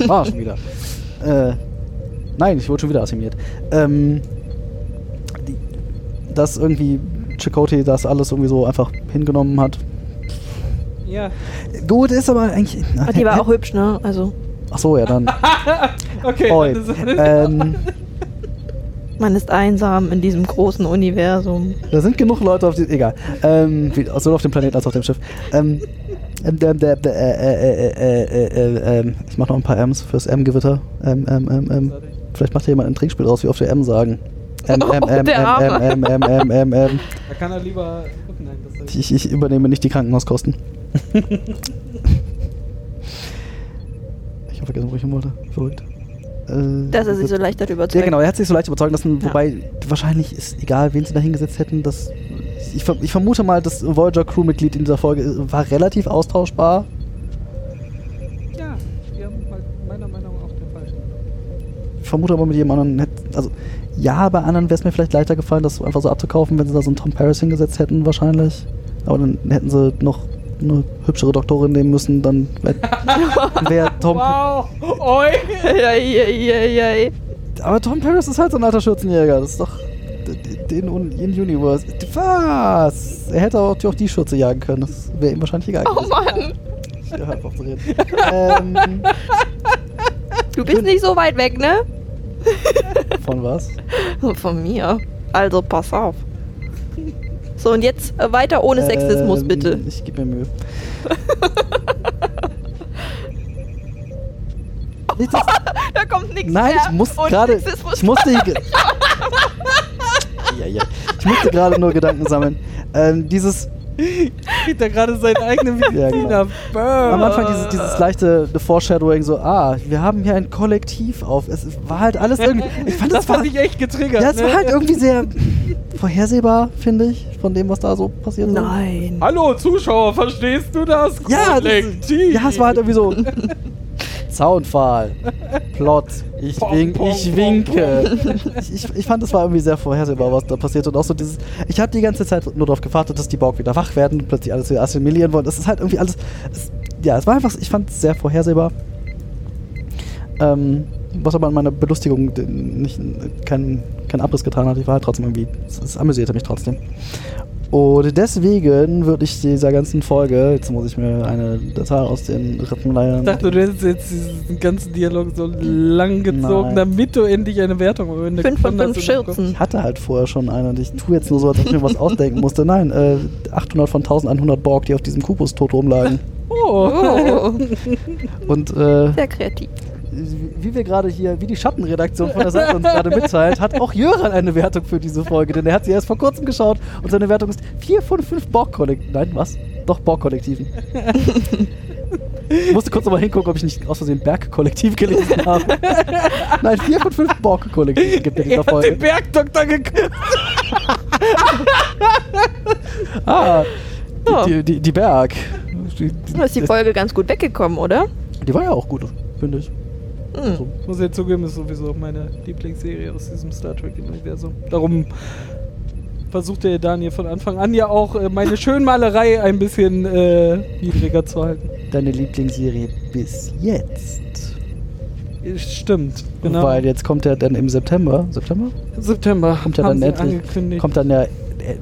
War schon wieder. Äh, nein, ich wurde schon wieder assimiliert. Ähm, die, dass irgendwie Chakotay das alles irgendwie so einfach hingenommen hat. Ja. Gut ist aber eigentlich. Aber die war auch hübsch, ne? Also, Ach so, ja dann. Okay. Oi. das ist- ähm, man ist einsam in diesem großen Universum. Da sind genug Leute auf dem. Egal. Ähm, wie, sowohl auf dem Planeten als auch auf dem Schiff. Ähm, ähm, ähm, äh, äh, äh, äh, äh, ähm, ich mache noch ein paar M's fürs M-Gewitter. Ähm, ähm, ähm, ähm. Vielleicht macht hier jemand ein Trinkspiel raus, wie oft wir M sagen. M, M, Oh, M, M, der Arme. M, M, M, M, M. Da kann er lieber. oh Nein, das ist Ich, ich übernehme nicht die Krankenhauskosten. ich habe vergessen, wo ich hin wollte. Verrückt. Äh, Dass er sich so leicht darüber ja, zeigt. genau, er hat sich so leicht überzeugen lassen, Ja. wobei wahrscheinlich ist egal, wen sie da hingesetzt hätten, dass ich, ver- ich vermute mal, das Voyager-Crew-Mitglied in dieser Folge äh, war relativ austauschbar. ja, wir haben halt meiner Meinung nach auch den falschen. Ich vermute aber mit jedem anderen, hätt- also ja, bei anderen wäre es mir vielleicht leichter gefallen, das einfach so abzukaufen, wenn sie da so einen Tom Paris hingesetzt hätten, wahrscheinlich. Aber dann hätten sie noch eine hübschere Doktorin nehmen müssen, dann wäre Tom. Wow! Oi! Eieieiei. Aber Tom Paris ist halt so ein alter Schürzenjäger, das ist doch d- d- den Un- in Universe. Was? Er hätte auch die, auch die Schürze jagen können, das wäre ihm wahrscheinlich egal Oh gewesen. Mann, Ich hör auf zu reden. ähm, du bist nicht so weit weg, ne? von was? Von mir. Also pass auf. So, und jetzt äh, weiter ohne Sexismus, Ähm, bitte. Ich gebe mir Mühe. Nicht das, Da kommt nichts nein, mehr. ich muss Oh Und gerade. Sexismus- Ich musste. ja, ja. Ich musste gerade nur Gedanken sammeln. Ähm, dieses. Kriegt er gerade seinen eigenen Ja, genau. Mediziner. Am Bam. Anfang dieses, dieses leichte Foreshadowing, so, ah, wir haben hier ein Kollektiv auf. Es war halt alles irgendwie. Ich fand, das, das war. hat dich echt getriggert. Ja, es ne? war halt irgendwie sehr vorhersehbar, finde ich, von dem, was da so passiert ist. Nein. Hallo Zuschauer, verstehst du das? Ja, das, Kollektiv. ja, es war halt irgendwie so. Zaunfall. Plot. Ich, Pong, wink, pong, ich pong, winke. Ich, ich, ich fand, das war irgendwie sehr vorhersehbar, was da passiert. Und auch so dieses. Ich habe die ganze Zeit nur darauf gewartet, dass die Borg wieder wach werden und plötzlich alles wieder assimilieren wollen. Das ist halt irgendwie alles. Es, ja, es war einfach. Ich fand es sehr vorhersehbar. Ähm, was aber an meiner Belustigung den- nicht, keinen keinen Abriss getan hat. Ich war halt trotzdem irgendwie. Es, es amüsierte mich trotzdem. Und deswegen würde ich dieser ganzen Folge, jetzt muss ich mir eine Datei aus den Rippen leiern. Ich dachte, du hättest jetzt diesen ganzen Dialog so lang gezogen, Nein. damit du endlich eine Wertung am Ende Fünf von gefunden fünf hast in deinem Kopf. Schürzen. Ich hatte halt vorher schon eine und ich tue jetzt nur so, als ob ich mir was ausdenken musste. Nein, äh, 800 von 1100 Borg, die auf diesem Kubus tot rumlagen. Oh. Oh, Und äh, sehr kreativ. wie wir gerade hier, wie die Schattenredaktion von der Seite uns gerade mitteilt, hat auch Jöran eine Wertung für diese Folge, denn er hat sie erst vor kurzem geschaut und seine Wertung ist 4 von 5 Borg-Kollektiven. Nein, was? Doch, Borg-Kollektiven. Ich musste kurz nochmal hingucken, ob ich nicht aus Versehen Berg-Kollektiv gelesen habe. Nein, 4 von 5 Borg-Kollektiven gibt es in dieser Er hat den Folge. Bergdoktor geguckt. Ah, Ja. die, die, die Berg. Die, Da ist die die, Folge ganz gut weggekommen, oder? die war ja auch gut, finde ich. Also, Hm. So. Muss jetzt zugeben, ist sowieso meine Lieblingsserie aus diesem Star Trek-Universum. Darum versuchte er Daniel von Anfang an ja auch äh, meine Schönmalerei ein bisschen äh, niedriger zu halten. Deine Lieblingsserie bis jetzt. Stimmt, genau. Weil jetzt kommt er dann im September. September? September kommt ja haben dann sie endlich, angekündigt. kommt dann ja,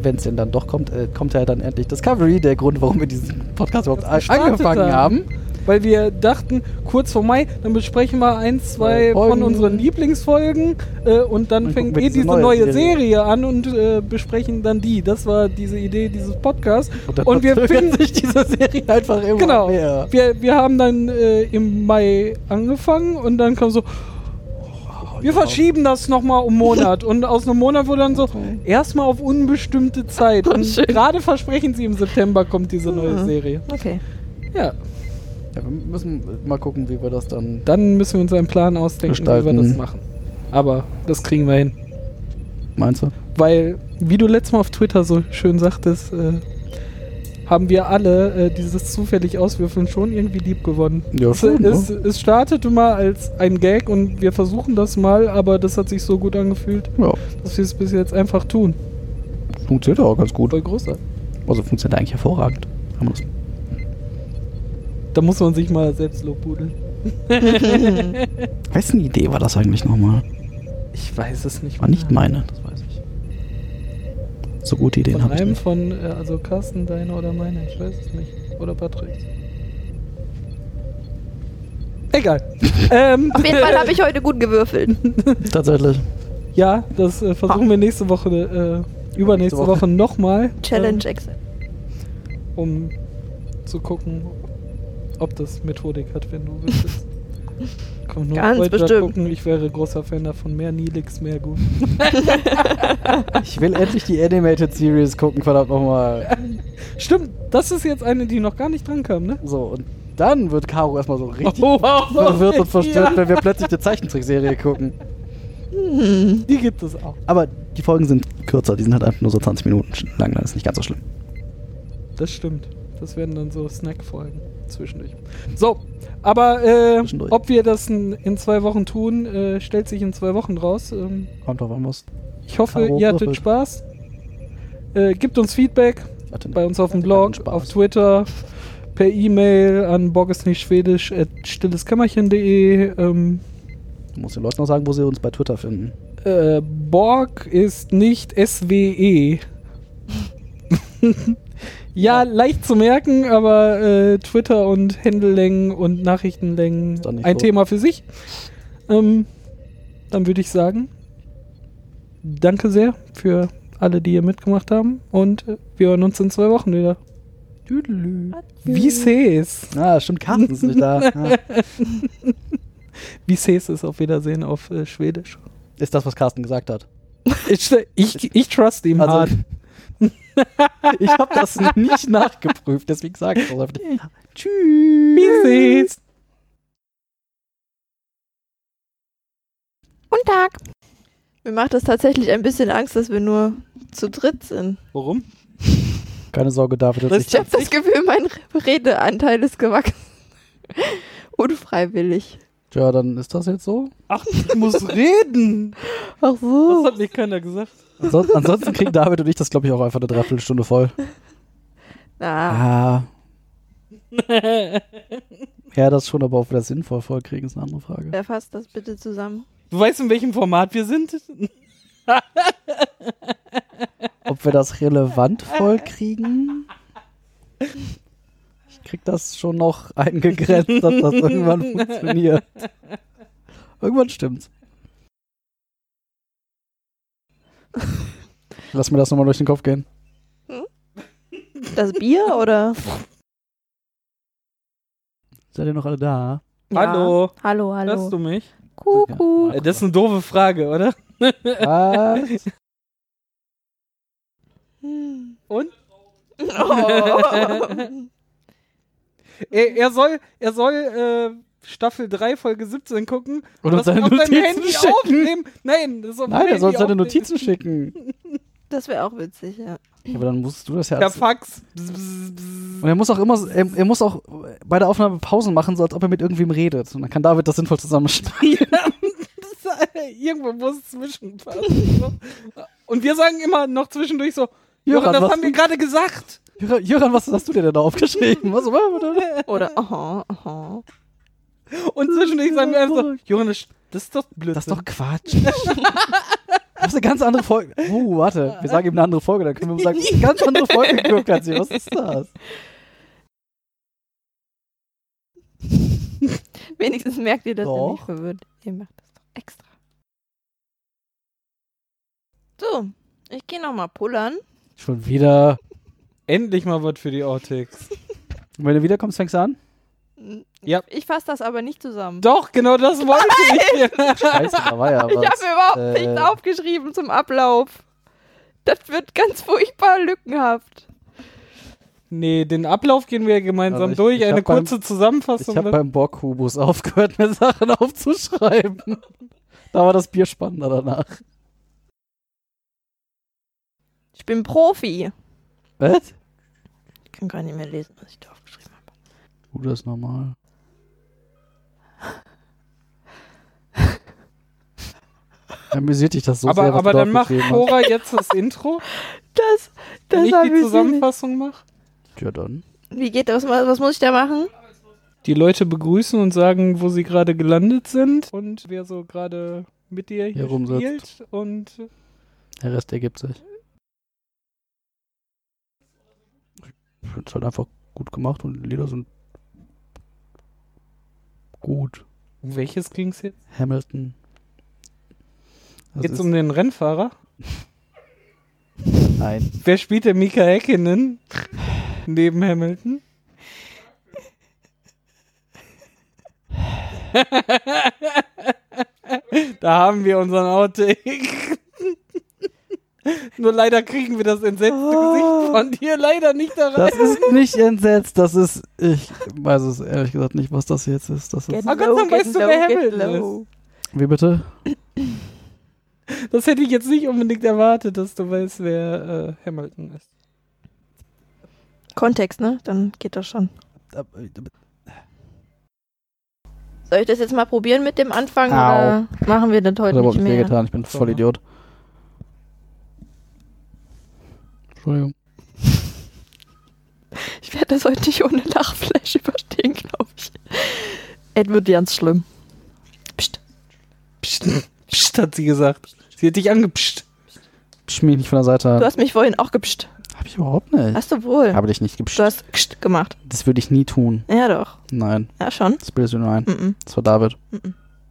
wenn es denn dann doch kommt, äh, kommt ja dann endlich Discovery, der Grund, warum wir diesen Podcast überhaupt Dass wir angefangen gestartet haben. Weil wir dachten, kurz vor Mai, dann besprechen wir ein, zwei Folgen. von unseren Lieblingsfolgen äh, und dann Dann gucken fängt wir eh diese diese neue Serie. neue, Serie. an und äh, besprechen dann die. Das war diese Idee dieses Podcasts. Und Und, dann wir verzögert finden sich diese Serie einfach immer Genau. mehr. Wir, wir haben dann äh, im Mai angefangen und dann kam so, wir verschieben das nochmal um Monat. Und aus einem Monat wurde dann so, erstmal auf unbestimmte Zeit. Und Schön. gerade versprechen sie, im September kommt diese neue Mhm. Serie. Okay. Ja, Ja, wir müssen mal gucken, wie wir das dann. dann müssen wir uns einen Plan ausdenken, wie Gestalten. wir das machen. Aber das kriegen wir hin. Meinst du? Weil, wie du letztes Mal auf Twitter so schön sagtest, äh, haben wir alle äh, dieses zufällig Auswürfeln schon irgendwie lieb gewonnen. Ja, es, schon, ne? es, es startete mal als ein Gag und wir versuchen das mal, aber das hat sich so gut angefühlt, Ja, dass wir es bis jetzt einfach tun. funktioniert auch ganz gut. Voll großer. Also funktioniert eigentlich hervorragend. Wenn man das Da muss man sich mal selbst lobbudeln. Wessen Idee war das eigentlich nochmal? Ich weiß es nicht. War Ah, nicht meine, das weiß ich. So gute Ideen Von habe ich einem nicht. von, äh, also Carsten, deine oder meine, ich weiß es nicht. Oder Patrick. Egal. ähm, Auf jeden Fall habe ich heute gut gewürfelt. Tatsächlich. Ja, das äh, versuchen wir nächste Woche, äh, übernächste Woche. Woche, nochmal. Challenge Excel. Ähm, um zu gucken, ob das Methodik hat, wenn du willst. Komm, nur Ganz Voyager bestimmt. gucken, ich wäre großer Fan davon. Mehr Nilix, mehr gut. Ich will endlich die Animated Series gucken, verdammt nochmal. Stimmt, das ist jetzt eine, die noch gar nicht dran kam, ne? So, und dann wird Caro erstmal so richtig wow, verwirrt und verstört, Oh, Ja, wenn wir plötzlich eine Zeichentrickserie gucken. die gibt es auch. Aber die Folgen sind kürzer, die sind halt einfach nur so 20 Minuten lang, das ist nicht ganz so schlimm. Das stimmt. Das werden dann so Snack-Folgen zwischendurch. So, aber äh, Zwischendurch. ob wir das in, in zwei Wochen tun, äh, stellt sich in zwei Wochen raus. Ähm, Kommt drauf an, was. ich hoffe, Caro ihr hattet würfelt. Spaß. Äh, gibt uns Feedback Ich hatte bei uns auf dem keinen Blog, Spaß. auf Twitter, per E-Mail an borgesnichtschwedisch at stilleskämmerchen.de. Ähm, Du musst den Leuten noch sagen, wo sie uns bei Twitter finden. äh, Borg ist nicht SWE. ja, leicht zu merken, aber äh, Twitter und Händellängen und Nachrichtenlängen Ist doch nicht ein so. Thema für sich. Ähm, dann würde ich sagen, danke sehr für alle, die hier mitgemacht haben und äh, wir hören uns in zwei Wochen wieder. Tüdelü. Wie sees? Ah, stimmt, Karten ist nicht da. Ah. Wie sees ist auf Wiedersehen auf äh, Schwedisch. Ist das, was Carsten gesagt hat. Ich, ich, ich trust ihm Also- hart. Ich habe das nicht nachgeprüft, deswegen sage ich das einfach nicht. Wie Tschüss. sees? Guten Tag. Mir macht das tatsächlich ein bisschen Angst, dass wir nur zu dritt sind. Warum? Keine Sorge, David. Das- Das Ich habe das Gefühl, mein Redeanteil ist gewachsen. Unfreiwillig. ja, dann ist das jetzt so. Ach, ich muss reden. Ach Das so. hat mir keiner gesagt. Anson ansonsten kriegen David und ich das, glaube ich, auch einfach eine Dreiviertelstunde voll. Na, Ah. Ja, das schon, aber ob wir das sinnvoll vollkriegen, ist eine andere Frage. wer fasst das bitte zusammen? Du weißt, in welchem Format wir sind? Ob wir das relevant vollkriegen? Ich krieg das schon noch eingegrenzt, dass das irgendwann funktioniert. Irgendwann stimmt's. Lass mir das nochmal durch den Kopf gehen. Das Bier oder? Seid ihr noch alle da? Hallo. Ja. Hallo, hallo. Hörst du mich? Kuckuck. Ja. Äh, Das ist eine doofe Frage, oder? Was? Hm. Und? Oh. Er, er soll, er soll äh, Staffel 3, Folge 17 gucken. Und uns das seine auf seinem Notizen Handy schicken. aufnehmen. Nein, das ist auf Nein, er er soll uns seine Notizen schicken. Das wäre auch witzig, ja. Aber dann musst du das ja Per als Fax. Bzz, bzz, bzz. Und er muss auch immer, er, er muss auch bei der Aufnahme Pausen machen, so als ob er mit irgendwem redet. Und dann kann David das sinnvoll zusammenschneiden. Das, äh, Irgendwo muss es zwischenpassen. so. Und wir sagen immer noch zwischendurch so, Joran, Joran, das was haben wir du- gerade gesagt. Jöran, Jöran, was hast du dir denn da aufgeschrieben? Was? Oder, aha, aha. Und zwischendurch sagen wir einfach so, Joran, das, das ist doch blöd. Das ist doch Quatsch. Das ist eine ganz andere Folge. Oh, warte. Wir sagen ihm eine andere Folge, dann können wir ihm sagen, das ist eine ganz andere Folge geguckt als ihr. Was ist das? Wenigstens merkt ihr, dass ihr Doch. nicht verwirrt. Ihr macht das doch extra. So, ich gehe nochmal pullern. Schon wieder. Endlich mal was für die Outtakes. Und wenn du wiederkommst, fängst du an. Ja. Ich fasse das aber nicht zusammen. Doch, genau das wollte ich. Scheiße, da war ja Ich was. habe mir überhaupt äh, nichts aufgeschrieben zum Ablauf. Das wird ganz furchtbar lückenhaft. nee, den Ablauf gehen wir ja Also gemeinsam ich- durch. ich Eine hab beim- kurze Zusammenfassung. ne? Ich habe beim Borg-Kubus aufgehört, mir Sachen aufzuschreiben. Da war das Bier spannender danach. Ich bin Profi. Was? Ich kann gar nicht mehr lesen, was ich da aufgeschrieben habe. Du, das ist normal. Amüsiert dich das so aber sehr, was ne? aber du dann macht aufgeschrieben hast. Cora jetzt das Intro, Das, wenn das ich habe die ich so nicht. Zusammenfassung mache. Ja, dann. Wie geht das? Was was muss ich da machen? die Leute begrüßen und sagen, wo sie gerade gelandet sind und wer so gerade mit dir hier, Hier rumsitzt. spielt. Und Der Rest ergibt sich. Ich finde es halt einfach gut gemacht und die Lieder sind gut. Um welches klingt's jetzt? Hamilton. Das Geht's ist- um den Rennfahrer? Nein. Wer spielt denn Mika Häkkinen neben Hamilton? da haben wir unseren Outtake. Nur leider kriegen wir das entsetzte Gesicht von dir leider nicht da rein. Das ist nicht entsetzt, das ist. Ich weiß es ehrlich gesagt nicht, was das jetzt ist. Das ist Get Ah, Gott sei low, Dank get weißt du, low, wer get Hamilton low. wie bitte? Das hätte ich jetzt nicht unbedingt erwartet, dass du weißt, wer äh, Hamilton ist. Kontext, ne? Dann geht das schon. Soll ich das jetzt mal probieren mit dem Anfang Au. Also, oder machen wir das Hat heute überhaupt nicht nicht mehr? wehgetan, ich bin voll Idiot. Entschuldigung. Ich werde das heute nicht ohne Lachfleisch überstehen, glaube ich. Ed wird ganz schlimm. Psst. Psst, psst, hat sie gesagt. Sie hat dich angepscht. Psch mich nicht von der Seite Du an. hast mich vorhin auch gepscht. Hab ich überhaupt nicht. Hast du wohl. Habe dich nicht Du gepst. hast gst gemacht. Das würde ich nie tun. Ja, doch. Nein, Ja, schon. das bildest du nur ein. Mhm. Das war David. Mhm.